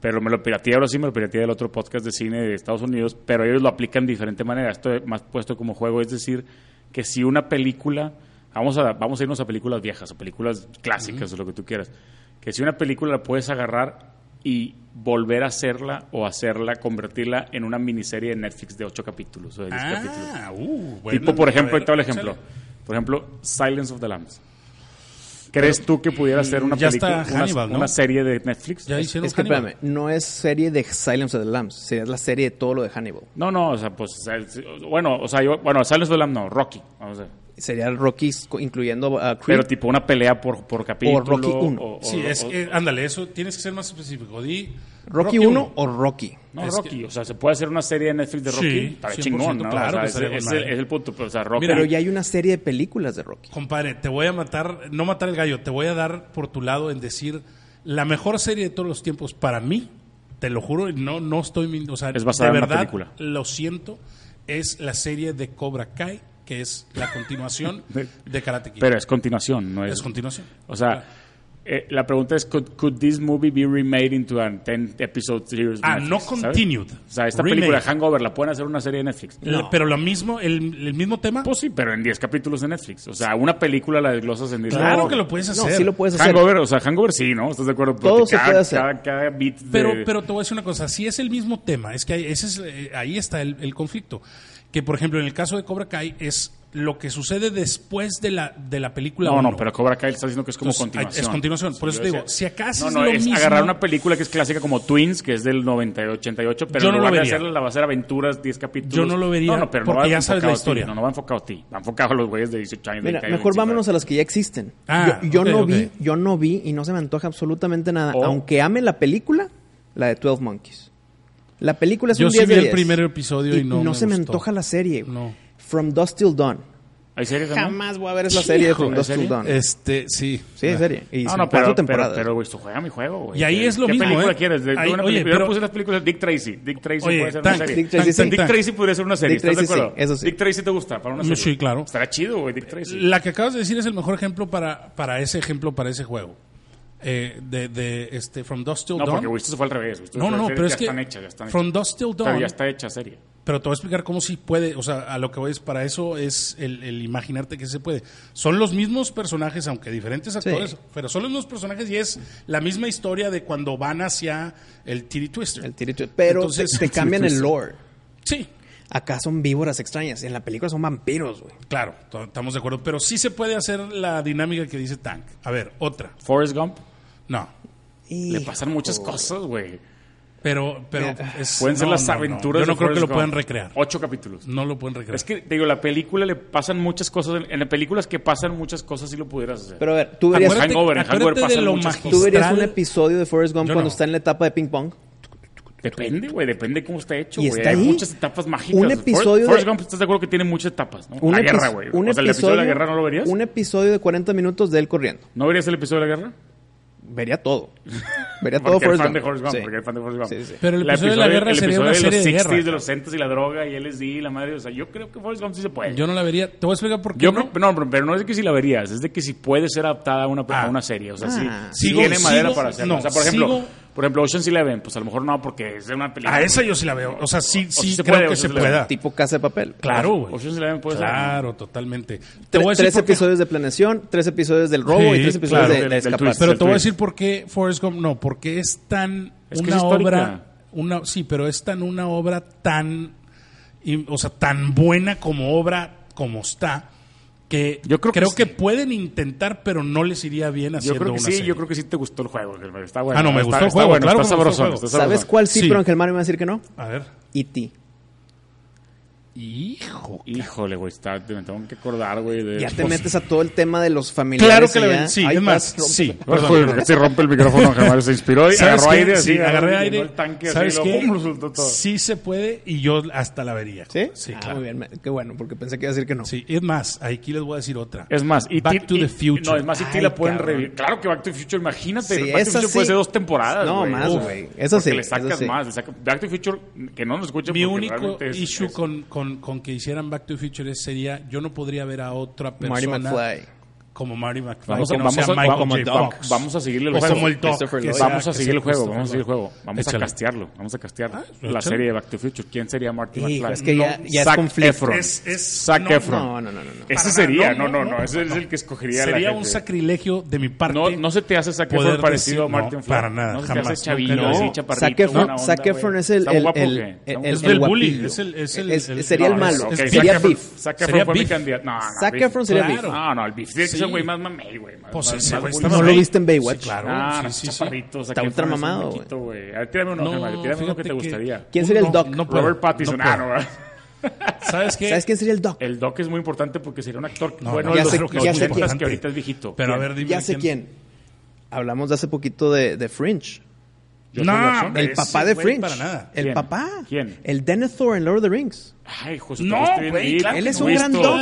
Pero me lo pirateé ahora sí, me lo pirateé del otro podcast de cine de Estados Unidos, pero ellos lo aplican de diferente manera. Esto es más puesto como juego, es decir, que si una película, vamos a, vamos a irnos a películas viejas o películas clásicas o lo que tú quieras, que si una película la puedes agarrar y volver a hacerla o hacerla, convertirla en una miniserie de Netflix de ocho capítulos o de diez eh, capítulos. Ah, uh, bueno, tipo, por a ejemplo, ahí ver, te va el ejemplo. échale. Por ejemplo, Silence of the Lambs. ¿Crees tú que pudiera ser una ya película, está una, Hannibal, ¿no? una serie de Netflix? Ya hicieron es que Hannibal. espérame, no es serie de Silence of the Lambs, sería la serie de todo lo de Hannibal. No, no, o sea, pues, o sea, es- bueno, o sea, yo, bueno, Silence of the Lambs no, Rocky, vamos a ver. Sería Rocky, incluyendo a Creed. Pero tipo una pelea por, por capítulo. Rocky uno. o- o- Sí, es o- que, ándale, eso tienes que ser más específico. Di Rocky, 1 o Rocky. No, es Rocky, o sea, se puede hacer una serie de Netflix de Rocky. Sí, Estaría 100%, chingón, ¿no? claro que o sea, estaría ese- ese con es, madre. el- es el punto, pero, o sea, Rocky. Pero ya hay una serie de películas de Rocky. Compadre, te voy a matar, no matar el gallo, te voy a dar por tu lado en decir la mejor serie de todos los tiempos para mí, te lo juro, y no, no estoy mintiendo. O sea, Es basada de en una verdad, película. Lo siento, es la serie de Cobra Kai, que es la <laughs> continuación de Karate Kid. Pero eh, es continuación, no es. es continuación. o sea, eh, la pregunta es: could, could this movie be remade into a 10 episode series? de Ah, Netflix, no ¿sabes? continued. O sea, esta Remade. película Hangover la pueden hacer una serie de Netflix. Le- Pero lo mismo, el, el mismo tema. Pues sí, pero en 10 capítulos de Netflix. O sea, una película la desglosas en 10 claro capítulos. que lo puedes hacer. No, sí lo puedes hacer. Hangover, o sea, Hangover sí, ¿no? ¿Estás de acuerdo? Porque Todo se cada- puede hacer. Cada, cada beat de- Pero, pero te voy a decir una cosa, si es el mismo tema, es que ahí, ese es, eh, ahí está el, el conflicto. Que, por ejemplo, en el caso de Cobra Kai es lo que sucede después de la, de la película. No, uno. no, pero Cobra Kai está diciendo que es como Entonces, continuación. es continuación. Por eso yo te digo, decía- si acaso No, es no, lo es mismo. agarrar una película que es clásica como Twins, que es del 90-88, pero Yo no en lo lugar de vería. hacerla, la va a hacer aventuras, 10 capítulos. Yo no lo vería, porque va ya sabes la enfocado a ti, historia. No, no va enfocado a ti. Va enfocado a los güeyes de 18 años. Mira, mejor vámonos a las que ya existen. Ah, yo yo ok, no ok. vi, yo no vi y no se me antoja absolutamente nada. Oh. Aunque ame la película, la de 12 Monkeys. La película es Yo un sí 10 de vi el 10. primer episodio y no me se me gustó. antoja la serie. güey. No. From Dust Till Dawn. ¿Hay series también? Jamás voy a ver esa serie de From ¿en Dust Till serio? Dawn. Este, sí. sí, es serie. Y No, son no, cuatro pero, pero, temporadas. pero, güey, esto juega mi juego, güey. Y ahí es lo mismo, ¿Qué película ¿eh? quieres? De- de Ahí- una oye, película- Yo pero- puse las películas de Dick Tracy. Dick Tracy Oye, puede ser Tank, una serie. Dick Tracy, Tank, sí. Dick Tank. Tracy podría ser una serie, Dick ¿estás Tracy, de acuerdo? sí, eso sí. Dick Tracy te gusta para una Sí, serie. claro. Estará chido, güey, Dick Tracy. La que acabas de decir es el mejor ejemplo para, para ese ejemplo, para ese juego. Eh, de, de este, From Dust Till No, Dawn. porque güey, esto se fue al revés. güey. Esto no, no, no, fue- pero ya es que están hechas, ya están hechas. From Dust Till Pero Dawn, ya está hecha serie. pero te voy a explicar cómo sí puede, o sea, a lo que voy es para eso es el, el imaginarte que se puede. Son los mismos personajes, aunque diferentes actores, pero son los mismos personajes y es la misma historia de cuando van hacia el Titty Twister. El tirito- pero Entonces- te, te cambian el lore. Sí, Acá son víboras extrañas. En la película son vampiros, güey. claro, to- estamos de acuerdo, pero sí se puede hacer la dinámica que dice Tank. A ver, otra. Forrest Gump. No, Y... Le pasan muchas cosas, güey. pero pero Mira, es- Pueden ser no, las no, no. aventuras Yo no creo de que Forrest lo puedan Gump. recrear. Ocho capítulos. No lo pueden recrear. Es que, te digo, la película le pasan muchas cosas. En, en las películas que pasan muchas cosas sí lo pudieras hacer. Pero a ver, tú verías, Acuérdate- Hangover, en Hangover acuérdate de pasan lo muchas cosas. tú verías magistral- un episodio de Forrest Gump Yo cuando no. está en la etapa de ping pong. depende, güey. Depende cómo está hecho, Y güey. está Hay ahí. muchas etapas mágicas. Un Forrest- episodio Forrest de- Gump, ¿estás de acuerdo que tiene muchas etapas? ¿no? Un la epi- guerra, güey. O un sea, el episodio de la guerra no lo verías. Un e- episodio de 40 minutos de él corriendo. ¿No verías el episodio de la guerra? Vería todo. <laughs> Vería todo Porque eres Forrest fan Gump. de Forrest Gump. Sí. Porque eres fan de Forrest Gump. Sí, sí. Pero el episodio de la guerra el sería episodio una de serie los de guerra. de los Centos y la droga y LSD, la madre. O sea, yo creo que Forrest Gump sí se puede. Yo no la vería. Te voy a explicar por qué. Yo no. creo- no, pero- pero no es de que si la verías, es de que si puede ser adaptada a una, a Ah. una serie. O sea, si Ah. Sigo- tiene madera sigo- para hacerlo. no, o sea, por ejemplo, sigo- por ejemplo, Ocean's Eleven, pues a lo mejor no, porque es una película. A esa yo sí la veo. O sea, sí, sí sí se creo puede, o que sea, se se la- pueda. Tipo casa de papel. Claro, güey. Ocean's Eleven puede ser. Claro, totalmente. Te Tre- voy a decir tres por qué. episodios de planeación, tres episodios del robo y Sí, tres episodios claro. de, de Del- del escaparse. twist. Pero el te voy a twist. decir por qué Forrest Gump no, porque es tan Es que una es histórica. obra, una sí, pero es tan una obra tan, y- o sea, tan buena como obra como está que Yo creo que sí. pueden intentar, pero no les iría bien Yo haciendo creo que una sí, serie. yo creo que sí te gustó el juego. Germán. Está bueno. Ah, no, me está- gustó el está juego, bueno, claro está que me gustó sabrosón, el juego. está ¿Sabes sabrosón. cuál sí, Sí. pero Ángel Mario me va a decir que no? A ver, E.T. hijo. Híjole, güey, está, te- me tengo que acordar, güey. De Ya te Pues, metes a todo el tema de los familiares. Claro que allá. le ven, sí, Ahí es más, estás, sí. <laughs> Perdón, perdón. güey, se rompe el micrófono, Ángel Mario se inspiró y ¿Sabes agarró qué? aire. Sí, así, agarré llenó aire. El tanque así, ¿Sabes <laughs> lo- qué? pum, resultó todo. Sí se puede y yo hasta la vería. ¿Sí? Sí, Ah, claro. Muy bien, me- qué bueno, porque pensé que iba a decir que no. Sí, es más, aquí les voy a decir otra. Es más, E y Back to the Future. No, es más, E.T. Ay, la pueden cabrón. revivir. Claro que Back to the Future, imagínate. Sí, Back to the esa Future puede sí. ser dos temporadas. No, más, Uf, güey. Esa porque sí, Le esa sacas sí. más. le saca- Back to the Future, que no nos escuchen. Mi porque único realmente es- issue es- Con, con, con que hicieran Back to the Future es- sería, yo no podría ver a otra Marty persona McFly. como Marty McFly, Vamos que a, no vamos, sea a, Michael vamos, J. vamos- Fox. vamos a seguirle el O juego. como el Doc, Christopher que Lloyd. sea- Vamos a que seguir el sea juego, Christopher vamos a seguir el Lloyd. juego. Vamos a Échale. Ah, castearlo, vamos a castear échale. la serie de Back to the Future. ¿Quién sería Marty Hijo, McFly? es que ya- ya es Zac conflicto. Efron. Es- es- Zac no, Efron. No, no, no, no. no. Ese Para sería, nada, no, no, no, ese es el que escogería la Sería un gente. sacrilegio de mi parte. No, no se te hace Zac poder Efron parecido a decir- Martin no, Flair. para nada, No se jamás, te hace chavino, nunca lo así, hice. Zac chaparrito, Efron, buena onda, Zac Efron güey. es el, ¿Está el, guapo o el- qué? ¿Está el- guapo? el Es del bully, guapillo. es el- es el- Es- el- sería el no, es- malo. ok, Zac sería Efron- Beef. Zac Sería Efron fue mi Beef. candidato. No, no, Zac Beef. Efron sería Claro. Beef. No, no, el Beef tiene que ser Sí. un güey más mamey, güey. más- Pues más- ese más güey bully. está ¿No lo Ahí. viste en Baywatch? Sí, claro. Ah, Sí, no, sí, sí. chaparrito, Zac Está ultra Efron es un mamado, loquito, güey. A ver, tírame uno, Germán, tírame uno fíjate que te gustaría. ¿Quién sería el No, Doc? no puedo, Robert Pattinson. no ah, puedo. no, ¿verdad? ¿Sabes qué? ¿Sabes quién sería el Doc? Eh, El Doc es muy importante porque sería un actor No, bueno no, de ya los sé- de los ya sé 80s, quién. que ahorita es viejito. Pero a ¿Quién? ver, dime Ya sé quién. Hablamos de hace poquito de, de Fringe. Joshua No, Jackson. hombre. El Ese papá de güey Fringe. para nada. El ¿Quién? papá. ¿Quién? El Denethor Thor en Lord of the Rings. Ay, José, No, te fuiste bien güey, deep. claro Él es no, un Wisto. gran Doc.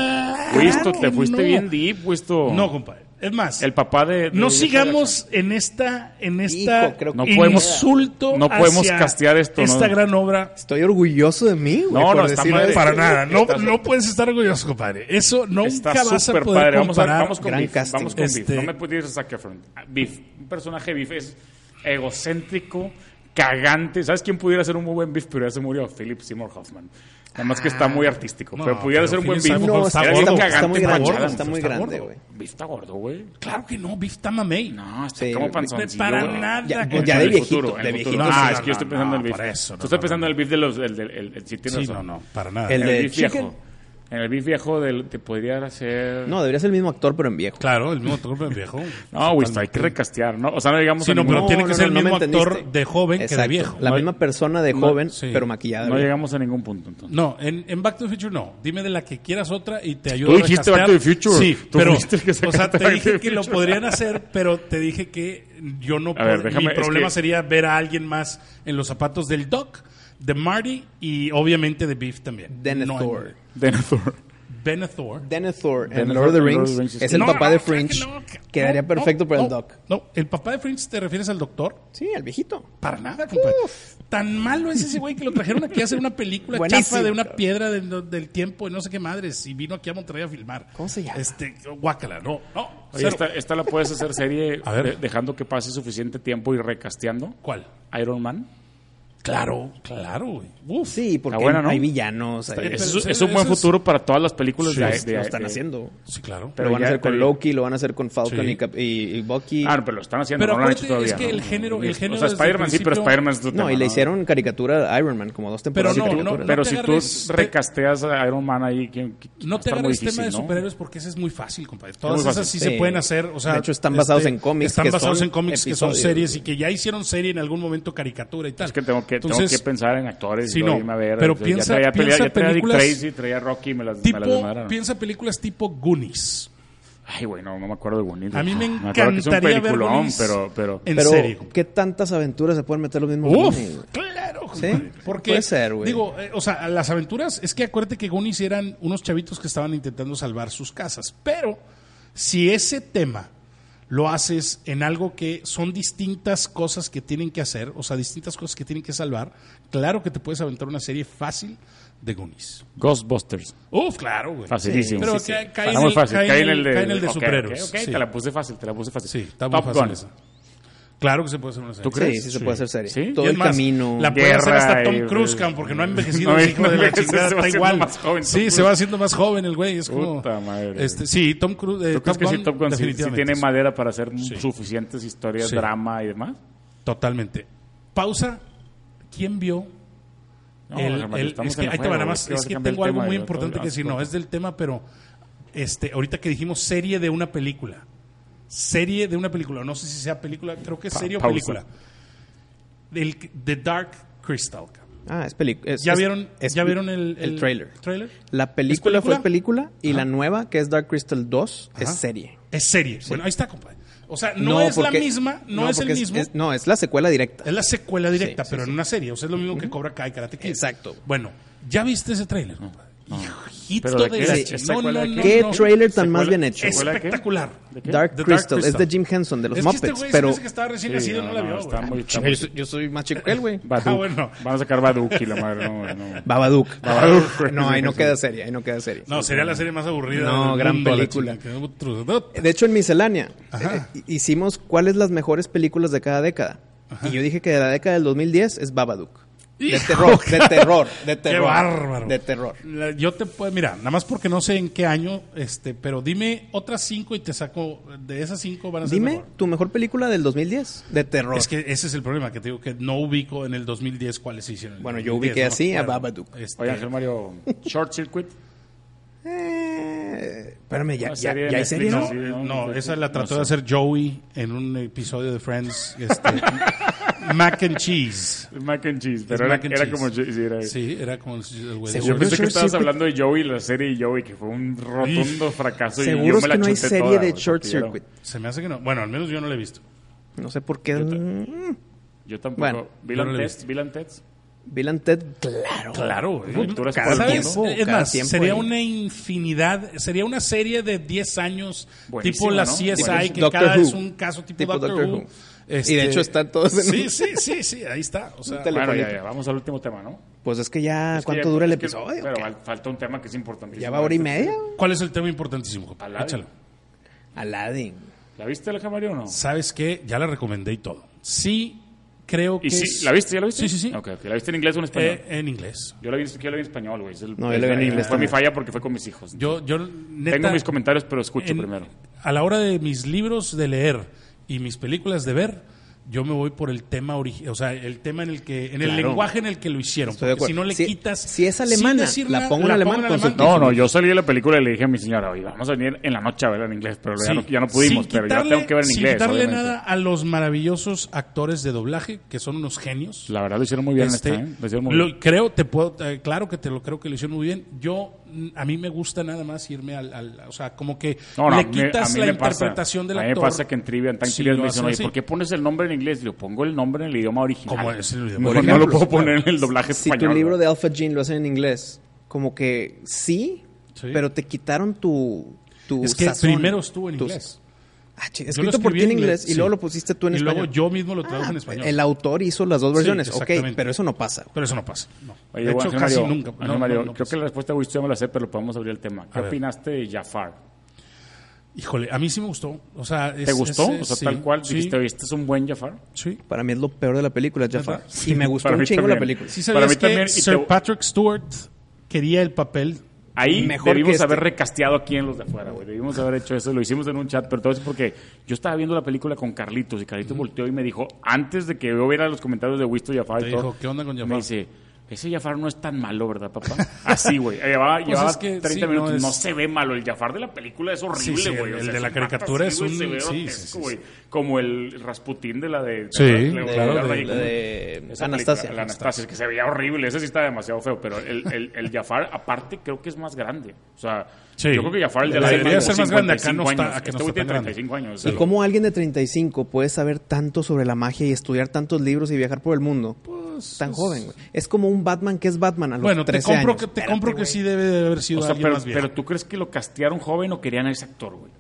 Wisto, Claro te fuiste no. bien deep, Wisto. No, compadre. Es más, El papá de... de no Joshua sigamos en esta en esta Hijo, creo que- No podemos- insulto no podemos hacia castear esto, ¿no? esta gran obra Estoy orgulloso de mí, güey. No, por no, está decir- madre. para nada no, Estás- no puedes estar orgulloso compadre eso nunca Está vas a súper poder padre. Vamos, a, comparar vamos con Gran Beef. casting. Vamos con Este- Beef. No me puedes decir a Zac Efron. Beef. Un personaje Beef es egocéntrico, cagante. ¿Sabes quién pudiera ser un muy buen Beef? Pero ya se murió Philip Seymour Hoffman. Nada más que está muy artístico. No, pero pudiera pero ser un buen Philip Beef. Seymour No, Hoffman está, Era está- bien está cagante, muy grande, machado, güey, está muy está grande, gordo. güey. Beef está gordo, güey. claro que no Biff está mamey No, está Sí, como güey. panzoncillo. Para güey. nada, Ya, cabrón. ya En de el viejito, futuro, en de el viejito. futuro. No, ah, no, es que no, yo estoy pensando no, en el beef. por eso, no, Tú estás no, pensando no. en el beef de los... El, del- el, el- sí, tienes sí razón. no no para nada El El de beef viejo. Chicken. En el beef viejo del- te podría hacer... No, debería ser el mismo actor, pero en viejo. Claro, el mismo actor de viejo. No, güey, esto hay que recastear, ¿no? O sea, no digamos... Sí, a no, ningún- pero tiene que ser el me mismo actor entendiste. de joven que de Exacto. viejo. La No hay- misma persona de joven, sí. pero maquillada. no güey. llegamos a ningún punto, entonces. No, en, en Back to the Future no. Dime de la que quieras otra y te ayudo Tú a dijiste recastear. Back to the Future. Sí, Tú pero, fuiste el que o sea, sacaste te Back to dije the que lo Future. podrían hacer, pero te dije que yo no A ver, pod- déjame- Mi es problema que- sería ver a alguien más en los zapatos del Doc, de Marty y obviamente de Beef también. No hay- Denethor. Denethor. Denethor. Denethor en Denethor Lord of the en Lord of Rings the Rings es es el que- No, papá no, de claro que Fringe. no, que- Quedaría no, perfecto no, para el no, Doc. No, el papá de Fringe, ¿te refieres al doctor? Sí, el viejito. Para nada, compadre. Tan malo es ese güey que lo trajeron aquí a hacer una película Buenísimo, chafa de una cabrón. piedra del- del tiempo y no sé qué madres. Y vino aquí a Monterrey a filmar. ¿Cómo se llama? Este, guácala, no, no. cero. Oye, esta, esta la puedes hacer serie A ver. de- dejando que pase suficiente tiempo y recasteando. ¿Cuál? Iron Man. Claro, claro, güey. Uf. Sí, porque buena, ¿no? hay villanos. hay- Pero Es, eso- es un buen eso es- futuro para todas las películas Sí, de, sí, de- lo están de- haciendo. Sí, claro. Pero lo van ya- a hacer con pero ya- Loki, lo van a hacer con Falcon Sí. y, Cap- y- y Bucky. Ah, no, pero lo están haciendo, Pero no lo han acuérdate, hecho todavía. es que ¿no? el género- el género o sea, desde Spider-Man sí, pero principio- Spider-Man es otro no, tema, y le hicieron caricatura a Iron Man, como dos temporadas Pero de no, caricatura. no Pero te si tú agarres- te- recasteas a Iron Man ahí, que, que- va No a te estar muy agarres difícil, tema de ¿no? superhéroes porque ese es muy fácil, compadre. Todas muy fácil. esas sí, Sí. se pueden hacer. O sea, este, De hecho, están basados en cómics, Están que basados son en cómics que son episodios. series y que ya hicieron serie en algún momento caricatura y tal. Es que tengo que, tengo Entonces, que pensar en actores Sí, y luego no, irme a ver. pero o sea, piensa- ya traía, pelea- piensa ya traía Dick películas Tracy, traía Rocky y me las, me las tipo, desmadraron. piensa películas tipo Goonies. Ay, güey, no, no me acuerdo de Goonies. A mí me Ah, acuerdo que es un encantaría ver Eh, peliculón, Goonies. pero, pero... En Pero, serio. ¿qué tantas aventuras se pueden meter los mismos? Goonies, Uf, güey? claro, Sí, compadre. porque puede ser, güey. digo, eh, o sea, a las aventuras es que acuérdate que Goonies eran unos chavitos que estaban intentando salvar sus casas, pero si ese tema lo haces en algo que son distintas cosas que tienen que hacer, o sea, distintas cosas que tienen que salvar, claro que te puedes aventar una serie fácil de Goonies. Ghostbusters. Uf, claro, güey. Facilísimo. Pero Sí, sí. ca- cae, Está en muy el, fácil. cae en el- de, cae en el de ok, superhéroes. ok, ok, sí. te la puse fácil, te la puse fácil. Sí, está muy Top fácil Gun. esa. Eh, Claro que se puede hacer una serie. ¿Tú Sí, crees? sí se puede hacer serie. ¿Sí? Todo Y es el más, camino. La puede hacer Guerra hasta Tom y- Cruise, cam, porque <laughs> no ha envejecido No, el hijo no de la envejece, chingada, se va está haciendo igual. más joven Tom sí, se Cruise. va haciendo más joven el güey. Es como, Puta madre. Este, sí, Tom Cruise. eh, ¿Tú crees Top que Gun, sí, Top Gun sí- sí, definitivamente, tiene sí. madera para hacer Sí. suficientes historias, Sí. drama y demás? Totalmente. Pausa. ¿Quién vio? No, el- Germán, el- estamos es que, en el ahí te juego, va, nada más. es que vas Es a que cambiar tengo el algo tema, muy yo- importante ah, que si no perdón. es del tema, pero este, ahorita que dijimos serie de una película. Serie de una película. No sé si sea película, creo que es Pa- serie o pausa. película. El, The Dark Crystal. cam. Ah, es película. ¿Ya vieron, ¿ya vieron el, el trailer? trailer? La película, ¿Es fue película y la nueva, que es Dark Crystal 2, es serie. Es serie. Bueno, ahí está, compadre. O sea, no, es porque- la misma, no, es el porque mismo. Es, no, es la secuela directa. la secuela directa, sí, pero en una serie. O sea, es lo mismo que Cobra Kai Karate Kid. Exacto. Bueno, ¿ya viste ese tráiler? compadre? Hijito ¿Pero de de, qué? la Sí. chi- ¿Es No, secuela no, de no, ¿Qué no. trailer tan Secuela- más bien hecho? secuela- de qué? Espectacular. ¿De qué? Dark, The Dark Crystal, es de Crystal. Jim Henson, de los es que este güey Muppets, se me pero... hace que estaba recién Sí, nacido y no, no, la no, vio. está güey. muy- Yo, yo soy más chico que él, güey. Baduk. Ah, bueno. Van a sacar Baduki, la madre. No, no. Babadook. Babadook, <laughs> güey. No, ahí no queda serie, ahí no queda serie. No, sería la serie más aburrida. No, del gran mundo, la película. chingada. Qué otro- De hecho, en miscelánea Ajá. eh, hicimos cuáles las mejores películas de cada década. Y yo dije que de la década del 2010 es Babadook. De Hijo, terror, de <laughs> terror, de terror. Qué bárbaro. De terror. La- yo te puedo, mira, nada más porque no sé en qué año, este, pero dime otras cinco y te saco, de esas cinco van a ser Dime mejor. tu mejor película del 2010 de terror. Es que ese es el problema que te digo, que no ubico en el 2010 cuáles se hicieron. en el Bueno, yo 2010, ubiqué no me así a acuerdo. Babadook. Este, Oye, Ángel Mario, Short Circuit. Eh, espérame, ya, ya, Una serie de ya hay serie, no, ¿no? Netflix, Sí, no, no, no, no, esa la no trató sé. de hacer Joey en un episodio de Friends, este, <laughs> Mac and Cheese. Mac and Cheese. Es Pero era, mac and era cheese. como... Sí, era- Sí, era como el, el güey de Seguro Yo pensé que Short estabas Circuit. hablando de Joey, la serie de Joey, que fue un rotundo fracaso. y yo Seguro me la que no hay chuté serie toda, de güey, Short porque yo- Circuit. Se me hace que no. Bueno, al menos yo no la he visto. No sé por qué. Mm, Yo tampoco. Bueno. Bill Yo no and la he Ted's, Bill and Ted's. Bill and Ted, claro. Claro, Las aventuras cada por el vez- tiempo, Es cada más, tiempo sería ahí. una infinidad, sería una serie de 10 años, Buenísimo, tipo la ¿no? CSI, Buenísimo. que Doctor cada Who. es un caso tipo, Tipo Doctor, Doctor Who. Este, Who. Y de hecho están todos en- Sí, sí, sí, sí, ahí está. O sea, Un tele- Bueno, ya, Telefonito. ya, vamos al último tema, ¿no? Pues es que ya, Es que ¿cuánto ya- dura el es que- episodio? Pero ¿Qué? fal- falta un tema que es importantísimo. ¿Ya va hora y media? ¿cuál es el tema importantísimo? compa? Aladdin. Échalo. Aladdin. ¿La viste, Ángel Mario, o no? ¿Sabes qué? Ya la recomendé y todo. Sí, creo que ¿Y es- sí? ¿La viste? ¿Ya la viste? Sí, sí, sí. Ok, ok. ¿La viste en inglés o en español? Eh, en inglés. Yo la vi, yo la vi en español, güey. Es el- No, yo la vi en eh, inglés Fue mi también. falla porque fue con mis hijos. Yo, yo neta, Tengo mis comentarios, pero escucho en- primero. A la hora de mis libros de leer y mis películas de ver, yo me voy por el tema original, o sea, el tema en el que, en el Claro. lenguaje en el que lo hicieron. Estoy de porque si no acuerdo. le Si- quitas. si es sin alemana, decir la nada, pongo en alemán pongo con con No, su- no, yo salí de la película y le dije a mi señora, oye, vamos a venir en la noche a verla en inglés, pero ya, Sí. no, ya no pudimos, Sin pero ya quitarle- tengo que ver en sin inglés. quitarle obviamente. nada a los maravillosos actores de doblaje, que son unos genios. Pues La verdad lo hicieron muy bien Este, esta, ¿eh? Lo hicieron muy lo- bien. creo, te puedo, eh, claro que te lo creo que lo hicieron muy bien. Yo, mm, a mí me gusta nada más irme al, al- o sea, como que No, no, le me- quitas a mí la me pasa. interpretación del A mí actor. me pasa que en trivia, en tan si trivias lo me dicen, hacen oye, así". ¿por qué pones el nombre en inglés? Le digo, pongo el nombre en el idioma original. Como es el idioma No, original. no lo puedo Claro. poner en el doblaje Si español. tu libro güey. de Alpha Gene lo hacen en inglés, como que sí, Sí. pero te quitaron tu. tu Es que sazón, primero estuvo en tu- inglés. Ah, chi- Yo lo escrito por escribí ti en inglés y sí. luego lo pusiste tú en y español. luego yo mismo lo tradujo Ah, en español. El autor hizo las dos Sí, versiones, ok, exactamente. pero eso no pasa. Pero eso no pasa. No. Oye, de bueno, hecho, Ángel casi Mario, nunca. Ángel no, Mario, no, no creo pasa. que la respuesta de Wisto ya me la sé, pero lo podemos abrir el tema. ¿Qué ver. opinaste de Jafar? Híjole, a mí sí me gustó. O sea, es- ¿Te gustó? es- o sea, sí, tal cual, sí, dijiste, oye, ¿este es un buen Jafar? sí. Para mí es lo peor de la película, Jafar. ¿Verdad? y me gustó para un mí chingo la también. película. Sí Para sabías mí que también, y te- Sir Patrick Stewart quería el papel. Ahí Mejor debimos que este. haber recasteado aquí en los de afuera, güey. Debimos haber hecho eso. Lo hicimos en un chat, pero todo eso porque yo estaba viendo la película con Carlitos y Carlitos volteó y me dijo, antes de que yo viera los comentarios de Wisto Jafar Te y todo, dijo, "¿Qué onda con Jafar?" Me dice, ese Jafar no es tan malo, ¿verdad, papá? <laughs> Así, güey. Llevaba, llevaba Pues es que 30 sí, no minutos. No, es- se ve malo. El Jafar de la película es horrible, Sí, sí, güey. el- O el sea, de se la mata caricatura así, es güey, se un- ve sí, sí, grotesco, sí, sí. güey. Como el Rasputín de la de... Sí, de- claro, de- de- de- la de esa Anastasia. película, La Anastasia, que se veía horrible. Ese sí está demasiado feo. Pero el, el, el Jafar, aparte, creo que es más grande. O sea, Sí. yo creo que Jafar el de la Debería tiene ser como más grande. Acá no 55 está- años. acá no Este güey está tan tiene 35 años. eh. ¿Y cómo alguien de 35 puede saber tanto sobre la magia y estudiar tantos libros y viajar por el mundo? Tan joven, güey. Es como un Batman que es Batman a los Pues, Bueno, te 13 compro, años. que, te Espérate, compro que güey. sí debe de haber sido O sea, alguien pero, más viejo. pero tú crees que lo castearon joven o querían a ese actor, güey.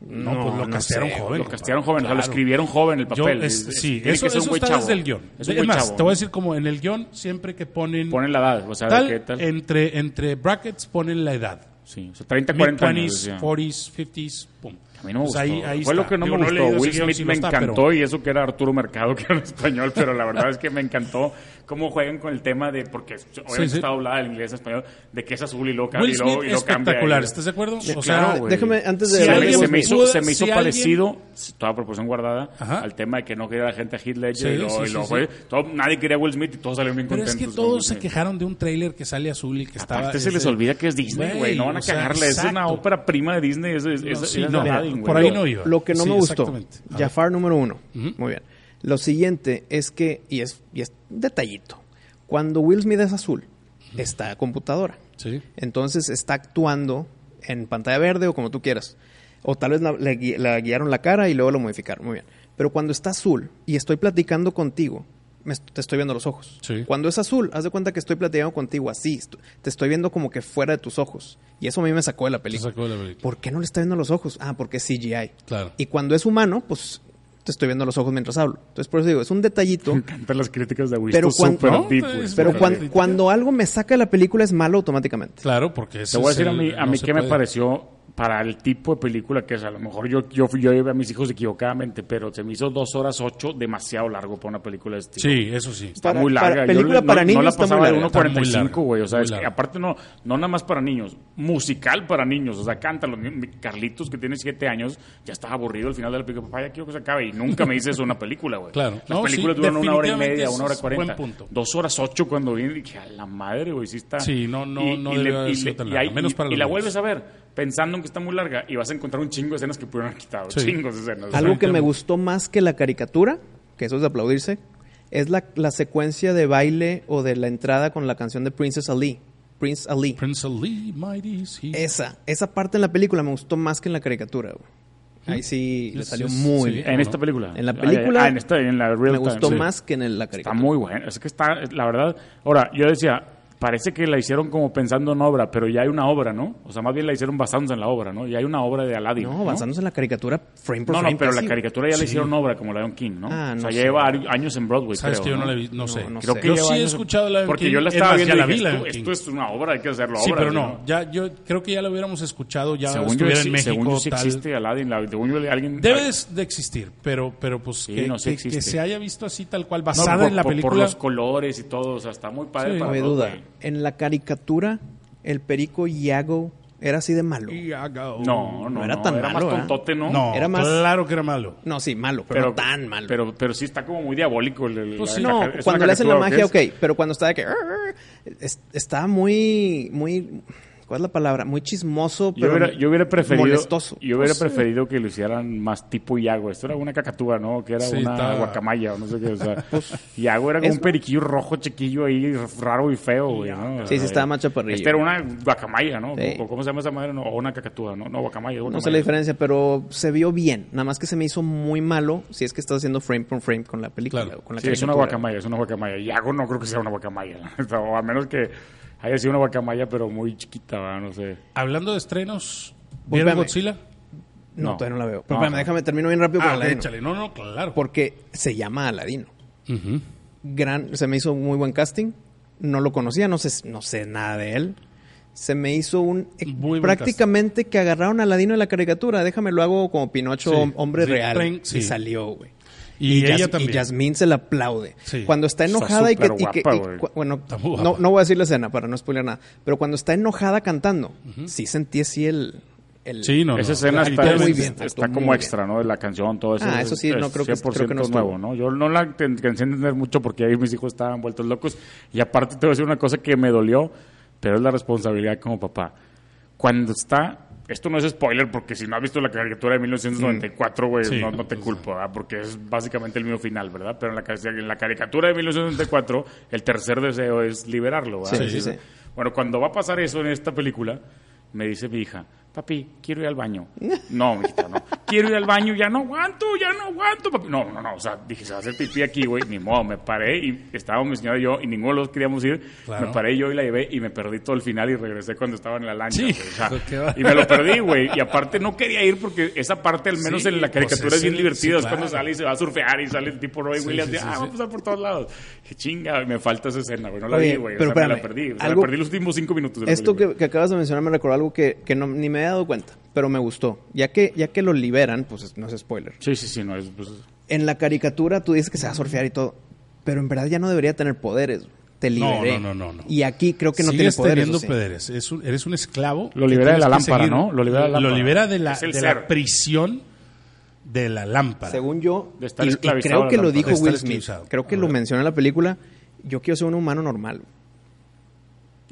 no, pues lo no castearon sé, joven. Lo castearon compadre. joven, o sea, lo Claro. escribieron joven el Yo, papel. es- Es- sí, tiene eso, que ser un eso güey está chavo. desde el guión. Es Es, un güey más, chavo. te voy a decir como en el guión siempre que ponen, Ponen la edad, o sea, tal, ¿qué tal? entre entre brackets ponen la edad. Sí, o sea, 30, 40 años. Mid-20s, decía. 40s, 50s, pum. A mí no me Pues gustó. ahí- ahí Fue lo está. que no Digo, me he gustó. leído ese Will guión, Smith sí me lo está, pero- encantó y eso que era Arturo Mercado, que era en español, pero la verdad es que me encantó cómo juegan con el tema de, porque obviamente Sí, sí. está doblada del inglés a español, de que es azul y loca Will y luego, Smith y lo cambia. espectacular, y- ¿estás de acuerdo? Sí, O sea, claro, de- güey. déjame, antes Si de Se me- hablar de alguien se, Will me Smith, hizo, pudo- se me si hizo alguien- parecido, toda proporción guardada, Ajá. al tema de que no quería la gente a Heath Ledger Sí, y luego, sí, y sí, luego sí. fue- todo- nadie quería a Will Smith y todos salieron bien Pero es contentos. que con Will todos se Smith. quejaron de un tráiler que sale azul y que estaba... Aparte se ese- les olvida que es Disney, güey. No van a o sea, cagarle. es una exacto. ópera prima de Disney. Es, es, No, es- sí, es no, Aladdin, mira, güey. por ahí no iba. Lo que no Sí, me gustó. exactamente. A ver. Jafar número uno. Muy bien. Lo siguiente es que, y es, y es detallito, cuando Will Smith es azul, está a computadora. Sí. Entonces está actuando en pantalla verde o como tú quieras. O tal vez la, la gui- la guiaron la cara y luego lo modificaron. Muy bien. Pero cuando está azul y estoy platicando contigo, me est- te estoy viendo los ojos. Sí. Cuando es azul, haz de cuenta que estoy platicando contigo así. est- Te estoy viendo como que fuera de tus ojos. Y eso a mí me sacó de la Se película. sacó de la película. ¿Por qué no le está viendo los ojos? Ah, porque es CGI. Claro. Y cuando es humano, pues te estoy viendo los ojos mientras hablo. Entonces, por eso digo, es un <laughs> detallito. Me encantan las críticas de Wisto. Pero cuan- super No, deep, güey, es- super Pero cuan- deep. cuando algo me saca de la película es malo automáticamente. Claro, porque ese Te voy a es decir a el- mí, a no mí se qué me puede. pareció para el tipo de película que es. A lo mejor yo, yo, yo llevé a mis hijos equivocadamente, pero se me hizo dos horas ocho demasiado largo para una película de este tipo. Sí, eso sí. Está Para- muy larga. para- Yo película le- para no, niños no la está muy pasaba de larga. 1.45, güey. O sea, Muy es que larga. aparte no, no nada más para niños. Musical para niños. O sea, cántalo. Mi- mi Carlitos, que tiene 7 años, ya estaba aburrido al final de la película. Papá, ya quiero que se acabe. Y nunca me dices una película, güey. Claro. Las No, películas sí, duran una hora y definitivamente media, ese una hora es cuarenta. buen punto. Dos horas ocho cuando vine. Dije, a la madre, güey. Sí está. Sí, no, no- no debió haber sido tan larga, ahí- menos para y los la niños. vuelves a ver pensando en que está muy larga y vas a encontrar un chingo de escenas que pudieron haber quitado. Sí. Chingos de escenas. Algo que me Exactamente. gustó más que la caricatura, que eso es de aplaudirse, es la, la secuencia de baile o de la entrada con la canción de Princess Ali. Prince Ali. Prince Ali, mighty is he. Esa, esa parte en la película me gustó más que en la caricatura. güey. Ahí sí le Es- salió es- muy sí. bien. En esta película. En la Ah, ya, película ah, en esta, en la real Me gustó time, sí. más que en la Está caricatura. muy bueno. Es que está, la verdad. Ahora, yo decía, parece que la hicieron como pensando en obra, pero ya hay una obra, ¿no? O sea, más bien la hicieron basándose en la obra, ¿no? Ya hay una obra de Aladdin. No, basándose en la caricatura, frame por No, frame. no, pero la casi. caricatura ya la hicieron obra como Lion King, ¿no? Ah, o no sea, sé. ya lleva ari- años en Broadway. ¿Sabes creo, que yo no, ¿no? la vi? No, sé. no Creo sé. que Yo lleva sí he años- escuchado la Porque yo la estaba viendo la y vi dije, la esto, esto es una obra, hay que hacerlo Sí, obra. pero ¿sí, no. Ya, yo creo que ya lo hubiéramos escuchado. Ya Según yo, estuviera sí- en México. según yo sí tal. existe Aladdin. la- según yo, alguien, Debes de existir, pero, pero pues que, no, sí que- existe. que se haya visto así tal cual, No, basada por- en la por- película. Por los colores y todo, o sea, está muy padre. Sí. No para hay todos, duda. güey. En la caricatura, el perico Iago Era así de malo. No, no, No no. era tan era malo, ¿eh? más ¿verdad? tontote, ¿no? No, Era más- claro que era malo. No, sí, malo, pero, no tan malo. Pero, pero sí está como muy diabólico. El, el- Pues la- sí. la- no, es una cuando le hacen la magia, caricatura, ok, ¿qué es? pero cuando está de que... es- Está muy, muy... ¿Cuál es la palabra? Muy chismoso, Yo pero hubiera, yo hubiera preferido. molestoso. Yo hubiera Pues, preferido que lo hicieran más tipo Iago. Esto era una cacatúa, ¿no? Que era Sí, una estaba- guacamaya o no sé qué. <laughs> O sea, Iago era como Pues, es- un periquillo rojo chiquillo ahí, raro y feo, güey. ¿no? Sí, sí, estaba más chaparrillo. Esta este era una guacamaya, ¿no? Sí. ¿Cómo, cómo se llama esa madre? No, o una cacatúa, ¿no? No, guacamaya. No guacamaya. sé la diferencia, pero se vio bien. Nada más que se me hizo muy malo si es que estás haciendo frame por frame con la película. Claro. o con la Sí, es una caricatura. guacamaya, es una guacamaya. Iago no creo que sea una guacamaya. <laughs> O a menos que haya sido una guacamaya, pero muy chiquita, ¿verdad? No sé. Hablando de estrenos, ¿vieron Espérame. Godzilla? No, No. todavía no la veo. No, Pero espérame, no. déjame termino bien rápido con Ah, Aladino. échale. No, no, claro. Porque se llama Aladino. Ujú. Gran, se me hizo un muy buen casting. No lo conocía, no sé, no sé nada de él. Se me hizo un e Muy buen prácticamente que agarraron a Aladino de la caricatura. Déjame lo hago como Pinocho, Sí, hom- hombre sí, real. tren- sí. Y salió, güey. Y, ella Yas- también. Y Yasmín se la aplaude. Sí. Cuando está Está enojada y que. súper y que- guapa, y güey. cu- bueno, Está muy guapa. no, no voy a decir la escena para no spoiler nada. Pero cuando está enojada cantando, sí sentí así el. el- Sí, no, Esa no. escena Ahí está, está muy muy es- bien, está actuó muy como bien. extra, ¿no? De la canción, todo eso. Ah, es- eso sí, no creo que- creo que 100% no estuvo. nuevo, ¿no? Yo no la ten- alcancé a entender mucho porque ahí mis hijos estaban vueltos locos. Y aparte te voy a decir una cosa que me dolió, pero es la responsabilidad como papá. Cuando está... Esto no es spoiler porque si no has visto la caricatura de 1994, güey, Sí. no, no te culpo, ¿verdad? Porque es básicamente el mismo final, ¿verdad? Pero en la, ca- en la caricatura de 1994, el tercer deseo es liberarlo, ¿verdad? Sí, Es sí, decir, sí. bueno, cuando va a pasar eso en esta película, me dice mi hija, papi, quiero ir al baño. No, <laughs> mijita, no. Quiero ir al baño, ya no aguanto, ya no aguanto, papi. No, no, no, o sea, dije, se va a hacer pipí aquí, güey. Ni modo, me paré y estábamos mi señora y yo y ninguno de los queríamos ir. Claro. Me paré yo y la llevé y me perdí todo el final y regresé cuando estaba en la lancha. Sí. güey. O sea, Qué va- y me lo perdí, güey. Y aparte no quería ir porque esa parte, al menos Sí, en la pues, caricatura, es es bien el- divertida. sí, Es cuando claro. sale y se va a surfear y sale el tipo Roy Sí, Williams sí, de, sí, ah, sí. vamos a por todos lados. Qué chinga, me falta esa escena, güey. No la Oye, vi, güey. O pero sea, me la espérame, perdí. O sea, algo- me perdí los últimos cinco minutos. de la Esto película. que, que acabas de mencionar me recordó algo que, que no, ni me he dado cuenta, pero me gustó. Ya que, ya que lo liberan, pues es- no es spoiler. Sí, sí, sí, no es. pues, En la caricatura tú dices que se va a surfear y todo, pero en verdad ya no debería tener poderes. Te No, liberé. no, no, no, no. Y aquí creo que no tiene Sigues poderes. teniendo ¿o sí? poderes. Es un- eres un esclavo. Lo que libera de tienes la que lámpara, seguir. ¿no? Lo libera de la lámpara. libera de la, Es el de la ser. prisión de la lámpara. Según yo, De estar y- y creo esclavizado a la que lo lámpara. De dijo estar Will Smith, esclavizado. creo que A lo ver. menciona en la película, yo quiero ser un humano normal.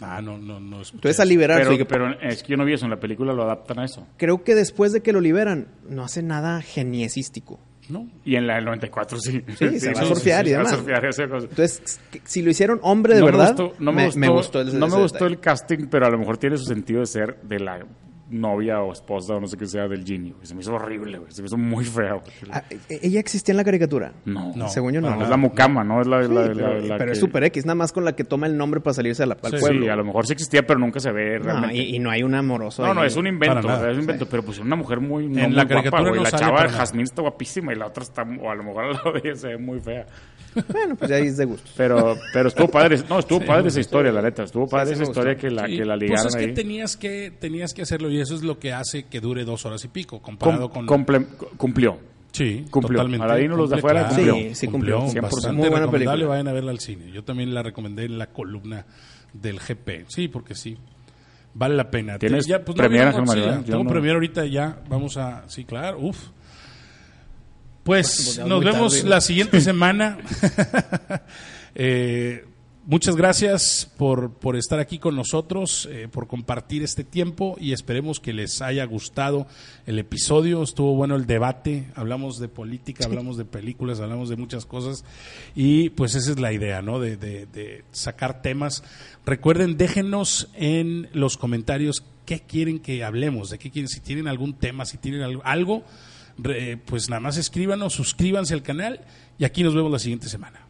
Ah, no, no, no. escuché Entonces al eso. liberarse, Pero, dije, pero es que yo no vi eso. En la película lo adaptan a eso. creo que después de que lo liberan, no hace nada geniesístico. No, Y en la del 94 sí. Sí, se va a eso, surfear sí, y se va a demás. surfear, esa cosa. Entonces, que- si lo hicieron hombre de No me verdad, gustó- no me gustó, ese- no me ese gustó detalle. el casting, pero a lo mejor tiene su sentido de ser de la novia o esposa o no sé qué sea del Genie. güey. Se me hizo horrible, güey. Se me hizo muy feo. güey. Ah, e- ella existía en la caricatura. No. No. Según yo no. para Es la mucama, ¿no? Es la, Sí, la- la- pero la pero es que- Super X, nada más con la que toma el nombre para salirse a la, al Sí. pueblo. Sí, a lo mejor sí existía, pero nunca se ve No, realmente. y, y no hay un amoroso. No, no, ahí. es un Para invento, nada. o sea, es un invento, pero pues una mujer muy no En muy la guapa, caricatura güey. no la sale chava para de nada. Jazmín está guapísima y la otra está o a lo mejor <laughs> al lado de ella se ve muy fea. Bueno, pues ya ahí es de gusto. Pero pero estuvo padre, no, estuvo padre esa historia, la neta, estuvo padre sí esa me gustó. historia que la que la Sí, ligaron pues es que ahí. tenías que tenías que hacerlo y eso es lo que hace que dure dos horas y pico comparado Com- con comple- cumplió. sí cumplió. totalmente Aladino, los de Cumple, afuera, claro. cumplió. Sí, sí, cumplió. 100%. bastante Muy buena recomendable película. vayan a verla al cine yo también la recomendé en la columna del GP sí porque sí vale la pena ¿Tienes Te- pues, no premiere, vieron Ángel Godzilla. María? Yo tengo no. premiere ahorita ya vamos a sí claro uf Pues pues ya nos muy vemos tarde, ¿no? la siguiente <laughs> semana Eh, muchas gracias por, por estar aquí con nosotros, eh, por compartir este tiempo y esperemos que les haya gustado el episodio. Estuvo bueno el debate, hablamos de política, hablamos de películas, hablamos de muchas cosas y pues esa es la idea, ¿no? De, de- de sacar temas. Recuerden, déjenos en los comentarios qué quieren que hablemos, de qué quieren, si tienen algún tema, si tienen al- algo, re- pues nada más escríbanos, suscríbanse al canal y aquí nos vemos la siguiente semana.